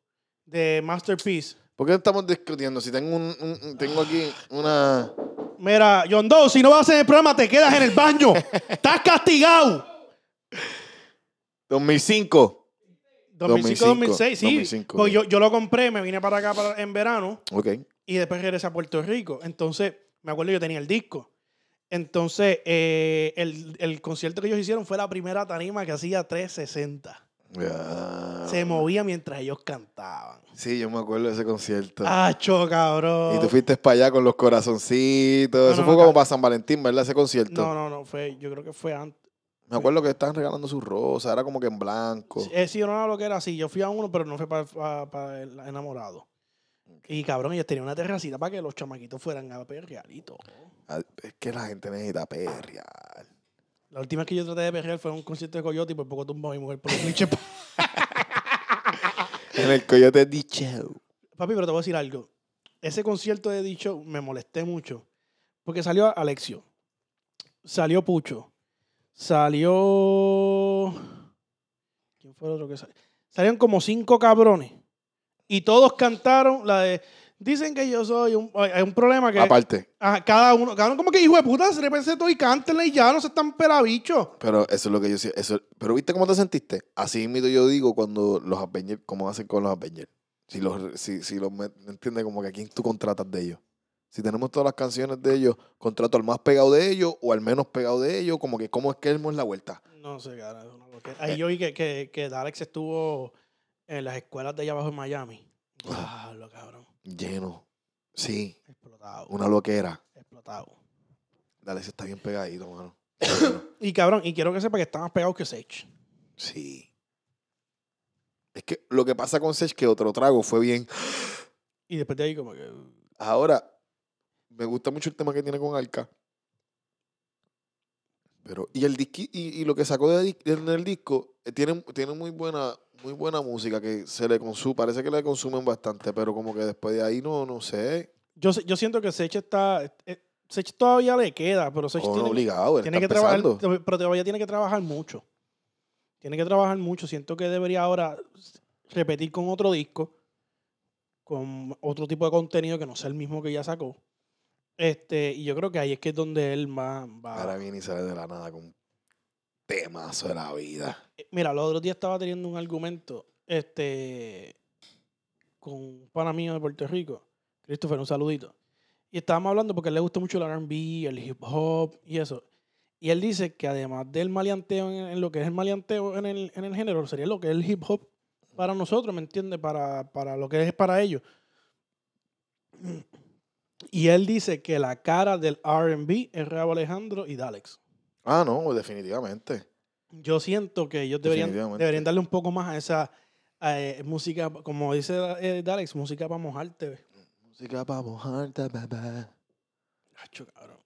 Speaker 2: de Masterpiece.
Speaker 1: ¿Por qué estamos discutiendo? Si tengo un, un- un- tengo aquí una
Speaker 2: Mira, John Doe, si no vas a hacer el programa, te quedas en el baño. Estás castigado.
Speaker 1: 2005.
Speaker 2: 2005, 2006, sí.
Speaker 1: 2005,
Speaker 2: Pues
Speaker 1: ok.
Speaker 2: yo, yo lo compré, me vine para acá para- en verano.
Speaker 1: Ok.
Speaker 2: y después regresé a Puerto Rico. Entonces, me acuerdo yo tenía el disco. Entonces, eh, el, el concierto que ellos hicieron fue la primera tarima que hacía 360.
Speaker 1: Ya.
Speaker 2: Se movía mientras ellos cantaban.
Speaker 1: Ah, Sí, yo me acuerdo de ese concierto.
Speaker 2: Ah, ¡Acho, cabrón!
Speaker 1: Y tú fuiste para allá con los corazoncitos.
Speaker 2: No,
Speaker 1: Eso
Speaker 2: no,
Speaker 1: fue
Speaker 2: no,
Speaker 1: como
Speaker 2: ca-
Speaker 1: para San Valentín, ¿verdad? Ese concierto.
Speaker 2: No, no, no, fue, yo creo que fue antes.
Speaker 1: Me acuerdo que estaban regalando sus rosas. Era como que en blanco.
Speaker 2: Eh, sí, yo no lo que era así. Yo fui a uno, pero no fue para el enamorado. Y cabrón, ellos tenían una terracita para que los chamaquitos fueran a perrear y todo.
Speaker 1: Ah, Es que la gente necesita perrear.
Speaker 2: La última vez que yo traté de perrear fue en un concierto de Coyote y por poco tumbó a mi mujer por los pinches pa-
Speaker 1: En el Coyote D-Show.
Speaker 2: Papi, pero te voy a decir algo. Ese concierto de dicho me molesté mucho. Porque salió Alexio. Salió Pucho. Salió. ¿Quién fue el otro que salió? Salieron como cinco cabrones. Y todos cantaron la de. Dicen que yo soy un. Hay hay un problema que.
Speaker 1: Aparte,
Speaker 2: Ajá, cada uno. Cabrón, como que hijo de puta, se repense todo y cántenla y ya no se están pelabichos.
Speaker 1: pero eso es lo que yo sí- eso Pero viste cómo te sentiste. Así mismo yo digo cuando los Avengers, cómo hacen con los Avengers. Si los, re- si, si los met- ¿me entiendes? Como que a quién tú contratas de ellos. Si tenemos todas las canciones de ellos, contrato al más pegado de ellos o al menos pegado de ellos, como que cómo es que es la vuelta.
Speaker 2: No sé, cabrón. es una loquera. Ahí yo vi que, que, que Alex estuvo en las escuelas de allá abajo en Miami.
Speaker 1: Ah.
Speaker 2: Diablo, cabrón.
Speaker 1: Lleno. Sí,
Speaker 2: Explotado.
Speaker 1: una loquera.
Speaker 2: Explotado.
Speaker 1: Dale, ese está bien pegadito, mano.
Speaker 2: Y cabrón, y quiero que sepa que está más pegado que Sech.
Speaker 1: Sí. Es que lo que pasa con Sech que otro trago fue bien.
Speaker 2: Y después de ahí, como que.
Speaker 1: Ahora, me gusta mucho el tema que tiene con Alca. Pero, y el disqui- y, y lo que sacó de, dis- en el disco, eh, tiene, tiene muy buena, muy buena música que se le consume, parece que le consumen bastante, pero como que después de ahí no, no sé.
Speaker 2: Yo, sé- yo siento que Sech está. eh, Sech todavía le queda, pero Sech
Speaker 1: Con
Speaker 2: tiene,
Speaker 1: Oh, obligado, él
Speaker 2: tiene que
Speaker 1: está
Speaker 2: trabajar.
Speaker 1: empezando.
Speaker 2: Pero todavía tiene que trabajar mucho. Tiene que trabajar mucho. Siento que debería ahora repetir con otro disco. con otro tipo de contenido que no sea el mismo que ya sacó. Este, y yo creo que ahí es que es donde él más va.
Speaker 1: Ahora viene y sale de la nada con un temazo de la vida.
Speaker 2: Eh, Mira, los otros días estaba teniendo un argumento este, con un pana mío de Puerto Rico, Christopher, un saludito. Y estábamos hablando porque a él le gusta mucho el RB, el hip hop y eso. Y él dice que además del maleanteo, en, en lo que es el maleanteo en el, en el género, sería lo que es el hip hop para nosotros, ¿me entiendes? Para, para lo que es para ellos. Y él dice que la cara del RB es Rabo Alejandro y Dalex.
Speaker 1: Ah, no, definitivamente.
Speaker 2: Yo siento que ellos deberían,
Speaker 1: Definitivamente.
Speaker 2: deberían darle un poco más a esa eh, música, como dice eh, Dalex, música para mojarte.
Speaker 1: Música para mojarte, bebé.
Speaker 2: Acho, cabrón.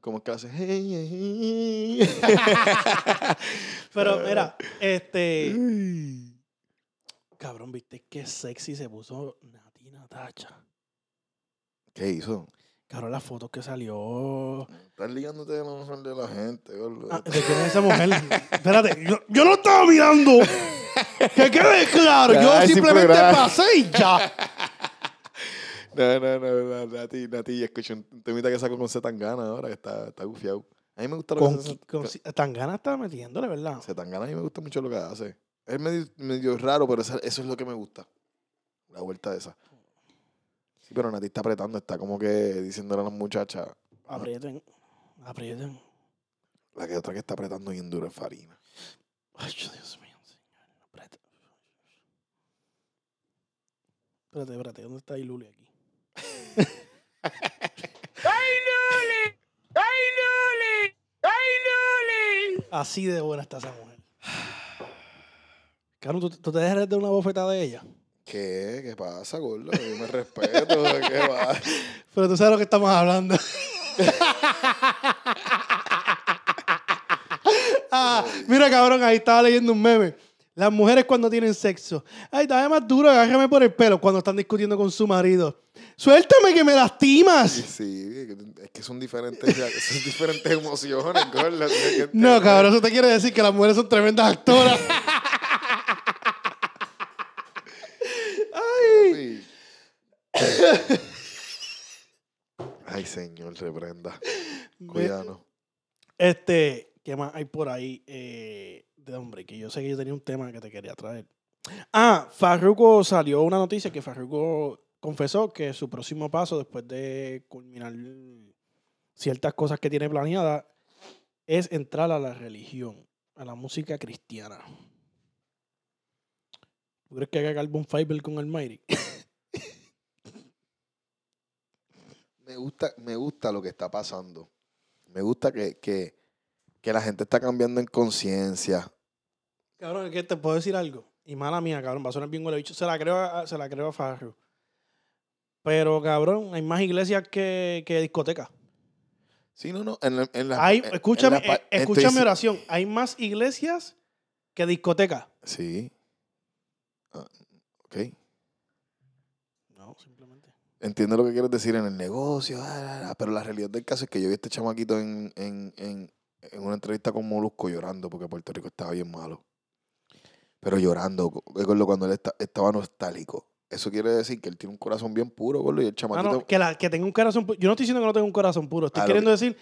Speaker 1: Como es que hace. Hey, hey, hey.
Speaker 2: Pero mira, este. Cabrón, viste qué sexy se puso Natina Tacha.
Speaker 1: ¿Qué hizo?
Speaker 2: Cabrón, las fotos que salió.
Speaker 1: Estás ligándote de la mujer de la gente, gordo.
Speaker 2: Ah, ¿De quién es esa mujer? Espérate, yo, yo no estaba mirando. Que quede claro, yo
Speaker 1: Ay, sí,
Speaker 2: simplemente
Speaker 1: pero-
Speaker 2: pasé y ya.
Speaker 1: No, no, no, no, Nati, Nati, escuché un un temita que sacó con Zetangana ahora, que está, está gufiado. A mí me gusta lo
Speaker 2: Con,
Speaker 1: que hace.
Speaker 2: con, tan ganas estaba metiéndole, ¿verdad?
Speaker 1: Zetangana a mí me gusta mucho lo que hace. Es medio, medio raro, pero esa- eso es lo que me gusta. La vuelta de esa. Sí, pero Nati está apretando, está como que diciéndole a las muchachas.
Speaker 2: Aprieten, aprieten.
Speaker 1: La que otra que está apretando bien duro es Farina.
Speaker 2: Ay, Dios mío, señor. Espérate. Espérate, espérate. ¿Dónde está Iluli aquí? Así de buena está esa mujer. Caro, ¿tú, tú te dejas de una bofetada de ella.
Speaker 1: ¿Qué? ¿Qué pasa, gordo? Yo me respeto. ¿Qué pasa?
Speaker 2: Pero tú sabes lo que estamos hablando. Ah, mira, cabrón, ahí estaba leyendo un meme. Las mujeres cuando tienen sexo. Ay, dame más duro, agárrame por el pelo cuando están discutiendo con su marido. Suéltame que me
Speaker 1: Sí,
Speaker 2: lastimas.
Speaker 1: sí, es que son diferentes, son diferentes emociones, gordo.
Speaker 2: No, cabrón, eso te quiere decir que las mujeres son tremendas actoras.
Speaker 1: Sí. Ay, señor, reprenda. Cuidado.
Speaker 2: Este, ¿qué más hay por ahí eh, de hombre? Que yo sé que yo tenía un tema que te quería traer. Ah, Farruko salió una noticia que Farruko confesó que su próximo paso después de culminar ciertas cosas que tiene planeadas es entrar a la religión, a la música cristiana. ¿Tú crees que haga Carbon Fiber con Almighty?
Speaker 1: Me gusta, me gusta lo que está pasando. Me gusta que, que, que la gente está cambiando en conciencia.
Speaker 2: Cabrón, es que te puedo decir algo. Y mala mía, cabrón, va a sonar bien huele bicho. Se la creo a, se la creo a Farru. Pero, cabrón, hay más iglesias que, que discotecas.
Speaker 1: Sí, no, no. En, la- en la-
Speaker 2: Hay,
Speaker 1: en- en
Speaker 2: escúchame,
Speaker 1: la pa-
Speaker 2: eh, escucha
Speaker 1: estoy-
Speaker 2: mi oración. Hay más iglesias que discotecas.
Speaker 1: Sí. Ah, ok.
Speaker 2: No, simplemente.
Speaker 1: Entiendo lo que quieres decir en el negocio, ah, la, la, pero la realidad del caso es que yo vi a este chamaquito en, en, en, en una entrevista con Molusco llorando porque Puerto Rico estaba bien malo. Pero llorando, co- gordo, cuando él esta- estaba nostálgico. Eso quiere decir que él tiene un corazón bien puro, gordo, y el
Speaker 2: Ah,
Speaker 1: chamaquito...
Speaker 2: no, que, la, que tenga un corazón pu- Yo no estoy diciendo que no tenga un corazón puro. Estoy
Speaker 1: Ah, lo
Speaker 2: queriendo decir,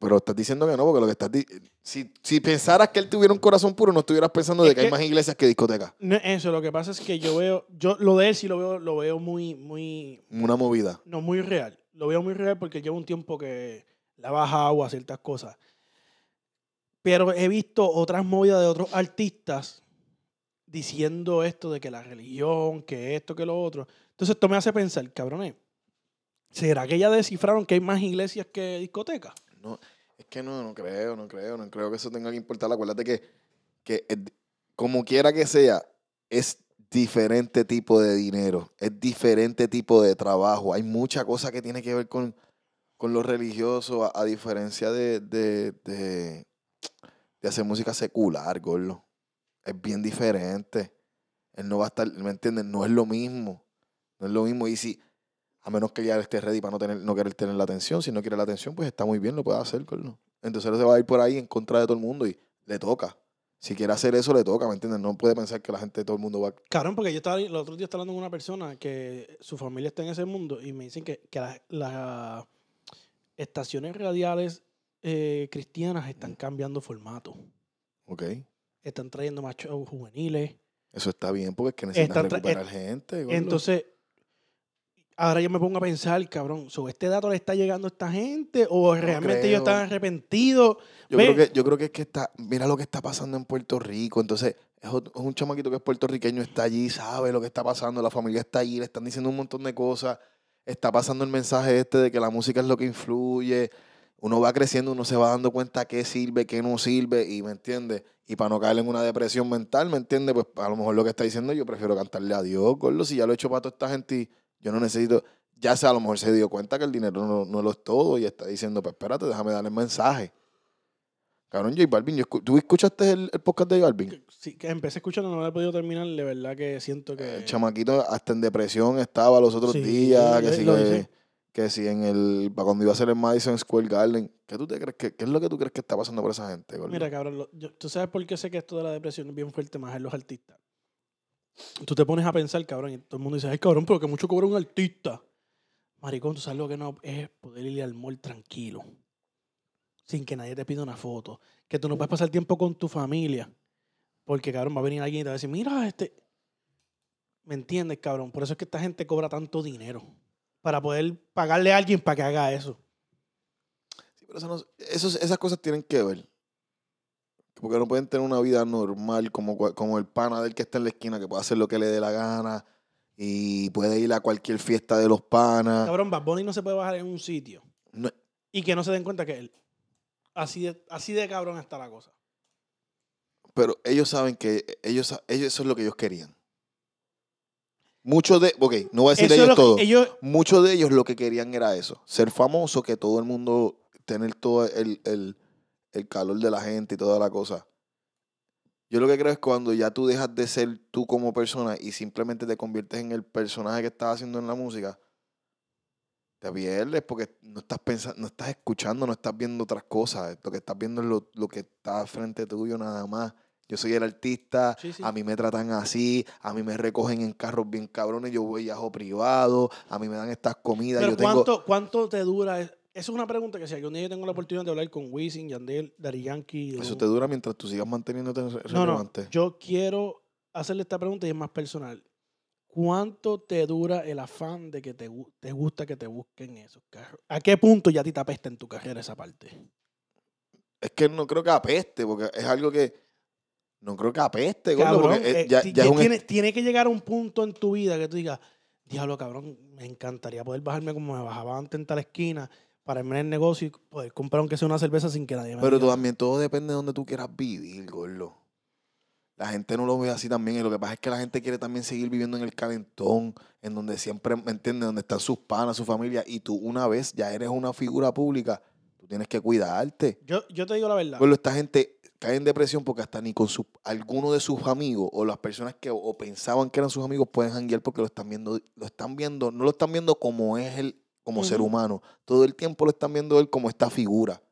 Speaker 1: Pero estás diciendo que no, porque lo que estás... di- Si, si pensaras que él tuviera un corazón puro, no estuvieras pensando de
Speaker 2: Es
Speaker 1: que, hay
Speaker 2: que-
Speaker 1: más iglesias que discotecas.
Speaker 2: no es eso, lo que pasa es que yo veo, yo lo de él sí lo veo, lo veo muy, muy,
Speaker 1: Una movida.
Speaker 2: No, muy real. Lo veo muy real porque llevo un tiempo que la baja agua, ciertas cosas. Pero he visto otras movidas de otros artistas diciendo esto de que la religión, que esto, que lo otro. Entonces esto me hace pensar, cabrones, ¿será que ya descifraron que hay más iglesias que discotecas?
Speaker 1: No, es que no, no creo, no creo, no creo que eso tenga que importar. Acuérdate que, que es di- como quiera que sea, es diferente tipo de dinero, es diferente tipo de trabajo. Hay mucha cosa que tiene que ver con, con lo religioso, a, a diferencia de, de, de, de hacer música secular, gordo. Es bien diferente. Él no va a estar, ¿me entiendes? No es lo mismo. No es lo mismo. Y si, a menos que ya él esté ready para no, tener, no querer tener la atención. Si no quiere la atención, pues está muy bien, lo puede hacer, Corno. Entonces él se va a ir por ahí en contra de todo el mundo y le toca. Si quiere hacer eso, le toca, ¿me entiendes? No puede pensar que la gente, todo el mundo va.
Speaker 2: Cabrón, porque yo estaba, el otro día estaba hablando con una persona que su familia está en ese mundo y me dicen que, que las las estaciones radiales eh, cristianas están cambiando formato.
Speaker 1: Ok.
Speaker 2: Están trayendo más shows juveniles.
Speaker 1: Eso está bien porque es que necesitan
Speaker 2: Está tra- eh,
Speaker 1: recuperar gente. gordo.
Speaker 2: Entonces, ahora yo me pongo a pensar, cabrón, ¿sobre este dato le está llegando a esta gente o realmente
Speaker 1: creo.
Speaker 2: ellos están arrepentidos?
Speaker 1: Yo
Speaker 2: Ve.
Speaker 1: creo, que, yo creo que es que está, mira lo que está pasando en Puerto Rico. Entonces, es ot- es un chamaquito que es puertorriqueño, está allí, sabe lo que está pasando, la familia está allí, le están diciendo un montón de cosas. Está pasando el mensaje este de que la música es lo que influye. Uno va creciendo, uno se va dando cuenta qué sirve, qué no sirve, y me entiende. Y para no caer en una depresión mental, ¿me entiende? Pues a lo mejor lo que está diciendo, yo prefiero cantarle a Dios, gordo. Si ya lo he hecho para toda esta gente y yo no necesito. Ya se a lo mejor se dio cuenta que el dinero no, no lo es todo y está diciendo, pues espérate, déjame darle el mensaje. Cabrón, J Balvin, yo escu- ¿tú escuchaste el, el podcast de J Balvin?
Speaker 2: Sí, que empecé escuchando, no lo he podido terminar, de verdad que siento que...
Speaker 1: El chamaquito hasta en depresión estaba los Eh, otros
Speaker 2: Sí,
Speaker 1: días, que
Speaker 2: eh,
Speaker 1: si,
Speaker 2: lo
Speaker 1: que,
Speaker 2: dice.
Speaker 1: que si en el, pa' cuando iba a ser el Madison Square Garden, ¿qué, tú te crees que, ¿qué es lo que tú crees que está pasando por esa gente? gordo?
Speaker 2: Mira, cabrón, lo- yo- tú sabes por qué sé que esto de la depresión es bien fuerte más en los artistas. Tú te pones a pensar, cabrón, y todo el mundo dice, ay, cabrón, pero que mucho cobra un artista. Maricón, tú sabes lo que no es poder ir al mall tranquilo, sin que nadie te pida una foto, que tú no puedes pasar tiempo con tu familia, porque, cabrón, va a venir alguien y te va a decir, mira, este... ¿Me entiendes, cabrón? Por eso es que esta gente cobra tanto dinero, para poder pagarle a alguien para que haga eso.
Speaker 1: Sí, pero eso no- esos- esas cosas tienen que ver. Porque no pueden tener una vida normal como, cua- como el pana del que está en la esquina, que puede hacer lo que le dé la gana y puede ir a cualquier fiesta de los panas.
Speaker 2: Cabrón, Bad Bunny no se puede bajar en un sitio.
Speaker 1: No-
Speaker 2: y que no se den cuenta que él. Así de, así de cabrón está la cosa.
Speaker 1: Pero ellos saben que ellos, sa- ellos eso es lo que ellos querían. Muchos de, ok, no voy a decir
Speaker 2: Eso es
Speaker 1: ellos
Speaker 2: lo que-
Speaker 1: todo.
Speaker 2: ellos-
Speaker 1: Muchos de ellos lo que querían era eso, ser famoso, que todo el mundo, tener todo el, el- el calor de la gente y toda la cosa. Yo lo que creo es cuando ya tú dejas de ser tú como persona y simplemente te conviertes en el personaje que estás haciendo en la música, te pierdes porque no estás pensando, no estás escuchando, no estás viendo otras cosas. Lo que estás viendo es lo, lo que está frente tuyo nada más. Yo soy el artista,
Speaker 2: Sí, sí.
Speaker 1: a mí me tratan así, a mí me recogen en carros bien cabrones, yo viajo privado, a mí me dan estas comidas,
Speaker 2: Pero
Speaker 1: yo tengo...
Speaker 2: ¿cuánto, ¿cuánto te dura? Esa es una pregunta que si algún día yo tengo la oportunidad de hablar con Wisin, Yandel, Dari Yankee.
Speaker 1: Eso
Speaker 2: o-
Speaker 1: te dura mientras tú sigas manteniéndote re-
Speaker 2: no, no.
Speaker 1: relevante.
Speaker 2: Yo quiero hacerle esta pregunta y es más personal. ¿Cuánto te dura el afán de que te, gu- te gusta que te busquen esos carros? ¿A qué punto ya a ti te apesta en tu carrera esa parte?
Speaker 1: Es que no creo que apeste, porque es algo que... No creo que apeste, gordo,
Speaker 2: Cabrón,
Speaker 1: porque eh,
Speaker 2: eh,
Speaker 1: ya,
Speaker 2: ti-
Speaker 1: ya es un...
Speaker 2: tiene, tiene que llegar a un punto en tu vida que tú digas, diablo, cabrón, me encantaría poder bajarme como me bajaba antes en tal esquina para irme en el negocio y poder comprar aunque sea una cerveza sin que nadie me
Speaker 1: Pero
Speaker 2: diga.
Speaker 1: también todo depende de donde tú quieras vivir, gordo. La gente no lo ve así también. Y lo que pasa es que la gente quiere también seguir viviendo en el calentón, en donde siempre, ¿me entiendes? Donde están sus panas, su familia. Y tú, una vez ya eres una figura pública, tú tienes que cuidarte.
Speaker 2: Yo, yo te digo la verdad.
Speaker 1: Gordo, esta gente cae en depresión porque hasta ni con su, alguno de sus amigos o las personas que o pensaban que eran sus amigos pueden janguear porque lo están viendo, lo están viendo, no lo están viendo como es él, como ser
Speaker 2: Ujú.
Speaker 1: humano. Todo el tiempo lo están viendo él como esta figura.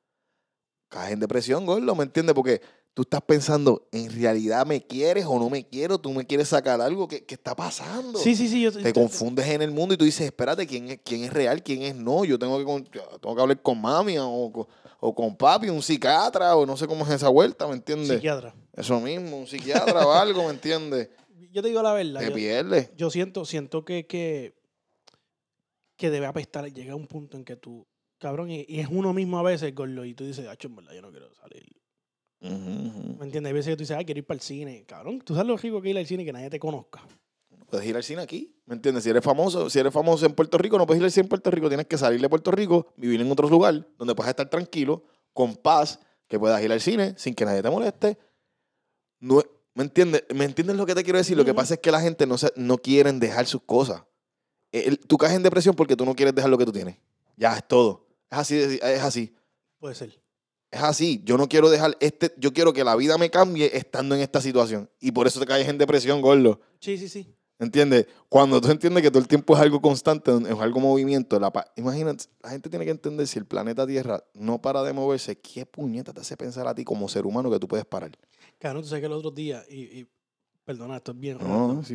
Speaker 1: Caes en depresión, gordo, ¿me entiendes? Porque tú estás pensando, ¿en realidad me quieres o no me quiero? ¿Tú me quieres sacar algo? ¿Qué, qué está pasando?
Speaker 2: sí, sí, sí. Yo,
Speaker 1: Te confundes en el mundo y tú dices, espérate, ¿quién es, quién es real? ¿Quién es no? Yo tengo que, con- tengo que hablar con mami o, con- o con papi, un psiquiatra o no sé cómo es esa vuelta, ¿me entiendes?
Speaker 2: Psiquiatra.
Speaker 1: Eso mismo, un psiquiatra o algo, ¿me entiendes?
Speaker 2: Yo te digo la verdad.
Speaker 1: Te
Speaker 2: yo-
Speaker 1: pierdes.
Speaker 2: yo siento, siento que, que, que debe apestar. Llega un punto en que tú, cabrón, y, y es uno mismo a veces, gordo, y tú dices, ah, en verdad, yo no quiero salir.
Speaker 1: Ujú, ujú.
Speaker 2: ¿Me entiendes? Hay veces que tú dices, ah, quiero ir para el cine. Cabrón, tú sabes lo rico que es ir al cine y que nadie te conozca.
Speaker 1: Puedes ir al cine aquí, ¿me entiendes? Si eres famoso, si eres famoso en Puerto Rico, no puedes ir al cine en Puerto Rico, tienes que salir de Puerto Rico, vivir en otro lugar donde puedas estar tranquilo, con paz, que puedas ir al cine sin que nadie te moleste. No, es- ¿me, entiendes? ¿Me entiendes lo que te quiero decir? Lo que
Speaker 2: Ujú.
Speaker 1: pasa es que la gente no, se- no quieren dejar sus cosas. Eh, El- tú caes en depresión porque tú no quieres dejar lo que tú tienes. Ya, es todo. Es así, de- es así.
Speaker 2: Puede ser.
Speaker 1: Es así, yo no quiero dejar este, yo quiero que la vida me cambie estando en esta situación. Y por eso te caes en depresión, gordo.
Speaker 2: Sí, sí, sí.
Speaker 1: ¿Entiendes? Cuando tú entiendes que todo el tiempo es algo constante, es algo movimiento, la pa- imagínate, la gente tiene que entender si el planeta Tierra no para de moverse, ¿qué puñeta te hace pensar a ti como ser humano que tú puedes parar?
Speaker 2: Cabrón, tú sabes que el otro día, y, y- perdona, esto es bien.
Speaker 1: No, no, sí.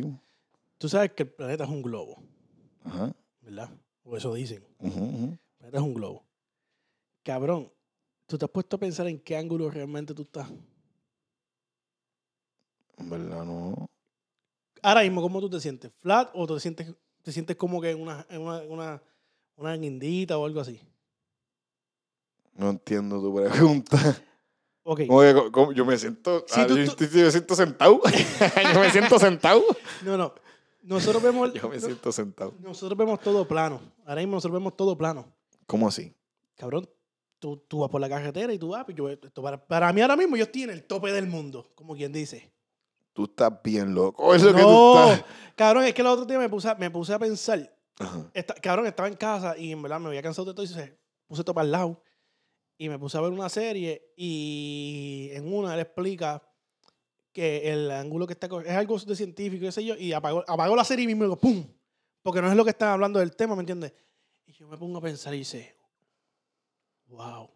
Speaker 2: Tú sabes que el planeta es un globo,
Speaker 1: Ajá.
Speaker 2: ¿verdad? O eso dicen.
Speaker 1: ujú, ujú.
Speaker 2: El planeta es un globo. Cabrón, ¿tú te has puesto a pensar en qué ángulo realmente tú estás?
Speaker 1: En verdad, no.
Speaker 2: Ahora mismo, ¿cómo tú te sientes? ¿Flat o te sientes, te sientes como que en una, en una, una, una guindita o algo así?
Speaker 1: No entiendo tu pregunta.
Speaker 2: Ok.
Speaker 1: Como que, co- como- yo me siento.
Speaker 2: Si
Speaker 1: ah,
Speaker 2: tú-
Speaker 1: yo,
Speaker 2: tú-
Speaker 1: yo me siento sentado. yo me siento sentado.
Speaker 2: No, no. Nosotros vemos, el-
Speaker 1: Yo me
Speaker 2: no-
Speaker 1: siento sentado.
Speaker 2: nosotros vemos todo plano. Ahora mismo nosotros vemos todo plano.
Speaker 1: ¿Cómo así?
Speaker 2: Cabrón, tú, tú vas por la carretera y tú vas. pues yo- esto para, para mí ahora mismo yo estoy en el tope del mundo, como quien dice.
Speaker 1: Tú estás bien loco. Es lo que tú
Speaker 2: no,
Speaker 1: estás.
Speaker 2: cabrón, es que el otro día me puse, a- me puse a pensar.
Speaker 1: Ajá.
Speaker 2: Esta- cabrón, estaba en casa y en verdad me había cansado de todo y se puse todo para el lado. Y me puse a ver una serie y en una él explica que el ángulo que está co- es algo de científico, qué sé yo, y apagó, apagó la serie y mismo digo, ¡pum! Porque no es lo que están hablando del tema, ¿me entiendes? Y yo me pongo a pensar y dice, wow.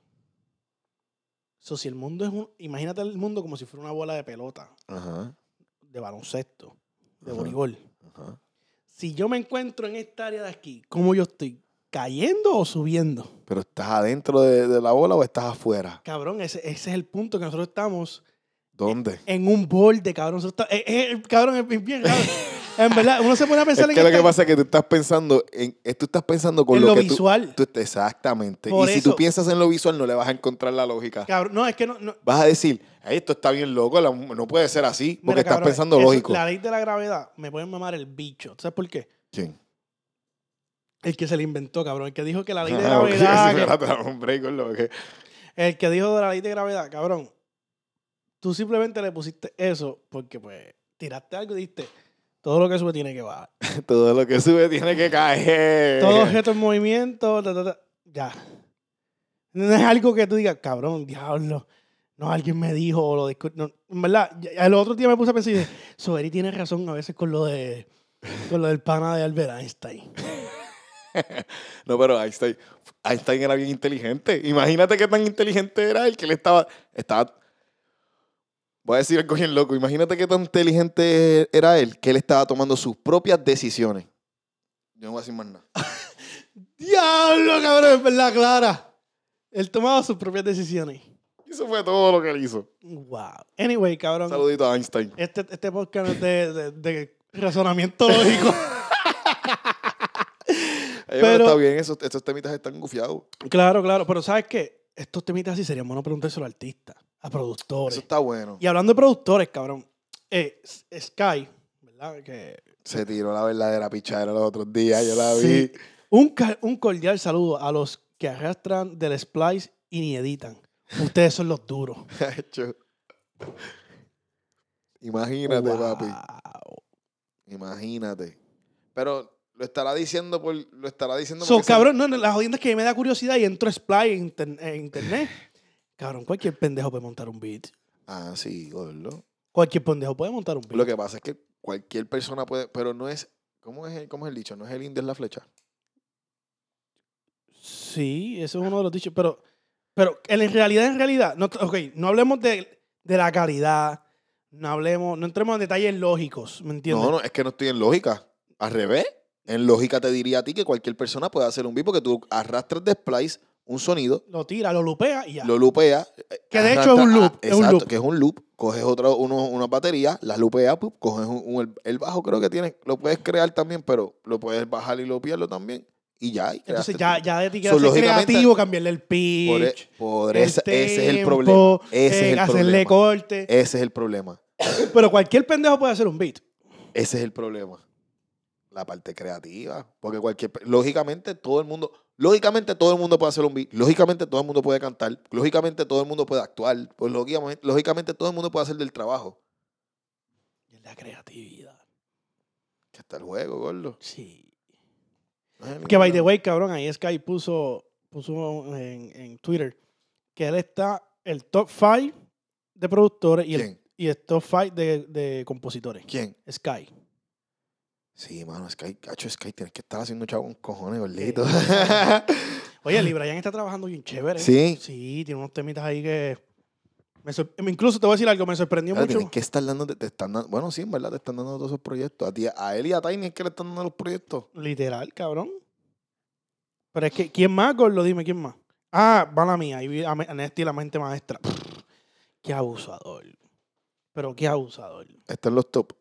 Speaker 2: So, si el mundo es un. Imagínate el mundo como si fuera una bola de pelota,
Speaker 1: Ajá.
Speaker 2: de baloncesto, de
Speaker 1: Ajá.
Speaker 2: voleibol
Speaker 1: Ajá.
Speaker 2: si yo me encuentro en esta área de aquí, ¿cómo yo estoy? ¿Cayendo o subiendo?
Speaker 1: ¿Pero estás adentro de, de la bola o estás afuera?
Speaker 2: Cabrón, ese, ese es el punto que nosotros estamos
Speaker 1: ¿Dónde?
Speaker 2: en un borde, cabrón. Nosotros está- eh, eh, eh, cabrón, es bien raro. En verdad, uno se pone a
Speaker 1: Es
Speaker 2: pensar
Speaker 1: que
Speaker 2: en,
Speaker 1: lo que
Speaker 2: esta-
Speaker 1: pasa es que tú estás pensando en, eh, tú estás pensando con
Speaker 2: en
Speaker 1: lo,
Speaker 2: lo
Speaker 1: que tú-
Speaker 2: visual.
Speaker 1: tú, exactamente.
Speaker 2: Por
Speaker 1: y si tú
Speaker 2: eso.
Speaker 1: piensas en lo visual no le vas a encontrar la lógica.
Speaker 2: Cabrón, no, es que no. no.
Speaker 1: Vas a decir, "Ay, esto está bien loco, la- no puede ser así, porque
Speaker 2: Mira,
Speaker 1: estás
Speaker 2: cabrón,
Speaker 1: pensando
Speaker 2: eso-
Speaker 1: lógico.
Speaker 2: La ley de la gravedad me pueden mamar el bicho. ¿Tú ¿Sabes por qué?
Speaker 1: ¿Quién?
Speaker 2: El que se la inventó, cabrón. El que dijo que la ley de
Speaker 1: Ah, ok, sí,
Speaker 2: gravedad. que-
Speaker 1: espérate, dame un break con lo que-
Speaker 2: El que dijo de la ley de gravedad, cabrón, tú simplemente le pusiste eso porque, pues, tiraste algo y dijiste, todo lo que sube tiene que bajar.
Speaker 1: Todo lo que sube tiene que caer.
Speaker 2: Todo objeto en movimiento, ta, ta, ta, ya. No es algo que tú digas, cabrón, diablo, no, alguien me dijo, o lo discu- no, en verdad, ya- el otro día me puse a pensar y dije, Soberi tiene razón a veces con lo de, con lo del pana de Albert Einstein.
Speaker 1: No, pero Einstein, Einstein era bien inteligente. Imagínate qué tan inteligente era el que le estaba. estaba voy a decir algo bien loco. Imagínate qué tan inteligente era él que él estaba tomando sus propias decisiones. Yo no voy a decir más nada.
Speaker 2: Diablo, cabrón, es verdad, Clara. Él tomaba sus propias decisiones.
Speaker 1: Eso fue todo lo que él hizo.
Speaker 2: Wow. Anyway, cabrón.
Speaker 1: Un saludito a Einstein.
Speaker 2: Este, este podcast no es de, de- de razonamiento lógico.
Speaker 1: Ay, pero,
Speaker 2: Pero-
Speaker 1: está bien, esos, estos temitas están gufiados.
Speaker 2: claro, claro. Pero ¿sabes qué? Estos temitas así serían bueno preguntárselo a artistas, a productores.
Speaker 1: Eso está bueno.
Speaker 2: Y hablando de productores, cabrón. eh, S- Sky, ¿verdad? Que,
Speaker 1: Se tiró la verdadera pichadera los otros días. Yo la vi.
Speaker 2: Sí. Un, ca- un cordial saludo a los que arrastran del Splice y ni editan. Ustedes son los duros.
Speaker 1: Hacho. Imagínate,
Speaker 2: Wow.
Speaker 1: papi. Imagínate. Pero lo estará diciendo por. Lo estará diciendo
Speaker 2: So,
Speaker 1: porque se-
Speaker 2: cabrón, no, no, la jodienda es que me da curiosidad y entro a Splice en, inter- en internet. Cabrón, cualquier pendejo puede montar un beat.
Speaker 1: Ah, sí, gordo.
Speaker 2: Cualquier pendejo puede montar un beat.
Speaker 1: Lo que pasa es que cualquier persona puede. Pero no es. ¿Cómo es el, cómo es el dicho? No es el indio, es la flecha.
Speaker 2: Sí, eso es uno de los dichos, pero, pero en en realidad, en realidad, no, ok, no hablemos de, de la calidad, no hablemos, no entremos en detalles lógicos, ¿me entiendes?
Speaker 1: No, no, es que no estoy en lógica. Al revés. En lógica te diría a ti que cualquier persona puede hacer un beat porque tú arrastras de splice un sonido,
Speaker 2: Lo tira, lo lupea y ya.
Speaker 1: lo lupeas. eh,
Speaker 2: Que de hecho es
Speaker 1: arrastra-
Speaker 2: un loop,
Speaker 1: ah,
Speaker 2: es un
Speaker 1: exacto,
Speaker 2: loop.
Speaker 1: que es un loop. Coges otra, uno, una batería, la lupeas, pup, coges un, un- el, el bajo creo que tienes, lo puedes crear también, pero lo puedes bajar y lupearlo también. Y ya. y
Speaker 2: Entonces
Speaker 1: creaste
Speaker 2: ya,
Speaker 1: tu-
Speaker 2: ya de ti que
Speaker 1: So,
Speaker 2: ser
Speaker 1: lógicamente-
Speaker 2: creativo, cambiarle el
Speaker 1: Por, e-
Speaker 2: pitch,
Speaker 1: por
Speaker 2: el
Speaker 1: esa- ese es el
Speaker 2: tempo,
Speaker 1: problema. Ese
Speaker 2: eh,
Speaker 1: es el
Speaker 2: hacerle
Speaker 1: problema. Eh.
Speaker 2: corte.
Speaker 1: Ese es el problema.
Speaker 2: Pero cualquier pendejo puede hacer un beat.
Speaker 1: Ese es el problema. La parte creativa. Porque cualquier. pe- Lógicamente, todo el mundo. Lógicamente, todo el mundo puede hacer un beat. Lógicamente, todo el mundo puede cantar. Lógicamente, todo el mundo puede actuar. Pues, lógicamente, lógicamente, todo el mundo puede hacer del trabajo.
Speaker 2: Y La creatividad,
Speaker 1: Que está el juego, gordo.
Speaker 2: sí.
Speaker 1: No es el
Speaker 2: Que by the
Speaker 1: juego.
Speaker 2: way, cabrón, ahí Sky puso, puso en, en Twitter que él está el top 5 de productores y el,
Speaker 1: ¿Quién?
Speaker 2: y el top 5 de, de compositores.
Speaker 1: ¿Quién?
Speaker 2: Sky.
Speaker 1: Sí, mano, Sky. Cacho, Sky, tienes que estar haciendo chavo con cojones, gordito.
Speaker 2: Oye, Librayan está trabajando bien chévere.
Speaker 1: ¿Sí?
Speaker 2: Sí, tiene unos temitas ahí que Me sor- incluso te voy a decir algo, me sorprendió
Speaker 1: Claro,
Speaker 2: mucho.
Speaker 1: tienes que estar dando, te, te están dando, bueno, sí, en verdad te están dando todos esos proyectos. A ti, a él y a Tiny es que le están dando los proyectos.
Speaker 2: Literal, cabrón. Pero es que, ¿quién más, Gordo? Dime, ¿quién más? Ah, mala mía, ahí vi a, Me- a Nesty, la mente maestra. Pff, qué abusador. Pero qué abusador.
Speaker 1: Están los top.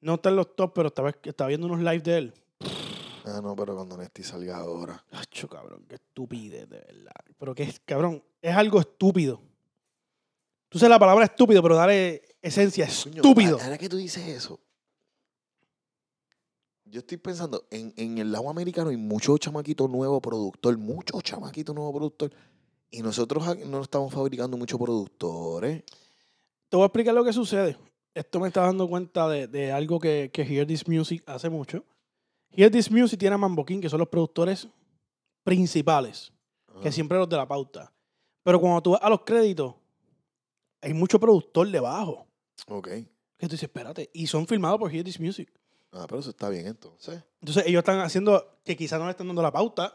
Speaker 2: No está en los top, pero estaba, estaba viendo unos live de él.
Speaker 1: Ah, no, pero cuando Nesti salga ahora.
Speaker 2: Acho, cabrón, qué estupidez, de verdad. Pero que es, cabrón, es algo estúpido. Tú sabes la palabra estúpido, pero dale esencia,
Speaker 1: Coño,
Speaker 2: estúpido.
Speaker 1: a- Ahora que tú dices eso, yo estoy pensando, en, en el lado americano hay muchos chamaquitos nuevos productor, muchos chamaquitos nuevos productor. Y nosotros aquí no estamos fabricando muchos productores.
Speaker 2: Te voy a explicar lo que sucede. Esto me está dando cuenta de, de algo que, que Hear This Music hace mucho. Hear This Music tiene a Mamboquín, que son los productores principales, que
Speaker 1: Ah.
Speaker 2: siempre los de la pauta. Pero cuando tú vas a los créditos, hay mucho productor debajo.
Speaker 1: Ok.
Speaker 2: Que tú dices, espérate, y son filmados por Hear This Music.
Speaker 1: Ah, pero eso está bien entonces.
Speaker 2: Entonces ellos están haciendo que quizás no le están dando la pauta.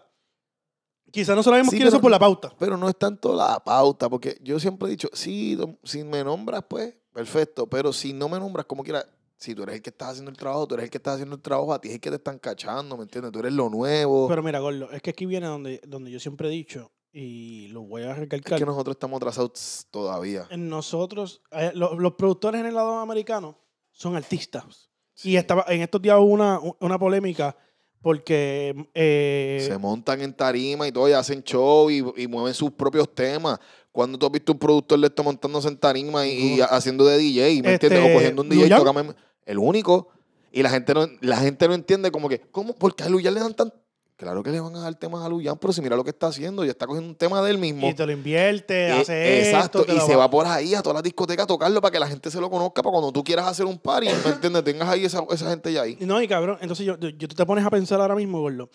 Speaker 2: Quizás no sabemos
Speaker 1: Sí,
Speaker 2: quiénes
Speaker 1: pero-
Speaker 2: son por la pauta.
Speaker 1: Pero no es tanto la pauta, porque yo siempre he dicho, sí, dom- si me nombras, pues, perfecto. Pero si no me nombras, como quiera, si tú eres el que estás haciendo el trabajo, tú eres el que estás haciendo el trabajo, a ti es el que te están cachando, ¿me entiendes? Tú eres lo nuevo.
Speaker 2: Pero mira, Gordo, es que aquí viene donde, donde yo siempre he dicho, y lo voy a recalcar.
Speaker 1: es que nosotros estamos atrasados todavía.
Speaker 2: en Nosotros, eh, lo- los productores en el lado americano son artistas.
Speaker 1: Sí.
Speaker 2: Y estaba, en estos días hubo una, una polémica porque eh,
Speaker 1: Se montan en tarima y todo, y hacen show y, y mueven sus propios temas. Cuando tú has visto un productor de esto montándose en tarima y, y
Speaker 2: Ninguno.
Speaker 1: haciendo de DJ, ¿me
Speaker 2: Este,
Speaker 1: entiendes? O cogiendo un DJ y
Speaker 2: Luyan.
Speaker 1: tocame- el único. Y la gente no, la gente no entiende como que, ¿cómo? ¿Por qué a Luyan le dan tan...? Claro que le van a dar temas a Luyan, pero si mira lo que está haciendo, ya está cogiendo un tema de él mismo.
Speaker 2: y te lo invierte,
Speaker 1: Eh,
Speaker 2: hace
Speaker 1: exacto,
Speaker 2: esto, te
Speaker 1: y
Speaker 2: lo
Speaker 1: se va por ahí a todas las discotecas a tocarlo para que la gente se lo conozca, para cuando tú quieras hacer un party, ¿me entiendes? Tengas ahí esa, esa gente ya ahí.
Speaker 2: No, y cabrón, entonces yo, yo- yo- tú te pones a pensar ahora mismo, gordo.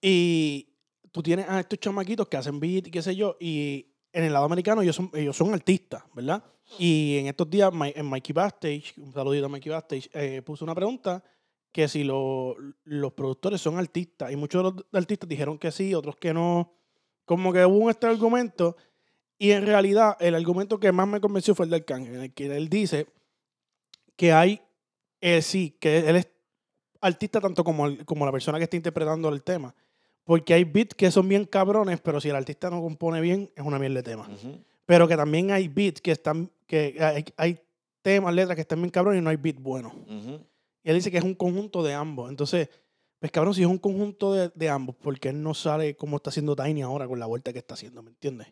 Speaker 2: Y tú tienes a estos chamaquitos que hacen beat y qué sé yo, y en el lado americano ellos son, ellos son artistas, ¿verdad? Y en estos días, Mi- en Mikey Backstage, un saludito a Mikey Backstage, eh, puso una pregunta que si lo- los productores son artistas, y muchos de los artistas dijeron que sí, otros que no. Como que hubo este argumento, y en realidad el argumento que más me convenció fue el del Arcángel, en el que él dice que hay, eh, sí, que él es artista tanto como, el- como la persona que está interpretando el tema. Porque hay beats que son bien cabrones, pero si el artista no compone bien, es una mierda de tema.
Speaker 1: Ujú.
Speaker 2: Pero que también hay beats que están, que hay, hay temas, letras que están bien cabrones y no hay beat bueno.
Speaker 1: Ujú.
Speaker 2: Y él dice que es un conjunto de ambos. Entonces, pues cabrón, si es un conjunto de, de ambos, porque él no sale como está haciendo Tiny ahora con la vuelta que está haciendo, ¿me entiendes?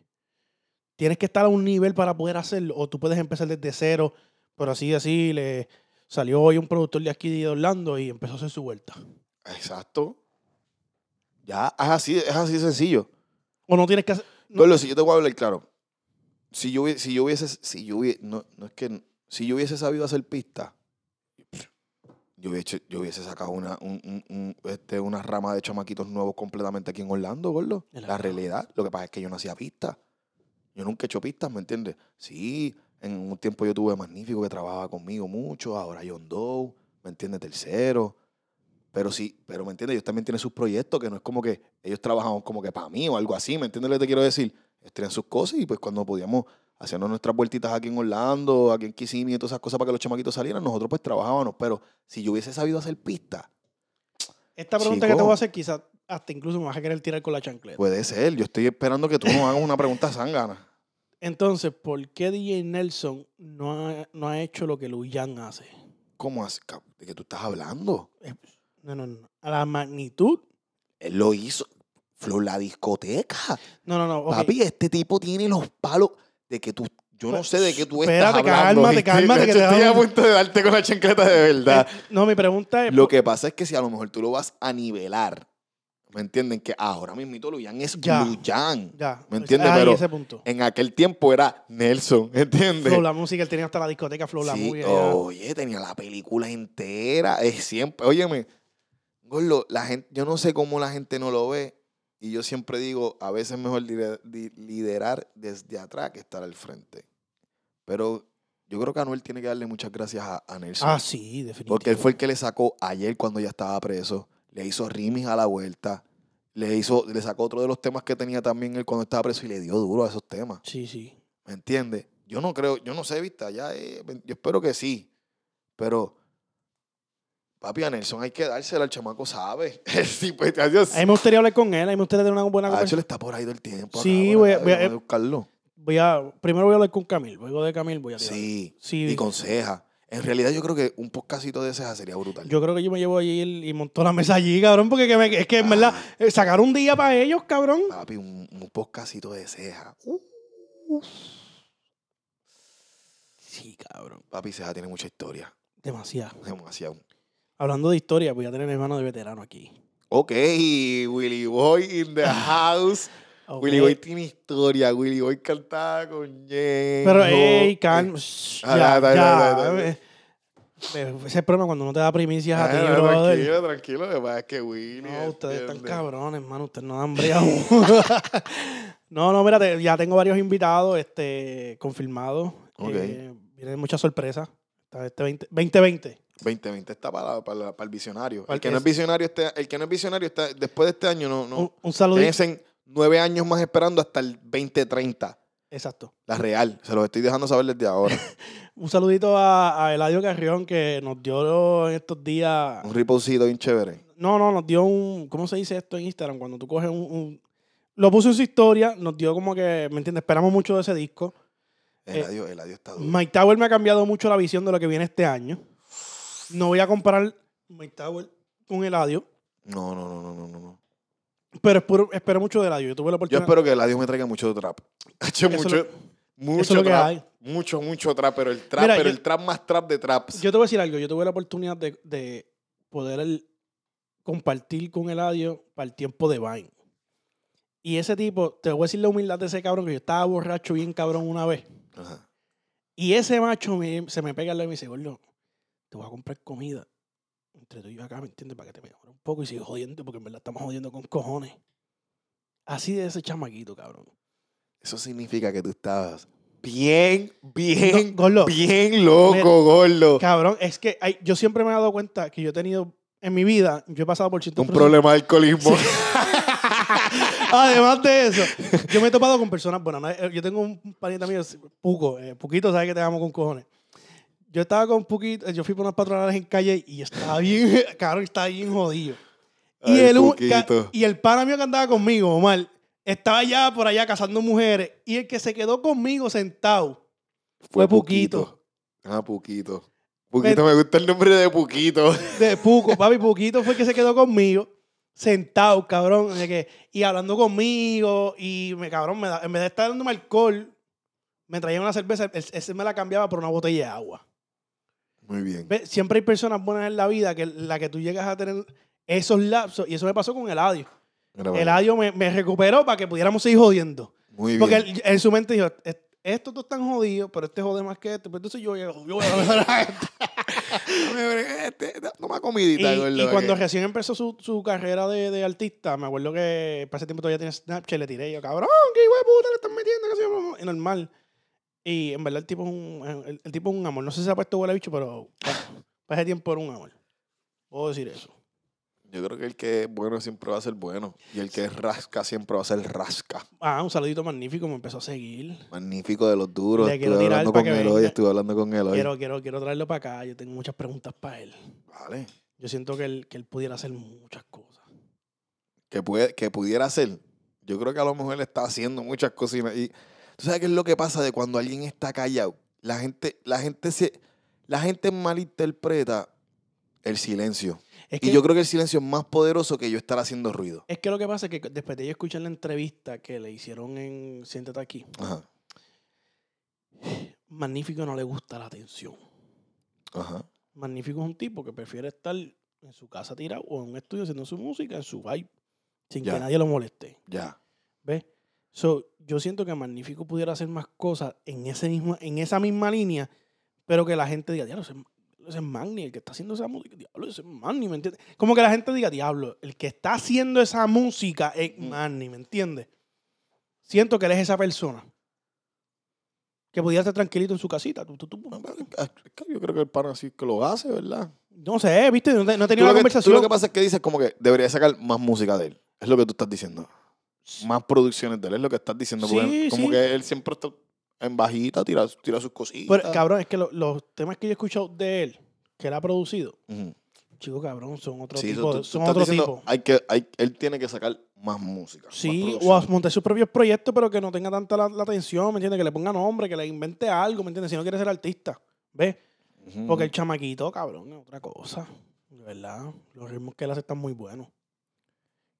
Speaker 2: Tienes que estar a un nivel para poder hacerlo, o tú puedes empezar desde cero, pero así, así, le salió hoy un productor de aquí de Orlando y empezó a hacer su vuelta.
Speaker 1: Exacto. Ya, es así, es así de sencillo.
Speaker 2: O no tienes que hacer... no-
Speaker 1: Gordo, si yo te voy a hablar claro. Si yo, hubie- si yo hubiese, si yo hubie- no, no es que, si yo hubiese sabido hacer pista, yo hubiese, yo hubiese sacado una, un- un- un, este, una rama de chamaquitos nuevos completamente aquí en Orlando, gordo.
Speaker 2: En la
Speaker 1: La
Speaker 2: cama.
Speaker 1: realidad, lo que pasa es que yo no hacía pista. Yo nunca he hecho pistas, ¿me entiendes? Sí, en un tiempo yo tuve Magnífico que trabajaba conmigo mucho, ahora John Doe, ¿me entiendes? Tercero. Pero sí, pero ¿me entiendes? Ellos también tienen sus proyectos que no es como que ellos trabajaban como que para mí o algo así, ¿me entiendes lo que te quiero decir? Ellos tenían sus cosas y pues cuando podíamos hacernos nuestras vueltitas aquí en Orlando, aquí en Kissimmee y todas esas cosas para que los chamaquitos salieran, nosotros pues trabajábamos. Pero si yo hubiese sabido hacer pista,
Speaker 2: Esta pregunta que te
Speaker 1: Chico. Pues
Speaker 2: voy a hacer, quizás hasta incluso me vas a querer tirar con la chancleta.
Speaker 1: puede ser. Yo estoy esperando que tú nos hagas una pregunta zángana.
Speaker 2: Entonces, ¿por qué DJ Nelson no ha, no ha hecho lo que Luyan hace?
Speaker 1: ¿Cómo así? cab- ¿De qué tú estás hablando?
Speaker 2: No, no, no. A la magnitud.
Speaker 1: Él lo hizo. Flow, la discoteca.
Speaker 2: No, no, no. ok.
Speaker 1: Papi, este tipo tiene los palos de que tú. Yo no sé de qué tú estás
Speaker 2: Pues, Espérate,
Speaker 1: hablando.
Speaker 2: cálmate,
Speaker 1: ¿viste?
Speaker 2: cálmate, que
Speaker 1: Yo
Speaker 2: te
Speaker 1: estoy a
Speaker 2: vamos-
Speaker 1: punto de darte con la chancleta de verdad.
Speaker 2: Eh, no, mi pregunta es.
Speaker 1: Lo que pasa es que si a lo mejor tú lo vas a nivelar, ¿me entienden? Que ahora mismito Luyan es
Speaker 2: Ya.
Speaker 1: Luyan.
Speaker 2: Ya.
Speaker 1: ¿Me entiendes?
Speaker 2: ahí,
Speaker 1: Pero
Speaker 2: ese punto.
Speaker 1: en aquel tiempo era Nelson, ¿entiendes?
Speaker 2: Flow la música, él tenía hasta la discoteca Flow la
Speaker 1: Sí,
Speaker 2: música.
Speaker 1: oye, tenía la película entera. Es siempre, óyeme, Gordo, la gente, yo no sé cómo la gente no lo ve. Y yo siempre digo, a veces es mejor lider- di- liderar desde atrás que estar al frente. Pero yo creo que Anuel tiene que darle muchas gracias a, a Nelson.
Speaker 2: Ah, sí, definitivamente.
Speaker 1: Porque él fue el que le sacó ayer cuando ya estaba preso. Le hizo rimis a la vuelta. Le hizo, le sacó otro de los temas que tenía también él cuando estaba preso y le dio duro a esos temas.
Speaker 2: Sí, sí.
Speaker 1: ¿Me entiendes? Yo no creo, yo no sé, vista, ya eh, yo espero que sí. Pero, papi, a Nelson hay que dársela, el chamaco sabe. sí, pues, adiós.
Speaker 2: A mí me gustaría hablar con él, a mí me gustaría tener una buena
Speaker 1: Ah,
Speaker 2: conversación.
Speaker 1: él está por ahí todo el tiempo.
Speaker 2: Sí,
Speaker 1: cabrón,
Speaker 2: voy a-
Speaker 1: cabrón,
Speaker 2: voy a-
Speaker 1: vamos a buscarlo.
Speaker 2: Voy a, primero voy a hablar con Camil, luego de Camil voy a tirar.
Speaker 1: Sí,
Speaker 2: Sí.
Speaker 1: y con Ceja. En realidad yo creo que un podcastito de Ceja sería brutal.
Speaker 2: Yo creo que yo me llevo allí el- y montó la mesa allí, cabrón, porque que me- es
Speaker 1: Ah.
Speaker 2: que en verdad, eh, sacar un día para ellos, cabrón.
Speaker 1: Papi, un, un podcastito de Ceja. Uh,
Speaker 2: Sí, cabrón.
Speaker 1: papi, Ceja tiene mucha historia.
Speaker 2: Demasiado.
Speaker 1: Demasiado.
Speaker 2: Hablando de historia, voy a tener hermano de veterano aquí.
Speaker 1: Ok, Willy Boy in the house.
Speaker 2: Ok.
Speaker 1: Willy Boy tiene historia. Willy Boy cantaba con Ñengo.
Speaker 2: Pero, hey, calma. shh,
Speaker 1: eh, Ah,
Speaker 2: Ya,
Speaker 1: dale, dale,
Speaker 2: ya.
Speaker 1: dale, dale.
Speaker 2: eh, eh, Ese es el problema cuando no te da primicias a
Speaker 1: Ah,
Speaker 2: ti,
Speaker 1: no,
Speaker 2: brother.
Speaker 1: tranquilo, tranquilo. Lo que pasa es que Willy.
Speaker 2: No, ustedes están
Speaker 1: ¿entiendes?
Speaker 2: cabrones, hermano. Ustedes no dan brea aún. no, no, mira, te- ya tengo varios invitados este, confirmados.
Speaker 1: Ok.
Speaker 2: Eh, vienen muchas sorpresas. Está Este 20 2020.
Speaker 1: 2020 está para, para, para el visionario.
Speaker 2: ¿Cuál
Speaker 1: El que,
Speaker 2: es?
Speaker 1: no es visionario este, el que no es visionario está, después de este año no. no
Speaker 2: Un, un saludito.
Speaker 1: Tienen nueve años más esperando hasta el 2030.
Speaker 2: Exacto.
Speaker 1: La real. Se los estoy dejando saber desde ahora.
Speaker 2: Un saludito a, a Eladio Carrión que nos dio en estos días.
Speaker 1: Un reposito bien chévere.
Speaker 2: No, no, nos dio un. ¿Cómo se dice esto en Instagram? Cuando tú coges un. un- lo puso en su historia, nos dio como que. ¿Me entiendes? Esperamos mucho de ese disco.
Speaker 1: El
Speaker 2: Eh,
Speaker 1: adiós, el adiós está duro.
Speaker 2: Mike Tower me ha cambiado mucho la visión de lo que viene este año. No voy a comparar Mike Tower con Eladio,
Speaker 1: No, no, no, no, no, no, no.
Speaker 2: pero espero, espero mucho de Eladio. Yo tuve la
Speaker 1: Yo
Speaker 2: oportunidad.
Speaker 1: espero que el adiós me traiga mucho trap. Ha hecho
Speaker 2: Eso
Speaker 1: mucho,
Speaker 2: lo-
Speaker 1: mucho
Speaker 2: eso es lo que
Speaker 1: trap.
Speaker 2: hay.
Speaker 1: Mucho, mucho trap, pero el trap,
Speaker 2: Mira,
Speaker 1: pero
Speaker 2: yo-
Speaker 1: el trap más trap de traps.
Speaker 2: Yo te voy a decir algo. Yo tuve la oportunidad de, de poder el- compartir con Eladio para el tiempo de Vine. Y ese tipo, te voy a decir la humildad de ese cabrón, que yo estaba borracho bien cabrón una vez.
Speaker 1: Ajá.
Speaker 2: Y ese macho me- se me pega al lado y me dice, gordo, te voy a comprar comida entre tú y yo acá, ¿me entiendes? Para que te mejore un poco y sigas jodiendo, porque en verdad estamos jodiendo con cojones. Así de ese chamaquito, cabrón.
Speaker 1: Eso significa que tú estabas bien, bien,
Speaker 2: No, gordo.
Speaker 1: bien loco,
Speaker 2: Mira,
Speaker 1: gordo.
Speaker 2: Cabrón, es que hay- yo siempre me he dado cuenta que yo he tenido, en mi vida, yo he pasado por ciertos
Speaker 1: Un
Speaker 2: procesos-
Speaker 1: problema de alcoholismo.
Speaker 2: Además de eso, yo me he topado con personas buenas. ¿no? Eh, Yo tengo un pariente mío, Puco. eh, Puquito, ¿sabes que te amo con cojones? Yo estaba con Puquito, eh, yo fui por unas patronales en calle y estaba bien, cabrón, estaba bien jodido. Y,
Speaker 1: Ay,
Speaker 2: el, un- ca-
Speaker 1: Puquito.
Speaker 2: y el pana mío que andaba conmigo, Omar, estaba allá por allá cazando mujeres y el que se quedó conmigo sentado fue Puquito.
Speaker 1: Ah, Puquito. Puquito, me gusta el nombre de Puquito.
Speaker 2: de Puco, papi, Puquito fue el que se quedó conmigo, sentado, cabrón, de que- y hablando conmigo, y me, cabrón, me da- en vez de estar dándome alcohol, me traía una cerveza, él, ese me la cambiaba por una botella de agua.
Speaker 1: Muy bien.
Speaker 2: Ve, Siempre hay personas buenas en la vida que la que tú llegas a tener esos lapsos, y eso me pasó con Eladio.
Speaker 1: Mira, vale.
Speaker 2: Eladio me, me recuperó para que pudiéramos seguir jodiendo.
Speaker 1: Muy
Speaker 2: Porque
Speaker 1: bien.
Speaker 2: él- en su mente dijo, "Est- estos dos están jodidos, pero este jode más que este, pues entonces yo, yo voy a mejorar a este".
Speaker 1: Este, Toma comidita,
Speaker 2: y,
Speaker 1: gordo.
Speaker 2: y cuando
Speaker 1: que-
Speaker 2: recién empezó su, su carrera de, de artista, me acuerdo que para ese tiempo todavía tenía Snapchat y le tiré yo, cabrón, qué hijo de puta le están metiendo, qué sé yo, y normal. Y en verdad el tipo es un, el, el tipo es un amor. No sé si se ha puesto huele a bicho, pero bueno, para ese tiempo era un amor. Puedo decir eso.
Speaker 1: Yo creo que el que es bueno siempre va a ser bueno. Y el que es rasca siempre va a ser rasca.
Speaker 2: Ah, un saludito magnífico, me empezó a seguir.
Speaker 1: Magnífico de los duros.
Speaker 2: Le
Speaker 1: Estuve
Speaker 2: quiero tirar
Speaker 1: hablando
Speaker 2: pa'
Speaker 1: con
Speaker 2: que
Speaker 1: él hoy,
Speaker 2: venga.
Speaker 1: estuve hablando con él hoy.
Speaker 2: Quiero, quiero, quiero traerlo para acá. Yo tengo muchas preguntas para él.
Speaker 1: Vale.
Speaker 2: Yo siento que él, que él pudiera hacer muchas cosas.
Speaker 1: Que, puede, que pudiera hacer. Yo creo que a lo mejor él está haciendo muchas cosas. y- Y tú sabes qué es lo que pasa de cuando alguien está callado. La gente, la gente se, la gente malinterpreta el silencio.
Speaker 2: Es
Speaker 1: Y yo creo que el silencio es más poderoco que yo estar haciendo ruido.
Speaker 2: Es que lo que pasa es que después de yo escuchar la entrevista que le hicieron en Siéntate aquí,
Speaker 1: Ajá.
Speaker 2: Magnífico no le gusta la atención.
Speaker 1: Ajá.
Speaker 2: Magnífico es un tipo que prefiere estar en su casa tirado o en un estudio haciendo su música, en su vibe, sin
Speaker 1: Ya.
Speaker 2: que nadie lo moleste.
Speaker 1: Ya.
Speaker 2: ¿Ves? So, yo siento que Magnífico pudiera hacer más cosas en, ese mismo, en esa misma línea, pero que la gente diga, diablo, ese, es- ese es Magni, el que está haciendo esa música, diablo, ese es Magni, ¿me entiendes? Como que la gente diga, diablo, el que está haciendo esa música es
Speaker 1: Ujú.
Speaker 2: Magni, ¿me entiendes? Siento que él es esa persona. Que pudiera estar tranquilito en su casita. tú, tú, tú,
Speaker 1: No, pero ah, es que Yo creo que el pana sí que lo hace, ¿verdad?
Speaker 2: No sé, viste, no, he- no he
Speaker 1: Tú
Speaker 2: tenido la
Speaker 1: lo, que, tú
Speaker 2: conversación.
Speaker 1: lo que pasa es que dices como que debería sacar más música de él. Es lo que tú estás diciendo. Más producciones de él, es lo que estás diciendo. porque
Speaker 2: Sí,
Speaker 1: como
Speaker 2: sí.
Speaker 1: que él siempre está en bajita, tira, tira sus cositas.
Speaker 2: Pero, cabrón, es que lo- los temas que yo he escuchado de él, que él ha producido,
Speaker 1: Ujú.
Speaker 2: chico, cabrón, son otro
Speaker 1: Sí, eso
Speaker 2: tipo.
Speaker 1: tú- tú
Speaker 2: son
Speaker 1: estás
Speaker 2: otro
Speaker 1: diciendo,
Speaker 2: tipo.
Speaker 1: Hay que, hay, él tiene que sacar más música. más
Speaker 2: Sí, o a
Speaker 1: producción.
Speaker 2: montar sus propios proyectos, pero que no tenga tanta la, la atención, ¿me entiendes? Que le ponga nombre, que le invente algo, ¿me entiendes? Si no quiere ser artista, ¿ves?
Speaker 1: Ujú.
Speaker 2: Porque el chamaquito, cabrón, es otra cosa. De verdad, los ritmos que él hace están muy buenos.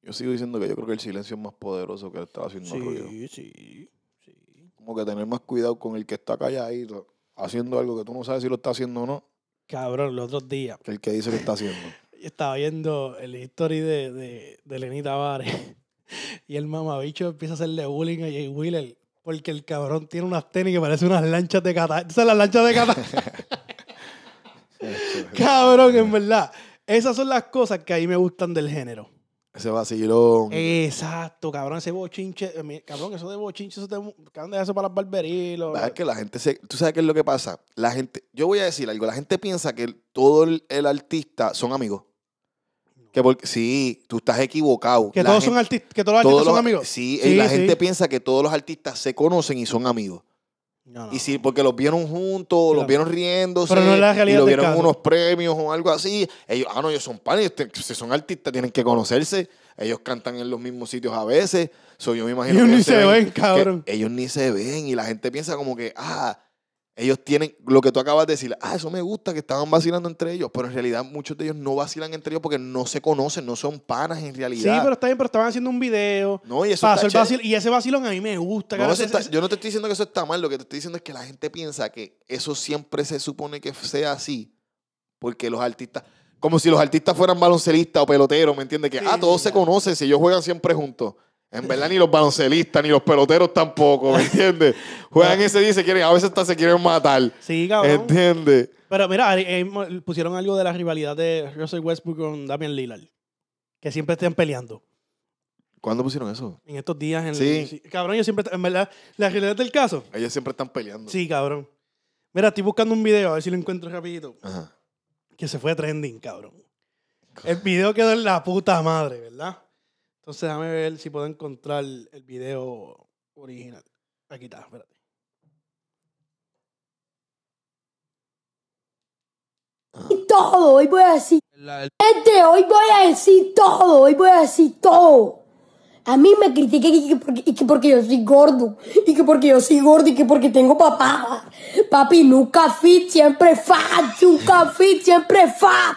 Speaker 1: Yo sigo diciendo que yo creo que el silencio es más poderoso que el estar haciendo ruido.
Speaker 2: Sí, sí, sí.
Speaker 1: Como que tener más cuidado con el que está calladito, haciendo algo que tú no sabes si lo está haciendo o no,
Speaker 2: Cabrón, los otros días
Speaker 1: que el que dice que está haciendo.
Speaker 2: estaba viendo el history de, de, de Lenny Tavares y el mamabicho empieza a hacerle bullying a Jay Wheeler porque el cabrón tiene unas tenis que parecen unas lanchas de catar. ¿Sabes las lanchas de catar?
Speaker 1: Este,
Speaker 2: Cabrón, en verdad. Esas son las cosas que a mí me gustan del género.
Speaker 1: Ese vacilón.
Speaker 2: Exacto, cabrón. Ese bochinche. eh, mi- Cabrón, eso de bochinche, eso te. Cabrón, deja eso para las barberías. lo-
Speaker 1: ¿Sabes que la gente se, tú sabes qué es lo que pasa? La gente, yo voy a decir algo, la gente piensa que el- todo el, el artista son amigos. Que porque sí, tú estás equivocado.
Speaker 2: Que
Speaker 1: La
Speaker 2: todos son
Speaker 1: gente-
Speaker 2: artistas, que todos los artistas
Speaker 1: todos
Speaker 2: son
Speaker 1: los-
Speaker 2: amigos.
Speaker 1: Sí,
Speaker 2: Sí,
Speaker 1: y la
Speaker 2: sí.
Speaker 1: gente piensa que todos los artistas se conocen y son amigos.
Speaker 2: No, no.
Speaker 1: Y sí, porque los vieron juntos, los
Speaker 2: Claro.
Speaker 1: vieron riéndose,
Speaker 2: Pero no es la
Speaker 1: y
Speaker 2: realidad
Speaker 1: los
Speaker 2: del
Speaker 1: vieron
Speaker 2: caso.
Speaker 1: unos premios o algo así. Ellos, ah, no, ellos son panes, ellos te- si son artistas tienen que conocerse. Ellos cantan en los mismos sitios a veces. So, yo me imagino
Speaker 2: Ellos
Speaker 1: que
Speaker 2: ni se ven,
Speaker 1: que
Speaker 2: cabrón.
Speaker 1: Ellos ni se ven y la gente piensa como que, ah, ellos tienen lo que tú acabas de decir, ah, eso me gusta, que estaban vacilando entre ellos. Pero en realidad muchos de ellos no vacilan entre ellos porque no se conocen, no son panas en realidad.
Speaker 2: Sí, pero está bien, pero estaban haciendo un video.
Speaker 1: No, y eso
Speaker 2: Pasó el
Speaker 1: está chévere.
Speaker 2: vacil- y ese vacilón a mí me gusta.
Speaker 1: No,
Speaker 2: cabrón.
Speaker 1: eso
Speaker 2: Ese-
Speaker 1: está-
Speaker 2: ese-
Speaker 1: yo no te estoy diciendo que eso está mal, lo que te estoy diciendo es que la gente piensa que eso siempre se supone que sea así, porque los artistas, como si los artistas fueran baloncelistas o peloteros, ¿me entiendes? Que,
Speaker 2: Sí,
Speaker 1: ah, todos
Speaker 2: sí,
Speaker 1: se
Speaker 2: ya.
Speaker 1: conocen, si ellos juegan siempre juntos. En verdad, ni los baloncelistas, ni los peloteros tampoco, ¿me entiendes? Juegan ese día y se quieren, a veces hasta se quieren matar,
Speaker 2: Sí, cabrón.
Speaker 1: ¿entiendes?
Speaker 2: Pero mira, ahí- ahí mo- pusieron algo de la rivalidad de Russell Westbrook con Damian Lillard. Que siempre están peleando.
Speaker 1: ¿Cuándo pusieron eso?
Speaker 2: En estos días. En
Speaker 1: Sí.
Speaker 2: Cabrón, yo siempre. En verdad, la realidad del caso.
Speaker 1: Ellos siempre están peleando.
Speaker 2: Sí, cabrón. Mira, estoy buscando un video, a ver si lo encuentro rapidito.
Speaker 1: Ajá.
Speaker 2: Que se fue trending, cabrón. El video quedó en la puta madre, ¿verdad? Entonces déjame ver si puedo encontrar el video original. Aquí está, espérate.
Speaker 6: todo, hoy voy a decir. Gente, hoy voy a decir todo, hoy voy a decir todo. A mí me critiqué y que, porque, y que porque yo soy gordo, y que porque yo soy gordo, y que porque tengo papá. Papi, nunca fit, siempre fat, nunca fit, siempre fat.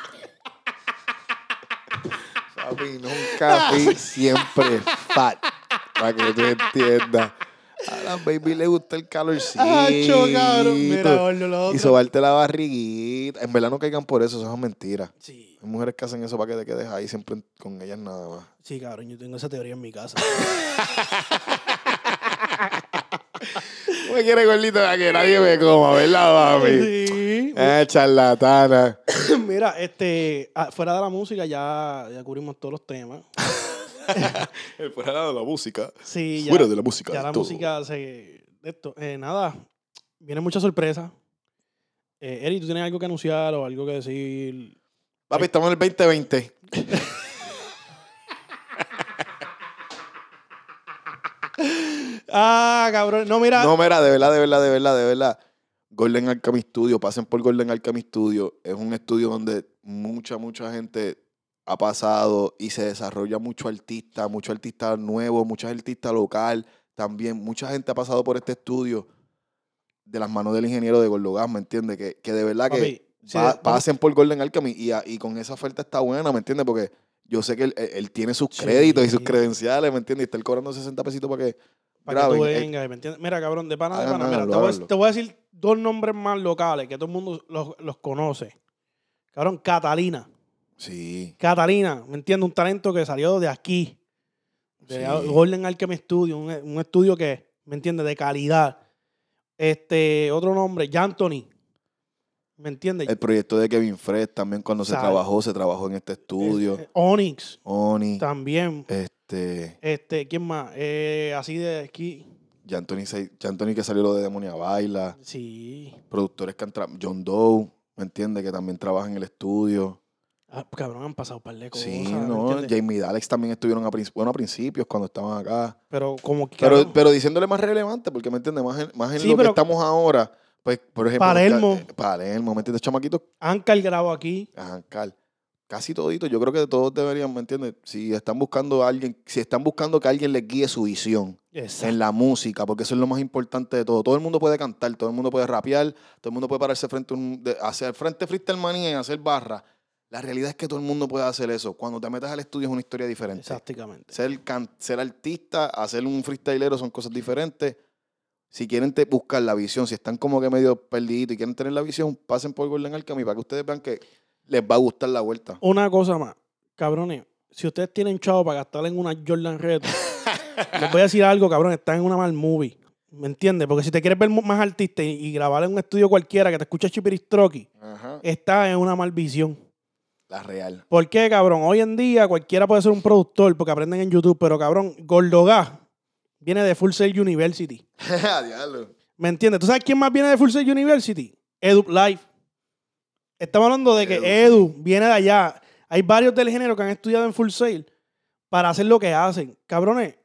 Speaker 1: Papi, nunca fui siempre fat. Para que tú entiendas. A la baby le gusta el calorcito.
Speaker 2: Acho, cabrón. Mira, gordo, lo
Speaker 1: Y
Speaker 2: otro.
Speaker 1: sobarte la barriguita. En verdad no caigan por eso, eso es mentira.
Speaker 2: Sí,
Speaker 1: Hay mujeres que hacen eso para que te quedes ahí siempre con ellas nada más.
Speaker 2: sí, cabrón, yo tengo esa teoría en mi casa.
Speaker 1: Tú me quieres gordito para que nadie me coma, ¿verdad, papi?
Speaker 2: sí.
Speaker 1: Ah, charlatana.
Speaker 2: Mira, este, ah, fuera de la música ya, ya cubrimos todos los temas.
Speaker 1: Fuera de la música.
Speaker 2: Sí, ya.
Speaker 1: Fuera de la música.
Speaker 2: Ya
Speaker 1: de
Speaker 2: la
Speaker 1: todo.
Speaker 2: música se. Esto, eh, nada, viene mucha sorpresa. Eh, Eri, ¿tú tienes algo que anunciar o algo que decir?
Speaker 1: Papi, estamos en el 2020.
Speaker 2: Ah, cabrón. No, mira.
Speaker 1: No, mira, de verdad, de verdad, de verdad, de verdad. Golden Alchemy Studio, pasen por Golden Alchemy Studio. Es un estudio donde mucha, mucha gente ha pasado y se desarrolla mucho artista, mucho artista nuevo, mucha artista local también. Mucha gente ha pasado por este estudio de las manos del ingeniero de Gordogas, ¿me entiendes? Que, que de verdad que
Speaker 2: Papi, sí,
Speaker 1: pa-
Speaker 2: de-
Speaker 1: pasen por Golden Alchemy y, a- y con esa oferta está buena, ¿me entiendes? Porque yo sé que él, él- él tiene sus
Speaker 2: Sí.
Speaker 1: créditos y sus credenciales, ¿me entiendes? Y está él cobrando 60 pesitos para que
Speaker 2: para que tú
Speaker 1: graben. Eh,
Speaker 2: vengas, ¿me entiendes? Mira, cabrón, de pana, de
Speaker 1: Háganlo,
Speaker 2: pana. Mira,
Speaker 1: háganlo,
Speaker 2: te, voy
Speaker 1: háganlo.
Speaker 2: a, te voy a decir dos nombres más locales que todo el mundo los, los conoce. Cabrón, Catalina.
Speaker 1: Sí.
Speaker 2: Catalina, ¿me entiendes? Un talento que salió de aquí. De
Speaker 1: Sí.
Speaker 2: Golden Alchemy Studio. Un, un estudio que, ¿me entiendes? De calidad. Este, otro nombre, Anthony. ¿Me entiendes?
Speaker 1: El proyecto de Kevin Fred también cuando se
Speaker 2: Sabe.
Speaker 1: trabajó, se trabajó en este estudio.
Speaker 2: Eh, Onyx.
Speaker 1: Oni,
Speaker 2: También.
Speaker 1: este,
Speaker 2: Este, ¿quién más? Eh, así de aquí.
Speaker 1: Anthony que salió lo de Demonia Baila,
Speaker 2: Sí.
Speaker 1: productores que han tra- John Doe, ¿me entiendes? Que también trabaja en el estudio.
Speaker 2: Ah, cabrón, han pasado un par de cosas.
Speaker 1: Sí,
Speaker 2: ¿me
Speaker 1: no,
Speaker 2: entiendes?
Speaker 1: Jamie y Alex también estuvieron a, princip- bueno, a principios cuando estaban acá.
Speaker 2: Pero como que.
Speaker 1: Pero,
Speaker 2: cabrón,
Speaker 1: pero diciéndole más relevante, porque me entiendes, más en, más en
Speaker 2: Sí,
Speaker 1: lo que
Speaker 2: pero-
Speaker 1: estamos ahora, pues, por ejemplo.
Speaker 2: Palermo.
Speaker 1: Ca- eh, Palermo, ¿me entiendes? Chamaquitos,
Speaker 2: Ancar grabó aquí.
Speaker 1: ajá, Cal. Casi toditos, yo creo que todos deberían, ¿me entiendes? Si están buscando a alguien, si están buscando que alguien les guíe su visión
Speaker 2: Exacto.
Speaker 1: en la música, porque eso es lo más importante de todo. Todo el mundo puede cantar, todo el mundo puede rapear, todo el mundo puede pararse frente a un, de- hacer frente a freestyle manía y hacer barra. La realidad es que todo el mundo puede hacer eso. Cuando te metes al estudio es una historia diferente.
Speaker 2: Exactamente.
Speaker 1: Ser, can- ser artista, hacer un freestylero son cosas diferentes. Si quieren te buscar la visión, si están como que medio perdiditos y quieren tener la visión, pasen por Golden Alchemy para que ustedes vean que les va a gustar la vuelta.
Speaker 2: Una cosa más, cabrones. Si ustedes tienen chavo para gastar en una Jordan Red, les voy a decir algo, cabrón. Están en una mal movie. ¿Me entiendes? Porque si te quieres ver mu- más artista y, y grabar en un estudio cualquiera que te escuche Chipiristroki,
Speaker 1: Ajá.
Speaker 2: está en una mal visión.
Speaker 1: La real.
Speaker 2: ¿Por qué, cabrón? Hoy en día cualquiera puede ser un productor porque aprenden en YouTube, pero cabrón, Gordogas viene de Full Sail University.
Speaker 1: Diablo.
Speaker 2: ¿Me entiendes? ¿Tú sabes quién más viene de Full Sail University? Edu Life. Estamos hablando de que
Speaker 1: Edu,
Speaker 2: Edu,
Speaker 1: sí.
Speaker 2: viene de allá. Hay varios del género que han estudiado en Full Sail para hacer lo que hacen. Cabrones,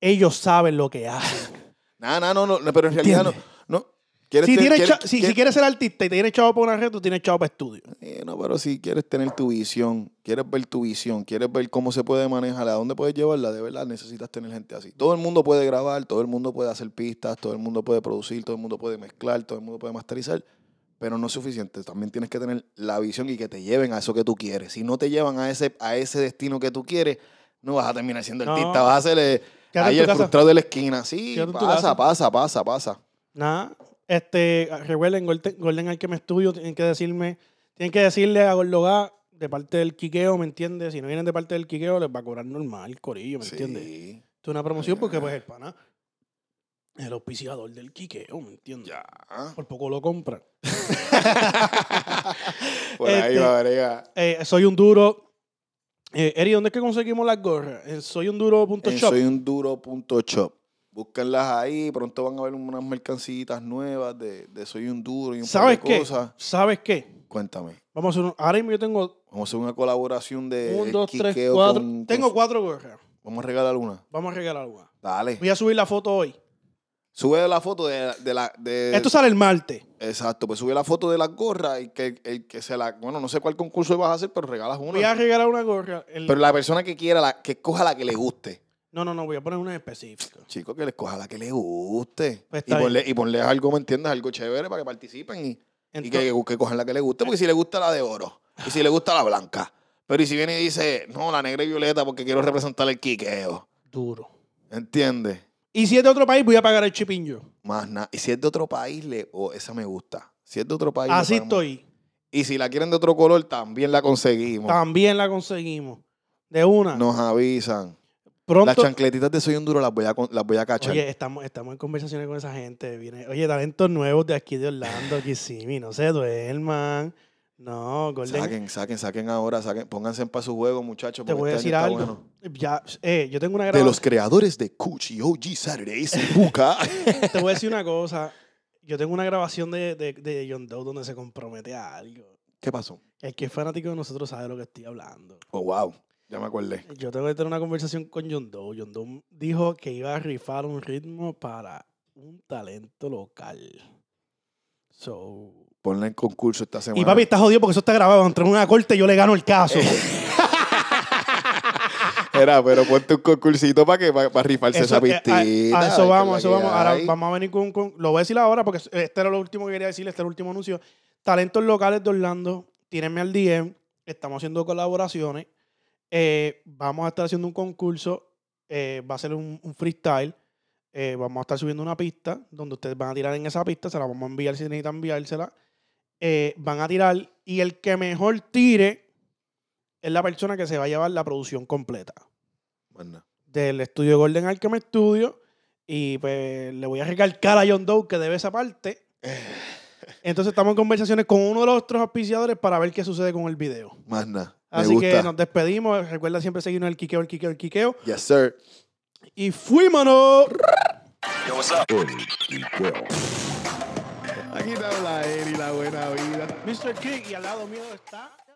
Speaker 2: ellos saben lo que hacen.
Speaker 1: Nah, nah, no, no, no, pero en realidad no.
Speaker 2: ¿Entiendes?
Speaker 1: no. ¿Quieres
Speaker 2: Si,
Speaker 1: te-
Speaker 2: tienes
Speaker 1: quieres-
Speaker 2: cha- si, si
Speaker 1: quieres-
Speaker 2: quieres ser artista y te tienes chavo para una red, tú tienes chavo para estudio.
Speaker 1: Eh, no, pero si quieres tener tu visión, quieres ver tu visión, quieres ver cómo se puede manejarla, a dónde puedes llevarla, de verdad necesitas tener gente así. Todo el mundo puede grabar, todo el mundo puede hacer pistas, todo el mundo puede producir, todo el mundo puede mezclar, todo el mundo puede masterizar, pero no es suficiente. También tienes que tener la visión y que te lleven a eso que tú quieres. Si no te llevan a ese, a ese destino que tú quieres, no vas a terminar siendo
Speaker 2: No.
Speaker 1: artista, vas a ser eh,
Speaker 2: Quédate en
Speaker 1: ahí
Speaker 2: tu
Speaker 1: el
Speaker 2: casa.
Speaker 1: frustrado de la esquina. Sí,
Speaker 2: Quédate en tu
Speaker 1: pasa,
Speaker 2: casa.
Speaker 1: pasa, pasa, pasa.
Speaker 2: Nada. Este, recuerden, Golden, Golden Arkham Studio, tienen que decirme, tienen que decirle a Gordoga de parte del quiqueo, ¿me entiendes? Si no vienen de parte del quiqueo, les va a cobrar normal, corillo, ¿me entiendes? Esto
Speaker 1: Sí.
Speaker 2: es una promoción porque
Speaker 1: Ya.
Speaker 2: pues el pana es el auspiciador del quiqueo, ¿me entiendes?
Speaker 1: Ya.
Speaker 2: Por poco lo compran.
Speaker 1: Por ahí
Speaker 2: Este-
Speaker 1: va, brega.
Speaker 2: Eh, soy un duro. Eh, Eri, ¿dónde es que conseguimos las gorras? En
Speaker 1: en
Speaker 2: soyunduro.shop.
Speaker 1: soyunduro.shop. Búsquenlas ahí, pronto van a ver unas mercancillitas nuevas de, de Soy un Duro y un par
Speaker 2: ¿Sabes
Speaker 1: de
Speaker 2: qué?
Speaker 1: cosas.
Speaker 2: ¿Sabes qué?
Speaker 1: Cuéntame.
Speaker 2: Vamos a hacer un- Ahora mismo yo tengo
Speaker 1: Vamos a hacer una colaboración de
Speaker 2: un,
Speaker 1: el
Speaker 2: dos, tres,
Speaker 1: Eh, quiqueo
Speaker 2: cuatro.
Speaker 1: con-
Speaker 2: Tengo
Speaker 1: con-
Speaker 2: cuatro gorras.
Speaker 1: Vamos a regalar una.
Speaker 2: Vamos a regalar una.
Speaker 1: Dale.
Speaker 2: Voy a subir la foto hoy.
Speaker 1: Eh, Sube la foto de, de la... De,
Speaker 2: Esto sale el martes.
Speaker 1: Exacto, pues sube la foto de las gorras y que el que se la... Bueno, no sé cuál concurso vas a hacer, pero regalas
Speaker 2: Voy a
Speaker 1: una.
Speaker 2: regalar una gorra. el-
Speaker 1: Pero la persona que quiera, la, que escoja la que le guste.
Speaker 2: No, no, no, voy a poner una específica.
Speaker 1: Chico, que le escoja la que le guste.
Speaker 2: Pues
Speaker 1: y,
Speaker 2: está
Speaker 1: ponle, y ponle algo, ¿me entiendes? Algo chévere para que participen y... Y que,
Speaker 2: Entonces,
Speaker 1: que- que cojan la que le guste, porque si le gusta la de oro, y si le gusta la blanca. Pero y si viene y dice, no, la negra y violeta porque quiero representar el quiqueo.
Speaker 2: duro.
Speaker 1: ¿Entiendes?
Speaker 2: Y si es de otro país, voy a pagar el shipping yo.
Speaker 1: Más nada. Y si es de otro país, le, oh, esa me gusta. Si es de otro país. le
Speaker 2: Así
Speaker 1: pagamos.
Speaker 2: estoy.
Speaker 1: Y si la quieren de otro color, también la conseguimos.
Speaker 2: También la conseguimos. De una.
Speaker 1: Nos avisan. Las
Speaker 2: Pronto.
Speaker 1: chancletitas de Soy un Duro las voy a, con- las voy a cachar.
Speaker 2: Oye, estamos, estamos en conversaciones con esa gente. Viene, oye, talentos nuevos de aquí de Orlando, Kissimmee. No se duerman. No, Golden.
Speaker 1: saquen, saquen, saquen ahora. Saquen, pónganse para su juego, muchachos.
Speaker 2: te
Speaker 1: porque
Speaker 2: voy a
Speaker 1: este
Speaker 2: decir
Speaker 1: año está
Speaker 2: algo.
Speaker 1: bueno.
Speaker 2: Ya, eh, yo tengo una
Speaker 1: De
Speaker 2: grabación.
Speaker 1: los creadores de Cuchi OG Saturdays, Buca.
Speaker 2: Te voy a decir una cosa. Yo tengo una grabación de, de, de John Doe donde se compromete a algo.
Speaker 1: ¿Qué pasó?
Speaker 2: El que es fanático de nosotros sabe de lo que estoy hablando.
Speaker 1: Oh, wow. Ya me acordé.
Speaker 2: Yo tengo que tener una conversación con John Doe. John Doe dijo que iba a rifar un ritmo para un talento local. So.
Speaker 1: Ponle el concurso esta semana.
Speaker 2: Y papi está jodido porque eso está grabado. Entre una corte yo le gano el caso.
Speaker 1: Era, pero ponte un concursito para que para rifarse
Speaker 2: Eso,
Speaker 1: esa
Speaker 2: eh,
Speaker 1: pistita.
Speaker 2: a- a,
Speaker 1: que
Speaker 2: eso vamos,
Speaker 1: es la
Speaker 2: a eso
Speaker 1: que
Speaker 2: vamos. Ahora
Speaker 1: hay.
Speaker 2: vamos a venir con, con- Lo voy a decir ahora porque este era lo último que quería decirle, este era el último anuncio. Talentos locales de Orlando, tírenme al DM. Estamos haciendo colaboraciones. eh, vamos a estar haciendo un concurso. eh, va a ser un, un freestyle. eh, vamos a estar subiendo una pista donde ustedes van a tirar en esa pista. Se la vamos a enviar si necesitan enviársela. eh, van a tirar y el que mejor tire es la persona que se va a llevar la producción completa
Speaker 1: Bueno,
Speaker 2: del estudio Golden Alchemy Studio. Y pues le voy a recalcar a John Doe que debe esa parte. Entonces estamos en conversaciones con uno de los otros auspiciadores para ver qué sucede con el video.
Speaker 1: más nada. Me
Speaker 2: Así
Speaker 1: gusta.
Speaker 2: que nos despedimos. Recuerda siempre seguirnos el quiqueo, el quiqueo, el quiqueo.
Speaker 1: Yes, sir.
Speaker 2: Y fuímonos.
Speaker 4: El Quiqueo.
Speaker 1: Aquí te habla él y la buena vida.
Speaker 2: Mr. King y al lado mío está...